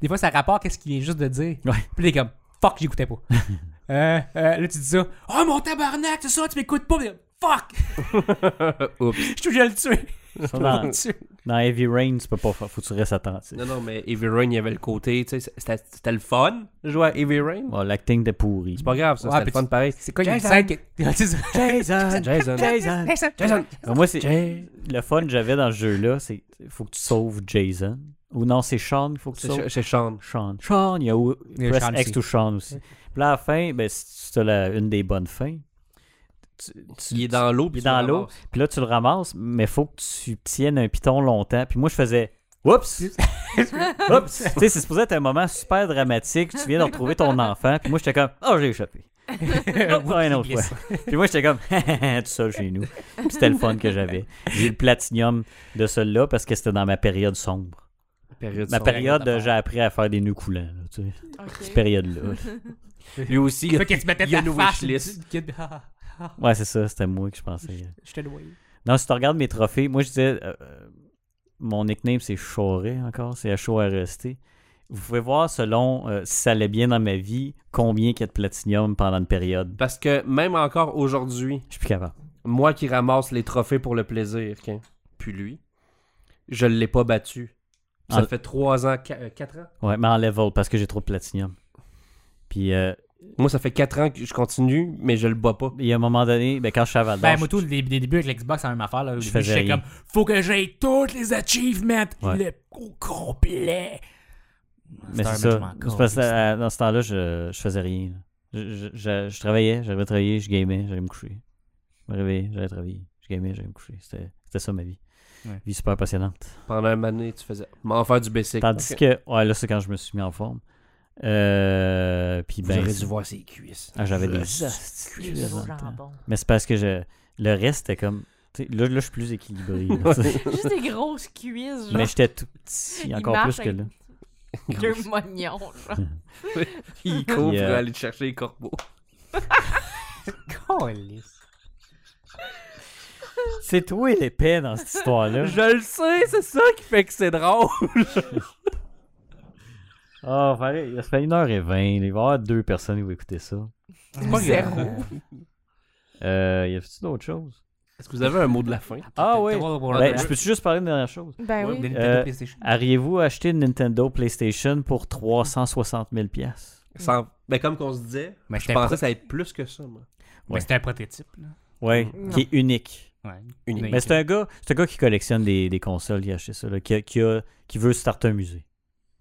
des fois, ça rapporte qu'est-ce qu'il vient juste de dire. Ouais. Puis t'es comme, fuck, j'écoutais pas. Euh, euh, là, tu dis ça, oh mon tabarnak, c'est ça, tu m'écoutes pas, Puis, fuck, Oups. je suis obligé de le tuer. Ça, dans, Je le tue. dans Heavy Rain, tu peux pas faire, faut que tu restes attentif. Non, non, mais Heavy Rain, il y avait le côté. Tu sais, c'était c'était le fun de jouer à Heavy Rain. Bon, L'acting de pourri. C'est pas grave, ça. Ouais, C'était le puis fun tu- pareil. C'est quoi, il y a une Jason. scène qui. C'est ça. Jason! Jason. Jason! Jason. Jason. Ben, moi, c'est le fun que j'avais dans ce jeu-là, c'est faut que tu sauves Jason. Ou non, c'est Sean qu'il faut que tu C'est sauves. Ch- C'est Sean. Sean. Sean, il y a où- Il y a Press Sean X aussi. to Sean aussi. Puis là, à la fin, ben, si tu as la- une des bonnes fins, tu, tu- Il est dans l'eau. il est puis tu dans le l'eau, ramasses. puis là, tu le ramasses, mais faut que tu tiennes un piton longtemps. Puis moi, je faisais Oups! Oups! tu sais, c'est supposé être un moment super dramatique. Tu viens de retrouver ton enfant, puis moi, j'étais comme Oh, j'ai échappé. Oh, prends un autre fois. Puis moi, j'étais comme Tout seul chez nous. Puis c'était le fun que j'avais. J'ai eu le platinium de celui-là parce que c'était dans ma période sombre. Période Ma sombre. période, euh, j'ai appris à faire des nœuds coulants. là, tu sais, ok. cette période-là. Lui aussi, il Fait que tu mettais Il y a ta une face. wishlist. tu- tu- ah, ah, Ouais, c'est ça, c'était moi que je pensais. Je te dois. Non, si tu regardes mes trophées, moi je disais, euh, euh, mon nickname c'est Choré encore, c'est H-O-R-S-T. Vous pouvez voir selon euh, si ça allait bien dans ma vie, combien qu'il y a de platinium pendant une période. Parce que même encore aujourd'hui, Je suis plus capable. moi qui ramasse les trophées pour le plaisir, ok, puis lui, je l'ai pas battu. Ça En- fait 3 ans, 4 ans. Ouais, mais en level parce que j'ai trop de platinium. Puis euh, Moi, ça fait 4 ans que je continue, mais je le bats pas. il y a un moment donné, ben, quand je suis à Val d'Or, Ben, moi, tout, les, les débuts avec l'Xbox, c'est la même affaire. Là. Au Je début, faisais J'étais rien. comme, faut que j'aie tous les achievements Ouais. le, au complet. Mais c'est Star, oh, ça. mais je m'en C'est parce que, calisse. euh, dans ce temps-là, je, je faisais rien. là. Je, je- je- je travaillais, j'allais travailler, je gamais, j'allais me coucher. Je me réveillais, j'allais travailler, je gamais, j'allais me coucher. C'était c'était ça ma vie. Ouais. Vie super passionnante. Pendant une année, tu faisais. M'en faire du basic. Tandis Ok. que, ouais, là, c'est quand je me suis mis en forme. Euh, puis Vous ben. auriez dû voir ses cuisses. Ah, j'avais des. hosties Je- de J'ai cuisses joué dans au le temps. jambon. Mais c'est parce que je... le reste, c'était comme. tu sais, Là, là, je suis plus équilibré. là, tu sais. Juste des grosses cuisses, genre. Mais j'étais tout petit, Il encore marche plus que là. Deux mognons, genre. Il court Yeah. pour aller chercher les corbeaux. Calisse. C'est toi l'épais dans cette histoire-là. Je le sais, c'est ça qui fait que c'est drôle. Ah, Ah, oh, il ça fait 1h20. Il va y avoir deux personnes qui vont écouter ça. C'est pas Zéro. grave. Euh, y a-t-il d'autres choses? Est-ce que vous avez un mot de la fin? Ah T'as- oui! t'as pas pour Ben, le- je peux juste parler d'une dernière chose? Ben Ouais, oui. Nintendo Euh, PlayStation. Auriez-vous acheté une Nintendo PlayStation pour 360 000 pièces Sans... Ben, comme qu'on se disait, Mais je c'était un, pensais pro- que ça allait être plus que ça, moi. mais Ouais. Ben, c'était un prototype. là. Oui, Non. qui est unique. Ouais. Unique. Mais Mais c'est un gars, c'est un gars Ben, qui collectionne des, des consoles qui a acheté ça, là, qui, a- qui a- qui veut starter un musée.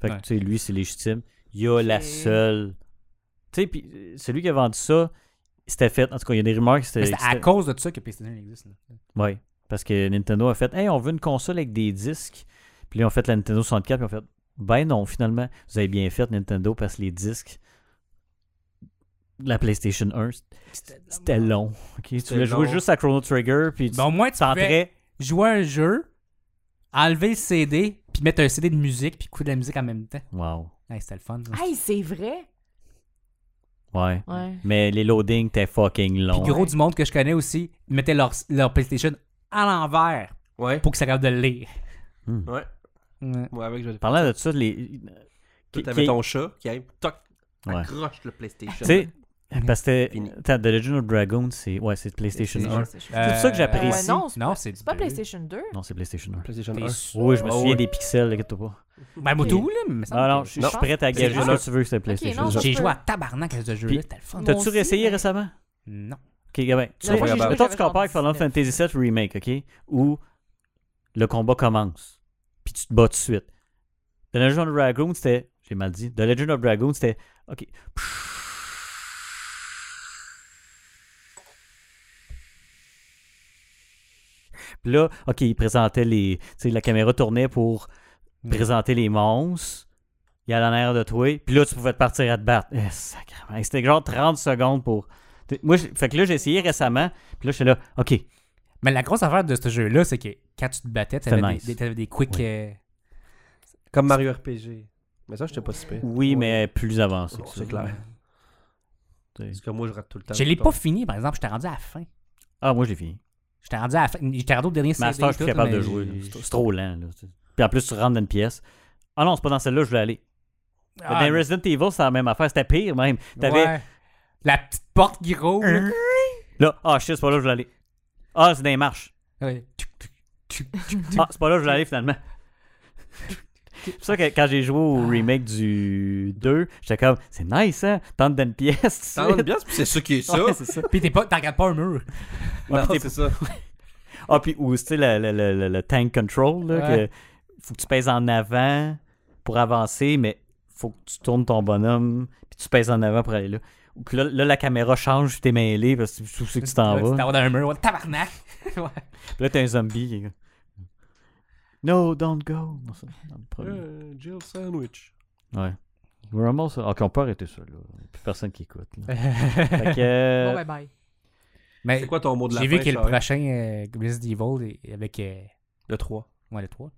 Fait que Ouais. tu sais, lui, c'est légitime. Il a la Ok. seule. Tu sais, puis euh, celui qui a vendu ça, c'était fait. En tout cas, il y a des rumeurs que c'était. mais c'est que à c'était- cause de ça que PlayStation existe. là. Oui. Parce que Nintendo a fait Hey, on veut une console avec des disques. Puis là, ils ont fait la Nintendo 64. Puis ils ont fait Ben non, finalement, vous avez bien fait Nintendo parce que les disques. de La PlayStation 1, c'était long. ok? Tu voulais jouer long. juste à Chrono Trigger. Puis tu Ben, au moins, tu pouvais t'entrais. jouer à un jeu, enlever le CD, puis mettre un CD de musique, puis écouter de la musique en même temps. Wow. Hey, c'était le fun. Ah, ça. Hey, c'est vrai. Ouais. Ouais. Mais les loadings, t'es fucking long. Puis gros du monde que je connais aussi, ils mettaient leur, leur PlayStation à l'envers Ben, Ouais. pour que ça capable de le lire. Hmm. Ouais. Ouais. Moi, avec, je vais Parlant de ça, les. Toi, qui- t'avais qui- ton chat qui arrive, toc, Ouais. accroche le PlayStation. Tu sais, parce que. Fini. Attends, The Legend of Dragon, c'est. Ouais, c'est PlayStation C'est- 1. Euh, pour ça que j'apprécie. Euh, non, c'est non, pas- c'est C'est pas deux. PlayStation 2. Non, c'est PlayStation 1. PlayStation T'es 1. sûr? Oui, je me Ah souviens ouais. des pixels, inquiète-toi pas. Ben, moi, tout, là, mais ça me Ah non, fait- je je Non. suis prêt à gager C'est ce un- que tu veux que c'est PlayStation. non, je- J'ai peux- joué à tabarnak à ce Puis- jeu-là, c'était le fun. Moi T'as-tu aussi, réessayé mais- récemment? Non. Ok, Gabin. Tu La sais, fois que j'ai joué, mettons, tu j'avais compares avec Final 79. Fantasy VII Remake, ok? Où le combat commence, puis tu te bats tout de suite. The Legend of Dragon, c'était. J'ai mal dit. The Legend of Dragon, c'était. Ok. Puis là, ok, il présentait les. Tu sais, la caméra tournait pour Mm. présenter les monstres. Il y a l'air de toi. Puis là, tu pouvais te partir à te battre. Eh, sacrément. C'était genre 30 secondes pour. T'sais, Moi, j'ai- fait que là, j'ai essayé récemment. Puis là, j'étais là, OK, Mais la grosse affaire de ce jeu-là, c'est que quand tu te battais, t'avais C'était des, nice. des- t'avais des quick. Oui. euh, Comme Mario RPG. Mais ça, j'étais pas si pire. oui, mais plus avancé. Non, que ça. C'est clair. T'sais. Parce que moi, je rate tout le temps. Je l'ai Tout pas fini, par exemple, j'étais rendu à la fin. Ah, moi, j'ai fini. J'étais rendu à la fin. J'étais rendu au dernier CD. Master, je suis tout, plus capable mais de jouer. là. j'ai- C'est trop- C'est trop lent. Là. t'sais. Puis en plus, tu rentres dans une pièce. Ah non, c'est pas dans celle-là, je voulais aller. Mais Ah, dans mais- Resident Evil, c'est la même affaire. C'était pire, même. T'avais. Ouais. La petite porte qui roule. là. Là, ah, shit, c'est pas là, que je voulais aller. Ah, c'est dans les marches. Ouais. Ah, c'est pas là, que je voulais aller finalement. C'est pour ça que quand j'ai joué au remake du 2, j'étais comme, c'est nice, hein? Tente dans une pièce. tout de le temps. T'en as suite. une pièce, puis c'est ça qui est ça. Ouais, c'est ça. Puis t'es pas, t'en regardes pas un mur. Ouais, non, puis t'es- c'est ça. Ah, puis ou, tu sais, le, le- le- le- le tank control, là, Ouais. que faut que tu pèses en avant pour avancer, mais faut que tu tournes ton bonhomme, puis tu pèses en avant pour aller là. Ou que là, là, la caméra change, puis t'es mêlé, parce que tu sais que tu t'en Ouais, Tu vas. t'en vas dans un mur. ouais, Tabarnak. Ouais. Puis là, t'es un zombie. qui est comme, No, don't go. Non, ça, dans le premier. Euh, Jill Sandwich. Ouais. We're almost... Ok, on peut arrêter ça, là. Plus personne qui écoute. là. Fait que, euh, Bon, ben, bye bye. Mais C'est quoi ton mot de la fin? j'ai vu que le Charles? prochain euh, Resident Evil est- avec. euh, Le 3. ouais, le 3.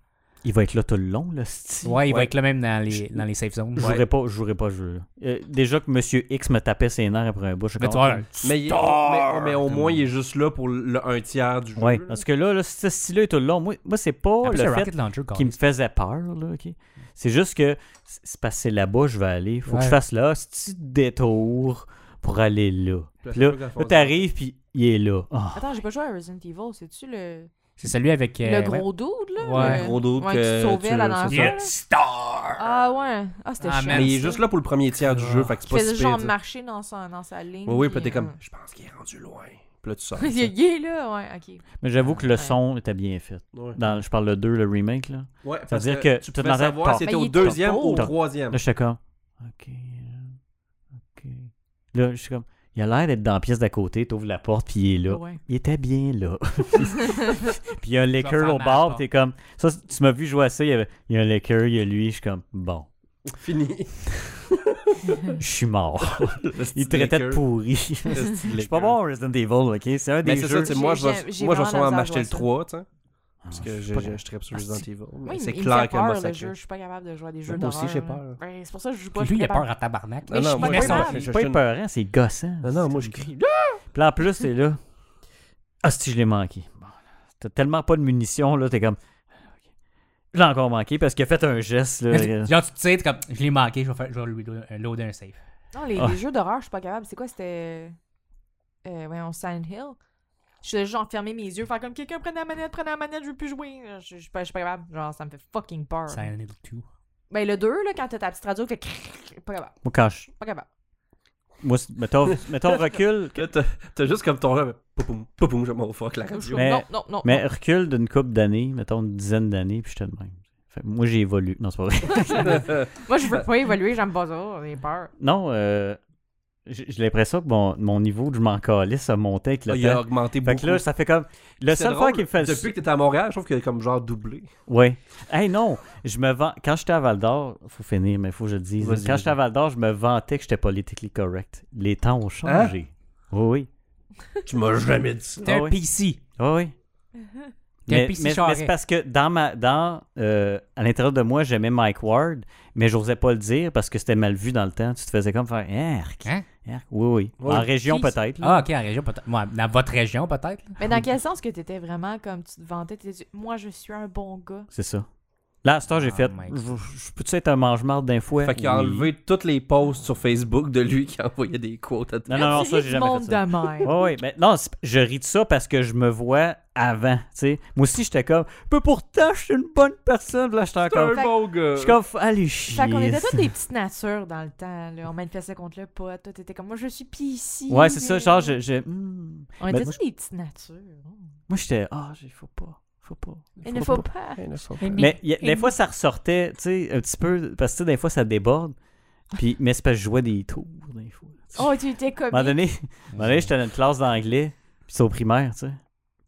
Il va être là tout le long, le style. Ouais, il va Ouais. être là même dans les, Je- dans les safe zones. Je jouerai pas, je jouerai pas ce jeu-là. Euh, déjà que Monsieur X me tapait ses nerfs après un bout. je suis Là, tu comme, vas avoir un Mais, il- mais, mais au moins, il est juste là pour le un tiers du jeu. Ouais, là. parce que là, là, ce style-là est tout le long. Moi, moi c'est pas En plus, le le fait Rocket Launcher, quand qui me faisait peur, là, OK? C'est juste que c- c'est parce que c'est là-bas je vais aller. Faut que je Ouais. fasse là, ce petit détour pour aller là. Puis Puis là, c'est pas là grave. t'arrives, puis il est là. Ah. Attends, j'ai pas joué à Resident Evil. C'est-tu le, C'est celui avec. euh, le gros dude, là? Ouais. Le- Le gros dude ouais, que qui se sauvait tu- là c'est dans la ça. Get foule, là. Star! Ah ouais. Ah, c'était Ah, chiant. man, Mais il est juste là pour le premier tiers du Ah. jeu, fait que c'est Il pas faisait si pire. genre tu sais. marcher dans sa, dans sa ligne. Oui, oui, puis puis t'es comme, euh, je pense qu'il est rendu loin. Puis là, tu sors. tu Il est sais. gay, là, ouais, ok. Mais j'avoue que le Ouais. son était bien fait. Ouais. Dans, je parle le 2, le remake, là. Ouais, Ça veut parce dire que tu toute peux la- savoir si Mais c'était il au est deuxième trop ou au beau. troisième. Là, j'étais comme, OK, euh, OK. Là, je suis comme, il a l'air d'être dans la pièce d'à côté, t'ouvres la porte, puis il est là. Ouais. Il était bien là. Puis il y a un faire liquor au ma bar, part. t'es comme. Ça, c- tu m'as vu jouer à ça, il y, avait- il y a un liquor, il y a lui, je suis comme. Bon, Fini. je suis mort. Le Il style traitait de liqueur. pourri. Je Le style suis pas liqueur. bon à Resident Evil, ok? C'est un Mais des Ben, c'est ça, jeux. tu sais, moi, je J'ai- j'ai vais moi, je vais vraiment sûrement la misère à m'acheter le jouer à 3, tu sais. parce Parce que je, je, je tripe sur Resident Evil. Oui, Mais c'est il me clair fait que peur, moi, le ça jeu. Je suis pas capable de jouer à des jeux Moi aussi, d'horreur. j'ai là. peur. Ben, c'est pour ça que je joue pas. Lui, je il a suis peur capable. en tabarnak. Non, je non, suis moi, pas je- capable. je- je- C'est pas je- épeurant, c'est gossant. Non, non, moi, je crie. Puis en plus, t'es là. Ah, si, je l'ai manqué. Bon, T'as tellement pas de munitions, là, t'es comme. Je l'ai encore manqué parce qu'il a fait un geste. Là, euh, Mais Genre, tu te sais, t'es comme, je l'ai manqué, je vais, faire, je vais lui do- euh, loader un save. Non, les, Ah. les jeux d'horreur, je suis pas capable. C'est quoi, c'était. Euh, ouais, on Silent Hill. Je suis genre fermer mes yeux, faire comme quelqu'un prenez la manette, prenez la manette, je veux plus jouer. Je je suis pas, je suis pas capable. Genre, ça me fait fucking peur. Silent Hill 2. Ben, le 2, là, quand t'as ta petite radio, fait crrrr, pas capable, Moi, quand je- pas capable. Moi, c'est- mettons, mettons recul. Là, t'as t'as juste comme ton. Poupoum, poupoum, je m'en fuck la Je suis radio. comme, Mais- Non, non, non. Mais recul d'une couple d'années, mettons une dizaine d'années, puis j'étais de même. Fait que moi, j'ai évolué. Non, c'est pas vrai. non. Moi, je veux pas évoluer, j'aime pas ça, j'ai peur. Non, euh, j'ai j'ai l'impression que mon, mon niveau de je m'en calisse a monté avec le Ah, Il a temps. augmenté Fait beaucoup. que là, ça fait comme. Le C'est seul drôle, fois qui me fait le Depuis que t'étais à Montréal, je trouve qu'il a comme genre doublé. Ouais. Hey non, je me vends. Quand j'étais à Val d'Or, faut finir, mais faut que je le dise. Vas-y, Quand vas-y. j'étais à Val d'Or, je me vantais que j'étais politically correct. Les temps ont changé. Oui, Tu m'as jamais dit ça. T'es Ah un ouais. PC. oui. Oui, oui. T'es un Mais, PC mais- mais c'est charrette. parce que dans ma dans euh, à l'intérieur de moi, j'aimais Mike Ward, mais j'osais pas le dire parce que c'était mal vu dans le temps. Tu te faisais comme faire Erk, Hein? erk. Oui, oui. Oui. En région Qui- peut-être. là. Ah, ok, en région, peut-être. Ouais, dans votre région, peut-être. là. Mais dans quel sens que t'étais vraiment comme tu te vantais, t'étais moi, je suis un bon gars. C'est ça. Là, à ce temps, j'ai Ah, fait. Mike. Je, je peux-tu être un mange-marde d'un fouet? Fait qu'il a Oui. enlevé toutes les posts sur Facebook de lui qui envoyait des quotes à Non, Là, non, non, tu ça, ris j'ai du jamais monde fait ça. Oh, de même. Oui, oui, mais non, c'est- je ris de ça parce que je me vois avant, tu sais. Moi aussi, j'étais comme, mais pourtant, je suis une bonne personne. Puis Là, j'étais comme, Fait- bon gars. je suis comme, allez chier. Fait qu'on était tous des petites natures dans le temps, là. On manifestait contre le pote, toi, t'étais comme moi, je suis PC. Ouais, c'est ça, mais- genre, je... je- hmm. On Mais était moi, tous des petites natures. Moi, j'étais, ah, j'ai faut pas, faut pas. Il ne faut pas. Mais il y a- des fois, ça ressortait, tu sais, un petit peu, parce que tu sais, des fois, ça déborde. Puis, mais c'est parce que je jouais des tours, des fois. Oh, tu étais À un moment comme. donné, à un moment donné, j'étais dans une classe d'anglais, puis c'est au primaire, tu sais.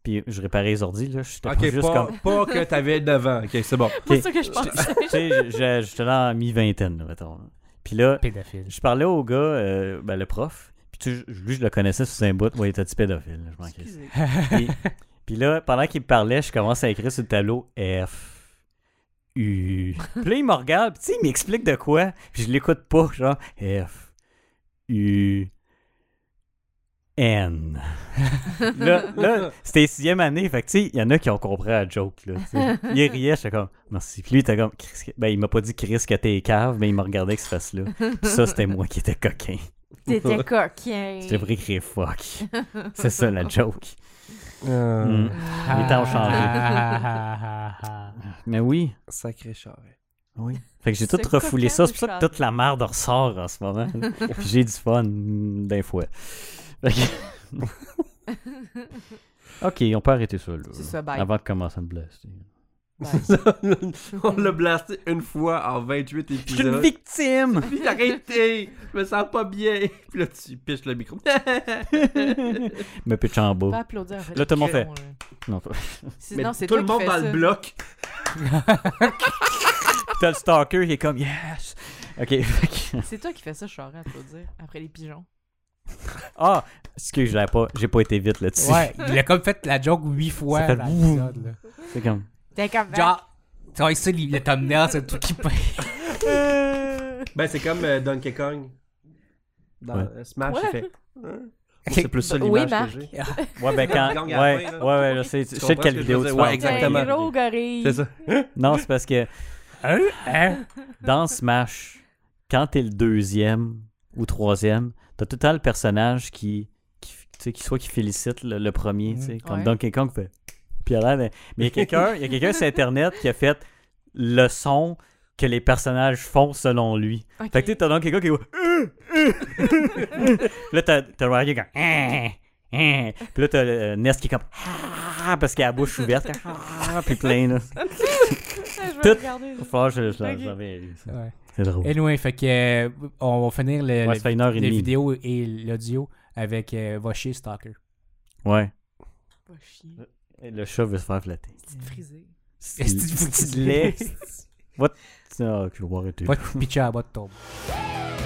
Puis je réparais les ordi, là, j'étais pas Ok, juste pas, comme... pas que t'avais 9 ans. Ok, c'est bon. C'est ça que je pensais. Tu sais, je- je- j'étais dans la mi-vingtaine, là, mettons. là. Puis là, Pédophile. je parlais au gars, euh, ben, le prof, puis tu, je- lui, je le connaissais sous un bout. Ouais, il était petit pédophile, là, je m'en crisse. Excusez. Puis, puis là, pendant qu'il me parlait, je commence à écrire sur le tableau F. U. Puis là, il me regarde, puis tu sais, il m'explique de quoi, puis je l'écoute pas, genre F. U. N. là, là c'était sixième année, fait que tu sais, il y en a qui ont compris la joke, là. tu sais. Il riait, j'étais comme, merci. Puis lui, il était comme, Chris, que- ben, il m'a pas dit Chris que t'es cave, mais il m'a regardé avec ce face-là. Puis ça, c'était moi qui étais coquin. T'étais coquin. J'ai pris écrit fuck. C'est ça la joke. Euh, Mm. Ah. Les temps ont changé. changé. Mais oui, Sacré charret. oui. Fait que j'ai Ce tout refoulé ça. C'est pour ça coquin que toute la merde ressort en ce moment. là. Puis j'ai du fun mm, d'un fouet. Fait que- ok, on peut arrêter ça là. C'est ça, bye. Avant de commencer à me blaster. Ben, On l'a blasté une fois en 28 Je suis une épisodes. victime! Puis arrêtez, je me sens pas bien. Puis là, tu piches le micro. me pitch en Pas bas. applaudir. en Là, tout le monde religion, Non, pas- là. C'est- Mais non, c'est tout toi le qui monde fais dans ça. le bloc. T'as le stalker, il est comme yes! Ok, fait que- C'est toi qui fais ça, je saurais applaudir après les pigeons. Ah! Excuse, j'avais pas, j'ai pas été vite là-dessus. Ouais, il a comme fait la joke huit Ça fois fait dans boum. l'épisode. là. C'est comme. T'es comme. Genre, tu vois ici, le le thumbnail, c'est tout qui peint. Ah! Ben, c'est comme euh, Donkey Kong. Dans Ouais. euh, Smash, Ouais. il fait. Moi, c'est plus ça Oui, l'image que Marc. j'ai. Ouais, ben quand. Gang Ouais, à la ouais, fin, là. ouais, je sais, je sais de comprends ce quelle que je vidéo veux tu dire. parles. Ouais, exactement. Un gros gorille. C'est ça. Non, c'est parce que Hein? Hein? dans Smash, quand t'es le deuxième ou troisième, t'as tout le temps le personnage qui, qui, tu sais, qui soit qui félicite le, le premier, tu sais, comme Mm. Ouais. Donkey Kong fait. Puis elle a l'air de- mais il y a quelqu'un, il y a quelqu'un sur internet qui a fait le son que les personnages font selon lui. Ok. Fait que tu sais, t'as Donkey Kong qui va Euh, euh, euh, euh. Puis là t'as t'as Wario qui est comme Hein, hein. Puis là t'as euh, Ness qui est comme Ah, parce qu'elle a la bouche ouverte, Ah, puis plein là. Je vais tout- regarder. Faut falloir que je- je- Ok. j'avais lu ça. Ouais. C'est drôle. Anyway, fait que euh, on va finir le, Ouais, le- ça fait une heure et les demie. vidéos et l'audio avec euh, Va chier Stalker. Ouais. Pas chier. Et le chat veut se faire flatter. C'est frisé. Est-ce que tu- Petit lait. Ah, que je vais arrêter. Va te pitcher à la boîte de tombe.